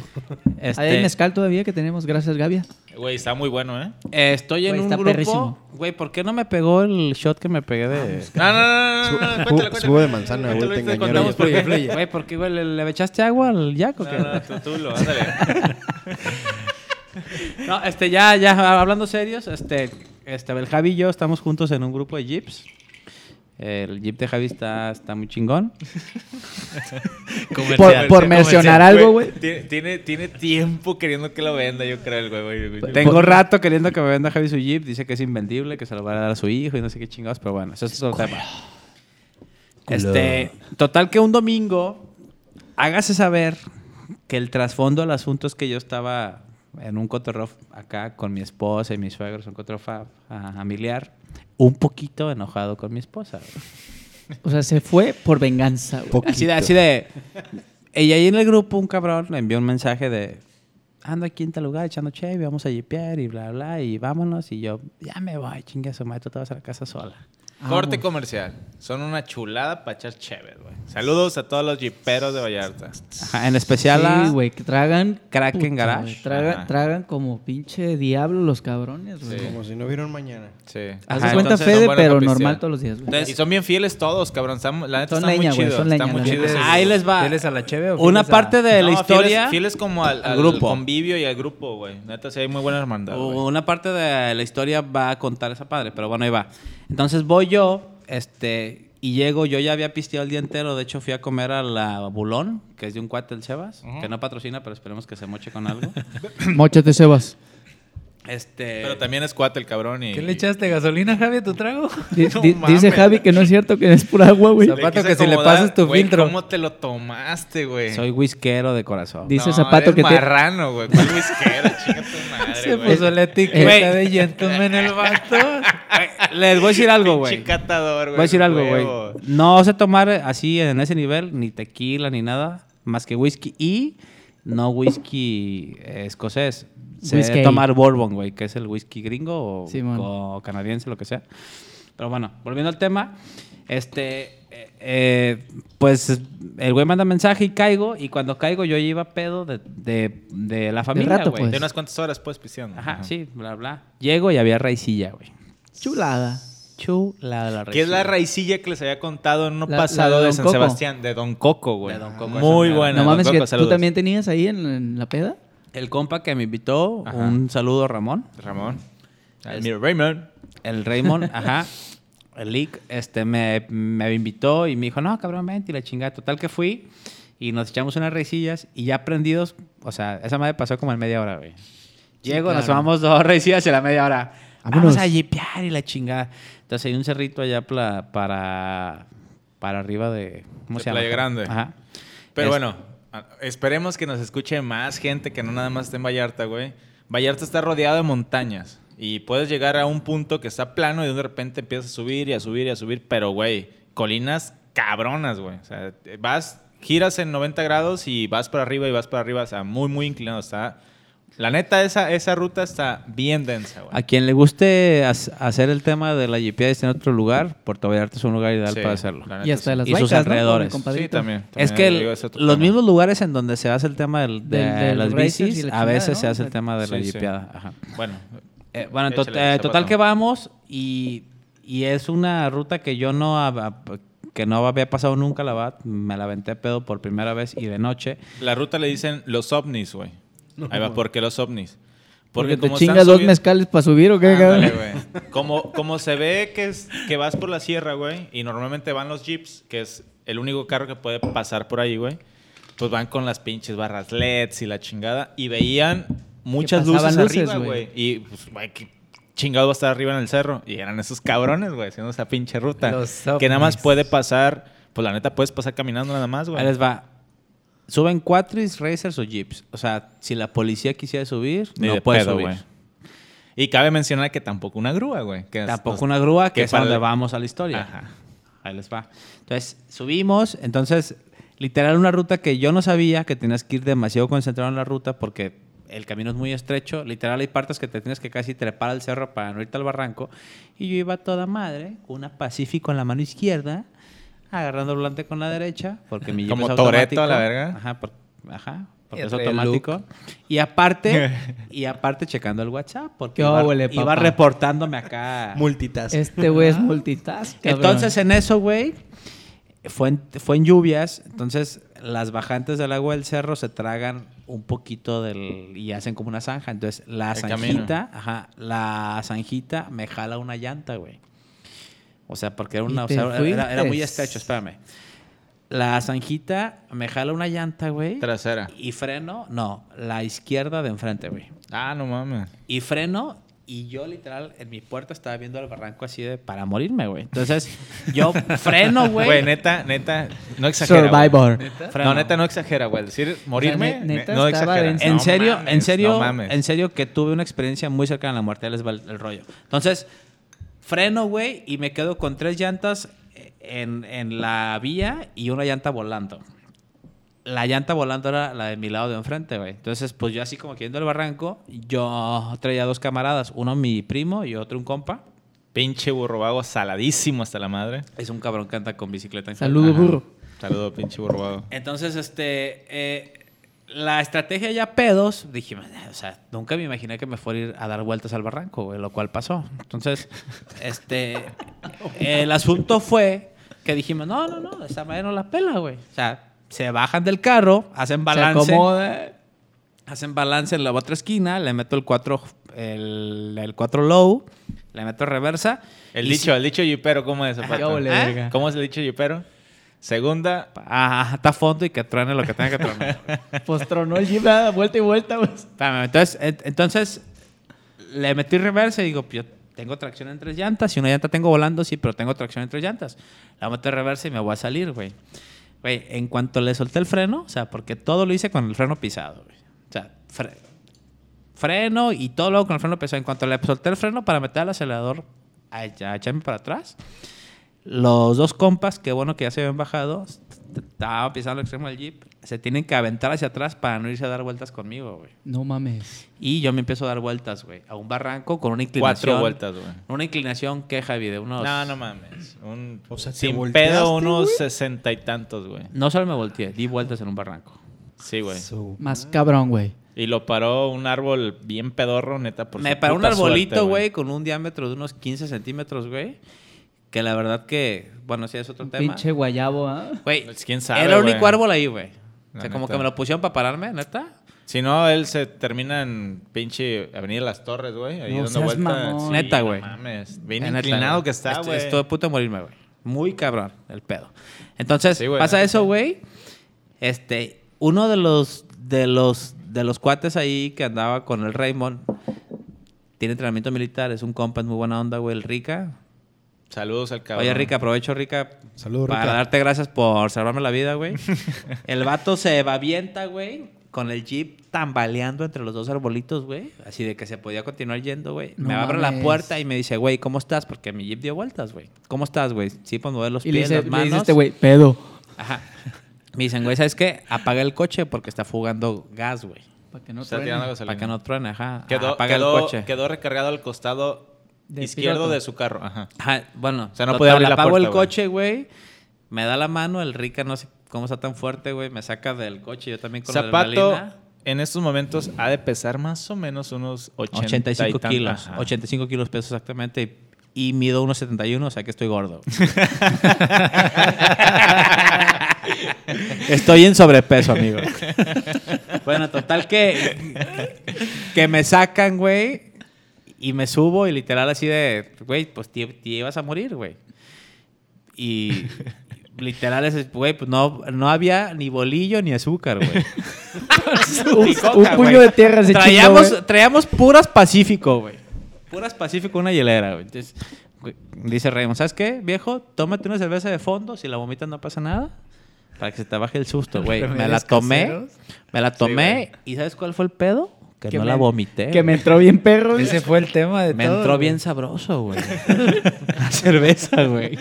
S5: Este,
S1: Hay mezcal todavía que tenemos, gracias, Gavia.
S3: Güey, está muy bueno, ¿eh?
S5: eh, estoy en
S1: Güey, está
S5: un
S1: perrísimo. Ah,
S5: grupo. Güey, ¿por qué no me pegó el shot que me pegué de.?
S3: No, no, no, no,
S2: Su-
S3: no, no, cuéntala, cuéntala.
S2: jugo de manzana, güey,
S3: Cuéntala,
S2: te
S3: ahorita
S2: engañaron.
S3: contamos por qué.
S5: Güey, ¿por qué, güey? ¿Le, le echaste agua al Jack o qué?
S3: No, no, tú, tú lo, ándale.
S5: No, este, ya, ya, hablando serios, este, este, el Javi y yo estamos juntos en un grupo de jeeps. El jeep de Javi está, está muy chingón.
S1: Por, por mencionar algo, güey.
S3: Tiene, tiene, tiene tiempo queriendo que lo venda, yo creo, el güey, güey. güey.
S5: Tengo rato queriendo que me venda Javi su jeep. Dice que es invendible, que se lo va a dar a su hijo y no sé qué chingados, pero bueno, eso es otro tema. Este, total que un domingo hágase saber que el trasfondo del asunto es que yo estaba en un cotorreo acá con mi esposa y mis suegros, un cotorreo fa- ah, familiar, un poquito enojado con mi esposa. güey.
S1: O sea, se fue por venganza, güey.
S5: Así de, así de. Y ahí en el grupo un cabrón le envió un mensaje de. Ando aquí en tal lugar echando cheve, vamos a jipear y bla, bla, y vámonos. Y yo, ya me voy, chingue su madre, tú te vas a la casa sola.
S3: Ah, Corte comercial. Son una chulada para echar chévere, güey. Saludos a todos los jiperos de Vallarta.
S5: Ajá, en especial a-
S1: Sí, güey, que tragan.
S5: Kraken
S1: puta,
S5: Garage.
S1: güey, traga-
S3: Ajá.
S1: tragan como pinche diablo los cabrones, güey.
S3: Sí.
S2: Como si no vieron mañana.
S3: Sí.
S1: Haz
S5: Ajá,
S1: de cuenta
S5: entonces
S1: Fede,
S3: son buenos
S1: pero
S3: para
S1: normal
S3: pistear.
S1: todos los días, güey.
S3: y son bien fieles todos, cabrón. Están, la neta
S1: Son
S3: está muy
S1: leña, güey,
S3: chido.
S1: son leña,
S3: Está muy
S1: la neta.
S3: chido.
S1: Fieles-
S5: Ahí les va.
S4: ¿Fieles a la cheve o
S5: Una
S4: fieles a-
S5: parte de la
S3: No,
S5: historia.
S3: Fieles, fieles como al,
S5: al
S3: al
S5: grupo. Oh, eh.
S3: convivio y al grupo, güey. Neta, sí hay muy buena hermandad. güey.
S5: Una parte de la historia va a contar esa padre, pero bueno, ahí va. Entonces voy yo, este, y llego, yo ya había pisteado el día entero, de hecho fui a comer a la Bulón, que es de un cuate del Sebas, que no patrocina, pero esperemos que se moche con algo.
S1: Móchate, Sebas.
S5: Este.
S3: Pero también es cuate el cabrón y...
S4: ¿Qué le echaste gasolina, Javi, a tu trago?
S1: Di-
S3: No
S1: di- dice
S3: mames.
S1: Javi que no es cierto, que es pura agua, güey.
S4: O sea,
S3: Le
S4: Zapato,
S3: quise
S4: que si le
S3: acomodar.
S4: pasas tu
S3: Güey,
S4: filtro.
S3: ¿Cómo te lo tomaste, güey?
S5: Soy whiskero de corazón.
S1: Dice
S3: No,
S1: Zapato
S3: eres
S1: que te-
S3: marrano, güey. ¿Cuál whiskero? Chinga tu madre,
S4: Se
S3: güey.
S4: puso la etiqueta de gentleman el vato.
S5: Les voy a decir algo, güey.
S3: Pinche catador, güey.
S5: Voy a decir algo, güey.
S3: huevo.
S5: No sé tomar así en ese nivel, ni tequila, ni nada, más que whisky y no whisky eh, escocés. Sé
S1: Whisky.
S5: tomar bourbon, güey, que es el whisky gringo o,
S1: Simón.
S5: o canadiense, lo que sea. Pero bueno, volviendo al tema, este, eh, eh, pues el güey manda mensaje y caigo, y cuando caigo yo lleva pedo de, de- de la familia,
S1: rato,
S5: güey.
S1: pues.
S3: De unas cuantas horas, pues, pisteando.
S5: Ajá, sí, bla, bla. Llego y había raicilla, güey.
S1: Chulada.
S5: Chula de la raicilla.
S3: Que es la raicilla que les había contado en un
S1: La-
S3: pasado
S1: la de
S3: de,
S1: Don
S3: San
S1: Coco.
S3: Sebastián, de Don Coco, güey.
S5: De Don Coco,
S3: Muy
S5: esa
S3: buena.
S1: No
S3: Don
S1: mames,
S3: Coco,
S1: que tú
S3: saludos.
S1: también tenías ahí en, en la peda.
S5: El compa que me invitó,
S3: Ajá.
S5: un saludo Ramón.
S3: Ramón. Mira, Raymond.
S5: El Raymond, ajá. El Lick, este, me, me invitó y me dijo, no, cabrón, vente y la chingada. Total que fui y nos echamos unas resillas y ya prendidos, o sea, esa madre pasó como en media hora, güey. Llego, nos
S1: claro.
S5: tomamos dos resillas en la media hora.
S1: Vámonos.
S5: Vamos a jipear y la chingada. Entonces hay un cerrito allá pla- para, para arriba de... ¿Cómo
S3: De
S5: se llama?
S3: Playa Grande.
S5: Ajá.
S3: Pero
S5: Es-
S3: bueno, a- esperemos que nos escuche más gente que no nada más esté en Vallarta, güey. Vallarta está rodeado de montañas y puedes llegar a un punto que está plano y de repente empiezas a subir y a subir y a subir, pero güey, colinas cabronas, güey. O sea, te- vas, giras en 90 grados y vas para arriba y vas para arriba, o sea, muy, muy inclinado. Está. La neta, esa, esa ruta está bien densa, güey.
S5: A quien le guste has- hacer el tema de la jipeada y esté en otro lugar, Puerto Vallarta es un lugar ideal
S3: Sí,
S5: para hacerlo.
S3: la neta,
S1: Y hasta
S3: sí.
S1: las
S5: Y
S1: baicas,
S5: sus
S1: ¿no? Con mi
S5: alrededores.
S1: compadrito.
S3: Ah, Sí, también.
S5: Es
S3: también
S5: que
S3: digo,
S5: el-
S3: es otro
S5: los
S3: tema.
S5: mismos lugares en donde se hace el tema del- de,
S1: Del- del
S5: las
S1: racers y
S5: bicis,
S1: la
S5: a veces
S1: chingada,
S5: se
S1: ¿no?
S5: hace el tema de la
S3: Sí, sí.
S5: jipeada. Ajá.
S3: Bueno,
S5: Eh, bueno,
S3: Échale,
S5: to- eh,
S3: zapato.
S5: total que vamos y, y es una ruta que yo no hab- que no había pasado nunca, la verdad. Me la aventé pedo por primera vez y de noche.
S3: La ruta le dicen los ovnis, güey. Ahí va, ¿por qué los ovnis?
S1: Porque, te
S3: como están
S1: chingas dos
S3: subiendo-
S1: mezcales para subir o qué, cabrón?
S3: Ándale, güey. Como, como se ve que, es, que vas por la sierra, güey, y normalmente van los jeeps, que es el único carro que puede pasar por ahí, güey, pues van con las pinches barras LEDs y la chingada, y veían muchas
S1: Que pasaban
S3: luces,
S1: luces,
S3: arriba,
S1: güey.
S3: güey. Y, pues, güey, qué chingado va a estar arriba en el cerro. Y eran esos cabrones, güey, haciendo esa pinche ruta.
S4: Los
S3: que nada más
S4: ovnis.
S3: puede pasar, pues la neta puedes pasar caminando nada más, güey.
S5: Ahí les va. ¿Suben cuatris, racers o jeeps? O sea, si la policía quisiera subir,
S3: Ni
S5: no
S3: de
S5: puede
S3: pedo,
S5: subir.
S3: güey. Y cabe mencionar que tampoco una grúa, güey. que es-
S5: Tampoco una grúa, que
S3: que
S5: es a donde
S3: para-
S5: vamos a la historia.
S3: Ajá.
S5: Ahí les va. Entonces, subimos. Entonces, literal, una ruta que yo no sabía que tenías que ir demasiado concentrado en la ruta porque el camino es muy estrecho. Literal, hay partes que te tienes que casi trepar al cerro para no irte al barranco. Y yo iba toda madre, con una Pacífico en la mano izquierda, agarrando el volante con la derecha, porque mi Jeep
S3: Como
S5: es
S3: Toretto,
S5: automático.
S3: a la verga.
S5: Ajá, por- ajá, porque
S4: Y
S5: es
S4: trae el
S5: automático. Y aparte, y aparte checando el WhatsApp,
S1: ¿Qué
S5: porque iba,
S1: huele,
S5: iba
S1: papá?
S5: reportándome acá.
S2: Multitask.
S1: Este güey es multitask, cabrón.
S5: Entonces en eso, güey, fue en, fue en lluvias, entonces las bajantes del agua del cerro se tragan un poquito del y hacen como una zanja, entonces la
S3: El camino.
S5: zanjita, ajá, la zanjita me jala una llanta, güey. O sea, porque era
S1: ¿Y
S5: una o
S1: te
S5: sea, era- era, era muy
S1: fuiste?
S5: estrecho, espérame. La zanjita me jala una llanta, güey.
S3: Trasera.
S5: Y freno, no, la izquierda de enfrente, güey.
S3: Ah, no mames.
S5: Y freno. Y yo literal en mi puerta estaba viendo al barranco así de para morirme, güey. Entonces yo freno, güey.
S3: Güey, neta, neta, no exagera. güey.
S1: Survivor.
S5: Freno.
S3: No, neta, no exagera, güey. Decir
S1: O
S3: morirme,
S1: sea, ne- neta
S3: ne- no
S1: estaba
S3: exagera.
S1: denso.
S5: En
S3: No
S5: serio,
S3: mames,
S5: en serio,
S3: no mames.
S5: en serio que tuve una experiencia muy cercana a la muerte. Ahí les va el, el rollo. Entonces freno, güey, y me quedo con tres llantas eh, en, en la vía y una llanta volando. La llanta volando era la de mi lado de enfrente, güey. Entonces, pues yo así como que yendo al barranco, yo traía dos camaradas, uno mi primo y otro un compa.
S3: Pinche burro vago saladísimo hasta la madre.
S5: Es un cabrón que anda con bicicleta.
S1: Saludo, burro.
S3: Saludo, pinche burro vago.
S5: Entonces, este, eh, la estrategia ya pedos, dije, "Man, o sea, nunca me imaginé que me fuera a ir a dar vueltas al barranco, güey, lo cual pasó. Entonces, este, el asunto fue que dijimos, no, no, no, esa madre no la pela, güey. O sea, se bajan del carro, hacen balance.
S1: Se acomoda.
S5: Hacen balance en la otra esquina, le meto el 4 el, el cuatro low, le meto reversa.
S3: El
S5: y
S3: dicho, el dicho yupero, ¿cómo es,
S1: Ah, yo
S3: Zapato?
S1: le
S5: ¿Eh?
S1: verga.
S3: ¿Cómo es el dicho yupero? Segunda,
S5: Ajá, hasta fondo y que truene lo que tenga que tronar.
S1: Pues tronó el jeep, nada, vuelta y vuelta, güey.
S5: Espérame, entonces, en- entonces le metí reversa y digo, "Pues yo tengo tracción en tres llantas. Si una llanta tengo volando, sí, pero tengo tracción en tres llantas. La voy a meter reversa y me voy a salir, güey. Güey, en cuanto le solté el freno, o sea, porque todo lo hice con el freno pisado, güey. O sea, fre- freno y todo luego con el freno pisado. En cuanto le solté el freno para meter al acelerador, a, a echarme para atrás, los dos compas, qué bueno que ya se habían bajado, estaba pisando el extremo del jeep, se tienen que aventar hacia atrás para no irse a dar vueltas conmigo, güey.
S1: No mames.
S5: Y yo me empiezo a dar vueltas, güey, a un barranco con una inclinación.
S3: Cuatro vueltas, güey.
S5: Una inclinación que, Javi, de unos...
S3: No, no mames. Un,
S2: O sea, ¿te
S3: sin
S2: volteaste,
S3: pedo, unos
S2: güey?
S3: sesenta y tantos, güey.
S5: No solo me volteé, di vueltas en un barranco.
S3: Sí, güey.
S2: Su-
S1: Más cabrón, güey.
S3: Y lo paró un árbol bien pedorro, neta. Por
S5: me
S3: su
S5: paró un
S3: puta suerte,
S5: arbolito, güey, con un diámetro de unos 15 centímetros, güey. Que la verdad que, bueno, sí es otro
S1: Un
S5: tema.
S1: pinche guayabo, ¿ah?
S5: Güey,
S3: Pues, quién sabe,
S5: era el
S3: güey.
S5: único árbol ahí, güey. O
S3: La
S5: sea, como
S3: neta.
S5: que me lo pusieron para pararme, neta.
S3: Si no, él se termina en pinche Avenida Las Torres, güey. Ahí
S1: No
S3: dando
S1: seas
S3: vueltas.
S1: mamón.
S5: Neta,
S3: no
S5: güey.
S3: mames. Bien
S5: La neta,
S3: inclinado
S5: güey.
S3: que
S5: Este
S3: está,
S5: Est-
S3: güey.
S5: Estuve a punto de morirme, güey. Muy cabrón el pedo. Entonces,
S3: Sí, güey,
S5: pasa
S3: la
S5: eso, güey. Este, uno de los de los de los cuates ahí que andaba con el Raymond tiene entrenamiento militar, es un compa, es muy buena onda, güey, el Rica.
S3: Saludos al cabrón.
S5: Oye, Rica, aprovecho, Rica.
S2: Saludos,
S5: Para
S2: Rica.
S5: darte gracias por salvarme la vida, güey. el vato se bavienta, güey, con el jeep tambaleando entre los dos arbolitos, güey. Así de que se podía continuar yendo, güey.
S1: No
S5: me abre la
S1: mames.
S5: puerta y me dice, güey, ¿cómo estás? Porque mi jeep dio vueltas, güey. ¿Cómo estás, güey? Sí, pues mover los
S1: Y le
S5: pies,
S1: dice,
S5: las
S1: le
S5: manos.
S1: dice este güey, pedo.
S5: Ajá. Me dicen, güey, ¿sabes qué? Apaga el coche porque está fugando gas, güey.
S1: Para que no
S3: Está
S1: truene.
S3: tirando gasolina.
S5: Para que no truene, ajá.
S3: Quedó,
S5: Apaga
S3: quedó-
S5: el coche.
S3: quedó recargado al costado
S1: Del
S3: izquierdo
S1: piloto.
S3: de su carro. Ajá.
S5: Ajá, bueno,
S3: O sea, no
S5: total,
S3: podía abrir la
S5: apago
S3: puerta,
S5: el
S3: güey.
S5: coche, güey. Me da la mano, el rica no sé cómo está tan fuerte, güey. Me saca del coche, yo también con
S3: Zapato
S5: la adrenalina.
S3: en estos momentos ha de pesar más o menos unos 80 y
S5: 85
S3: tantos.
S5: kilos,
S3: Ajá.
S5: 85 kilos pesos exactamente. Y mido 1,71, o sea que estoy gordo. estoy en sobrepeso, amigo. bueno, total que, que me sacan, güey. Y me subo y literal así de, güey, pues te, te ibas a morir, güey. Y literal, es, güey, pues no, no había ni bolillo ni azúcar, güey. Ni coca,
S1: un puño
S5: güey.
S1: de tierra se
S5: traíamos,
S1: chingó, güey.
S5: traíamos puras Pacífico, güey. Puras Pacífico, una hielera, güey. Entonces, güey, dice Raymond, ¿sabes qué, viejo? Tómate una cerveza de fondo, si la vomitas no pasa nada. Para que se te baje el susto, güey. Me la
S4: Remedios
S5: tomé,
S4: caseros.
S5: me la tomé. ¿Y sabes cuál fue el pedo? Que, no la
S1: me-
S5: vomité.
S1: Que
S5: güey.
S1: me entró bien perro. güey.
S4: Ese fue el tema de
S5: Me
S4: todo,
S5: entró
S4: güey.
S5: bien sabroso, güey. La cerveza, güey.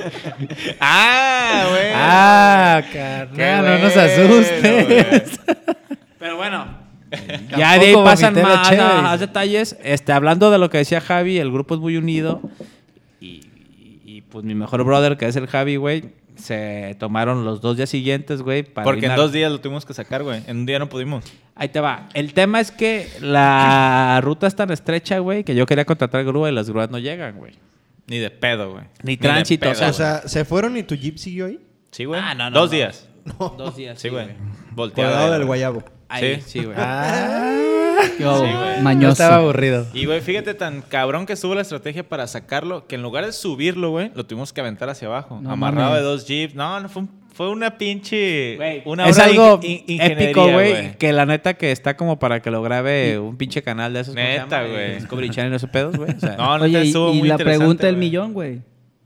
S3: Ah, güey.
S4: Ah,
S3: Qué
S4: carnal, no nos
S3: bueno,
S4: asustes.
S3: güey.
S5: Pero bueno. Ya de ahí
S4: Tampoco
S5: pasan
S4: vomité la
S5: más,
S4: chévere.
S5: ah, más detalles. Este, hablando de lo que decía Javi, el grupo es muy unido. Y, y- y, pues mi mejor brother, que es el Javi, güey, se tomaron los dos días siguientes, güey. para
S3: Porque en
S5: irnos-
S3: dos días lo tuvimos que sacar, güey. En un día no pudimos.
S5: Ahí te va. El tema es que la ruta es tan estrecha, güey, que yo quería contratar grúa y las grúas no llegan, güey.
S3: Ni de pedo, güey.
S5: Ni
S3: de
S5: tránsito,
S3: pedo,
S5: o sea,
S2: O
S3: güey.
S2: sea, ¿se fueron y tu jeep siguió ahí?
S3: Sí, güey.
S5: Ah, no, no,
S3: Dos
S5: no.
S3: días.
S5: Dos días.
S3: Sí, güey.
S2: Por
S3: Volteado.
S2: el lado
S3: güey.
S2: del guayabo.
S5: Ahí,
S3: Sí.
S5: sí, güey.
S1: Qué bobo,
S3: güey.
S4: Yo
S1: mañoso.
S4: estaba aburrido.
S3: Y, güey, fíjate tan cabrón que estuvo la estrategia para sacarlo, que en lugar de subirlo, güey, lo tuvimos que aventar hacia abajo.
S1: No
S3: amarrado
S1: mames.
S3: de dos jeeps. No, no, fue, un- fue una pinche...
S5: Güey,
S3: una
S5: es
S3: obra de
S5: algo
S3: in- in-
S5: épico,
S3: ingeniería,
S5: güey. Que la neta que está como para que lo grabe un pinche canal de esos. ¿cómo se
S3: Neta,
S5: llama? Eh,
S3: güey.
S5: Discovery Channel y esos pedos, güey. O sea,
S3: No, no,
S1: Oye,
S3: te
S1: y,
S3: estuvo
S1: y
S3: muy
S1: la
S3: interesante,
S1: pregunta del
S3: güey.
S1: millón, güey.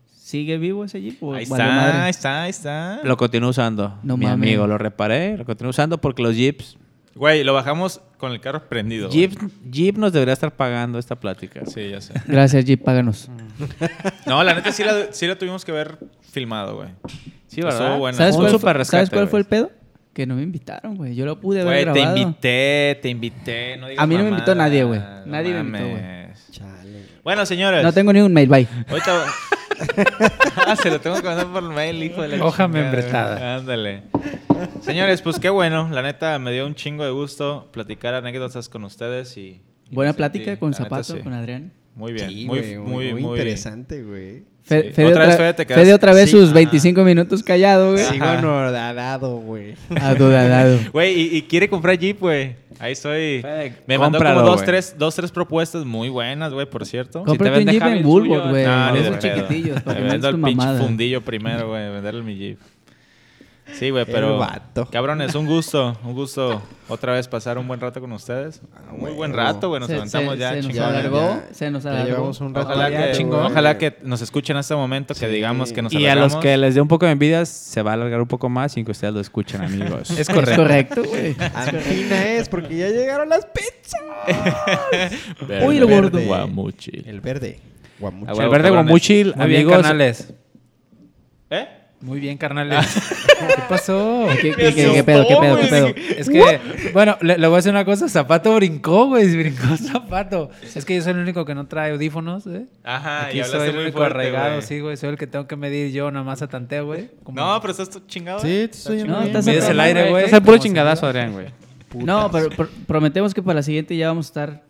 S1: ¿Sigue vivo ese jeep? o
S3: Ahí
S1: valió
S3: está,
S1: madre?
S3: ahí está, ahí está.
S5: Lo continúo usando.
S1: No
S5: mi
S1: mames.
S5: amigo, lo reparé, lo continúo usando porque los jeeps.
S3: Güey, lo bajamos con el carro prendido. güey.
S5: Jeep, Jeep nos debería estar pagando esta plática.
S3: Sí, ya sé.
S1: Gracias, jeep, páganos.
S3: No, la neta sí la, sí la tuvimos que ver filmado, güey.
S5: Sí, ¿verdad?
S3: Estuvo buena.
S1: ¿Sabes
S5: Un
S1: cuál, fue,
S5: super rescate,
S1: ¿sabes cuál fue el
S5: güey.
S1: pedo? Que no me invitaron, güey. Yo lo pude haber
S3: Güey, te
S1: grabado.
S3: invité, te invité. No digas
S1: A mí no me invitó
S3: mamadas,
S1: nadie, güey.
S3: no
S1: Nadie me invitó, güey.
S3: mames.
S2: Chale.
S3: Bueno, señores.
S1: No tengo ni un mail, bye.
S3: Ahorita. ah, se lo tengo que mandar por mail, hijo de la
S4: Hoja
S3: chingada,
S4: membretada.
S3: güey. Ándale. Señores, pues qué bueno. La neta me dio un chingo de gusto platicar anécdotas con ustedes y. y
S1: Buena
S3: me
S1: plática
S3: sentí-
S1: con
S3: la neta,
S1: Zapato,
S3: sí.
S1: con Adrián.
S3: Muy bien.
S2: Sí,
S3: muy,
S2: güey,
S3: muy, muy,
S2: interesante, güey.
S1: Fe-
S3: Sí.
S1: Fede
S3: Otra
S1: otra,
S3: vez, Fede, te
S1: Fede
S3: quedaste-
S1: otra vez
S3: Sí,
S1: sus
S3: ajá.
S1: 25 minutos callado, güey.
S2: Sigo anodadado, güey.
S1: Adudadado.
S3: Güey, y, y quiere comprar Jeep, güey. Ahí estoy.
S5: Fede,
S3: Me mandó como
S5: cómpralo,
S3: dos
S5: güey.
S3: tres, dos, tres propuestas muy buenas, güey, por cierto.
S5: ¿Cómo?
S1: Cómprate un
S5: vende
S1: jeep
S5: Javi
S1: en
S5: el
S1: Bulbos,
S5: suyo,
S1: güey.
S3: No, ni de
S1: esos
S3: pedo.
S1: chiquitillos, para
S3: Me
S1: que mandes
S3: vendo
S1: tu
S3: el pinche
S1: mamada.
S3: fundillo primero, güey. Venderle mi Jeep. Sí, güey, pero.
S2: El vato.
S3: Cabrón, es un gusto. Un gusto otra vez pasar un buen rato con ustedes. Muy
S2: huevo.
S3: buen rato, güey. Nos
S1: Se-
S3: aventamos
S1: se-
S3: ya,
S1: se nos
S3: chingón.
S1: alargó.
S2: ya.
S1: se nos
S2: Ya
S1: alargó.
S2: llevamos un rato
S3: Ojalá,
S2: ya,
S3: que,
S2: chingón.
S3: ojalá que nos escuchen en este momento, que
S2: Sí.
S3: digamos que nos
S5: Y a los
S3: alargamos.
S5: que les dé un poco de envidia, se va a alargar un poco más sin que ustedes lo escuchen, amigos.
S3: Es
S1: Es
S3: correcto.
S1: correcto, güey. Es correcto.
S2: Argentina es porque ya llegaron las pizzas.
S1: Uy, el gordo.
S5: Guamuchil.
S2: El verde. Guamucha.
S5: El verde
S3: cabrones.
S5: guamuchil,
S4: Muy bien,
S5: amigos.
S4: carnales.
S3: ¿Eh?
S4: Muy bien, carnales. ¿Qué pasó?
S1: ¿Qué, qué- qué- qué pedo? ¿Qué pedo? ¿Qué pedo?
S4: Es que, bueno, le, le voy a decir una cosa. Zapato brincó, güey. Brincó Zapato. Es que yo soy el único que no trae audífonos, ¿eh?
S3: Ajá,
S4: Aquí
S3: Ah, y
S4: soy
S3: hablaste
S4: el
S3: muy
S4: único
S3: fuerte,
S4: arraigado,
S3: güey.
S4: sí, güey. Soy el que tengo que medir yo, nada más a tanteo, güey. Como-
S3: No, pero estás tú chingado. ¿eh?
S2: Sí, te estoy
S1: No,
S2: oyendo bien.
S1: estás
S4: Mides
S1: a
S4: el
S1: toda
S4: aire,
S1: madre.
S4: güey.
S5: Es el puro
S4: Como
S5: chingadazo,
S4: seguridad.
S5: Adrián, güey.
S1: No, pero pr- prometemos que para la siguiente ya vamos a estar.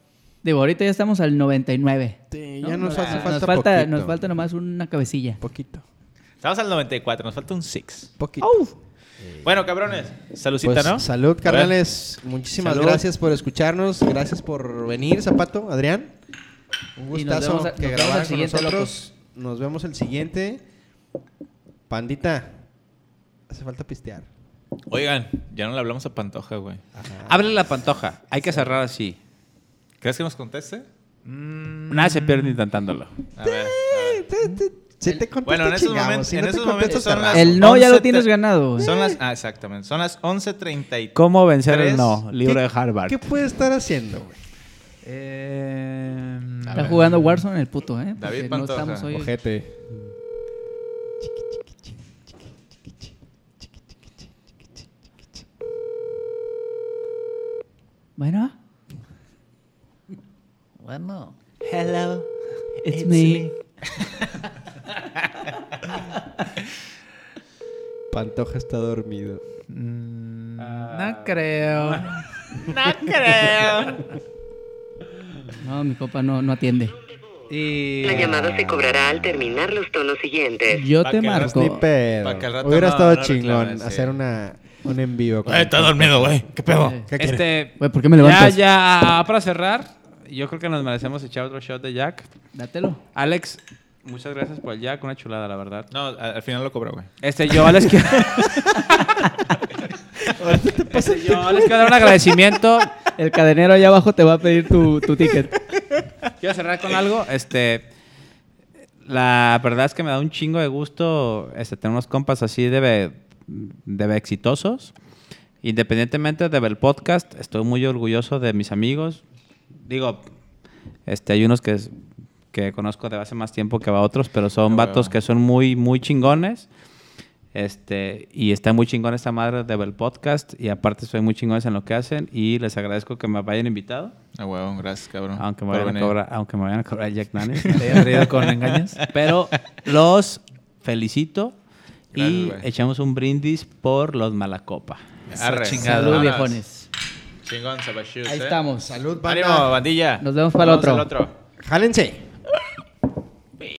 S1: Digo, ahorita ya estamos al 99.
S2: Sí,
S1: ¿no?
S2: ya nos hace falta
S1: Ah, nos falta,
S2: poquito.
S1: nos falta nomás una cabecilla.
S2: Poquito.
S3: Estamos al 94, nos falta un 6.
S2: Poquito.
S1: ¡Au!
S3: Bueno, cabrones, saludcita,
S2: Pues,
S3: ¿no?
S2: Salud,
S3: A
S2: carnales. Muchísimas
S3: Salud.
S2: gracias por escucharnos. Gracias por venir, Zapato, Adrián. Un
S1: Y nos
S2: gustazo
S1: vemos a-
S2: que
S1: nos vemos
S2: grabaran
S1: al
S2: con
S1: siguiente,
S2: nosotros. Nos vemos el siguiente. Pandita, hace falta pistear.
S3: ver. Oigan, ya no le hablamos a Pantoja, güey.
S5: Háblale la pantoja. Hay que cerrar así.
S3: ¿Crees que nos conteste?
S5: Nada se pierde intentándolo.
S3: A ver.
S2: Si te contesto,
S3: Bueno, en esos
S2: chingamos.
S3: momentos-
S2: Si
S3: en
S2: no te
S3: esos
S2: contesto,
S3: momentos son
S2: cerramos.
S3: las-
S1: El no ya
S3: 11
S1: lo
S3: te-
S1: tienes ganado, güey.
S3: Son las, ah, exactamente. Son las 11.33.
S5: ¿Cómo vencer el no?
S2: ¿Qué-
S5: Libro de Harvard.
S2: ¿Qué puede estar haciendo, güey?
S4: Eh,
S1: Está jugando Warzone el puto, ¿eh? Porque
S3: David
S1: no
S3: Pantoja.
S1: estamos hoy.
S2: Ojete.
S1: Bueno,
S6: Bueno,
S5: Hello.
S1: it's, me.
S2: Pantoja está dormido.
S4: mm, no creo.
S3: Ah.
S1: No, mi copa no, no atiende.
S4: Y...
S7: La llamada se cobrará al terminar los tonos siguientes.
S1: Yo
S3: Pa'
S1: te
S3: que no
S1: marco.
S2: Ni
S3: Pa' que al
S2: pedo.
S3: rato
S2: Hubiera
S3: no-
S2: estado
S3: no
S2: chingón
S3: reclames, sí.
S2: hacer una, un en vivo. con-
S3: dormido, güey. ¿Qué pedo?
S2: ¿Qué quieres?
S5: Este.
S1: Güey, ¿por qué me
S5: Ya,
S1: levantas?
S5: ya, ah, para cerrar, yo creo que nos merecemos echar otro shot de Jack.
S1: Dátelo.
S5: Alex, muchas gracias por el Jack, una chulada, la verdad.
S3: No, al, al final lo cobró, güey.
S5: Este, yo les quiero. Este, yo les quiero dar un agradecimiento.
S1: El cadenero allá abajo te va a pedir tu, tu ticket.
S5: Quiero cerrar con algo. Este, la verdad es que me da un chingo de gusto este, tener unos compas así de, ve- de ve exitosos. Independientemente de ver el podcast, estoy muy orgulloso de mis amigos. Digo, este, hay unos que, es- que conozco de hace más tiempo que a otros, pero son
S3: Ah,
S5: vatos
S3: huevo.
S5: que son muy, muy chingones. Este, y está muy chingón esta madre de ver podcast. Y aparte, soy muy chingones en lo que hacen. Y les agradezco que me hayan invitado.
S3: Ah, huevón, gracias, cabrón.
S5: Aunque me,
S3: Por
S5: vayan a
S3: venir.
S5: cobrar, aunque me vayan a cobrar Jack Daniels.
S4: ¿Te hayas reído con engaños?
S5: Pero los felicito y
S3: Gracias, güey.
S5: echamos un brindis por los Malacopa.
S3: Arre.
S4: chingado.
S1: Salud,
S3: Vámonos.
S1: viejones.
S3: Chingón, Sabashus.
S1: Ahí
S3: eh.
S1: estamos.
S2: Salud, banda.
S3: Ánimo, bandilla.
S1: Nos vemos para el
S3: Vamos
S1: otro.
S3: al otro.
S2: Jálense.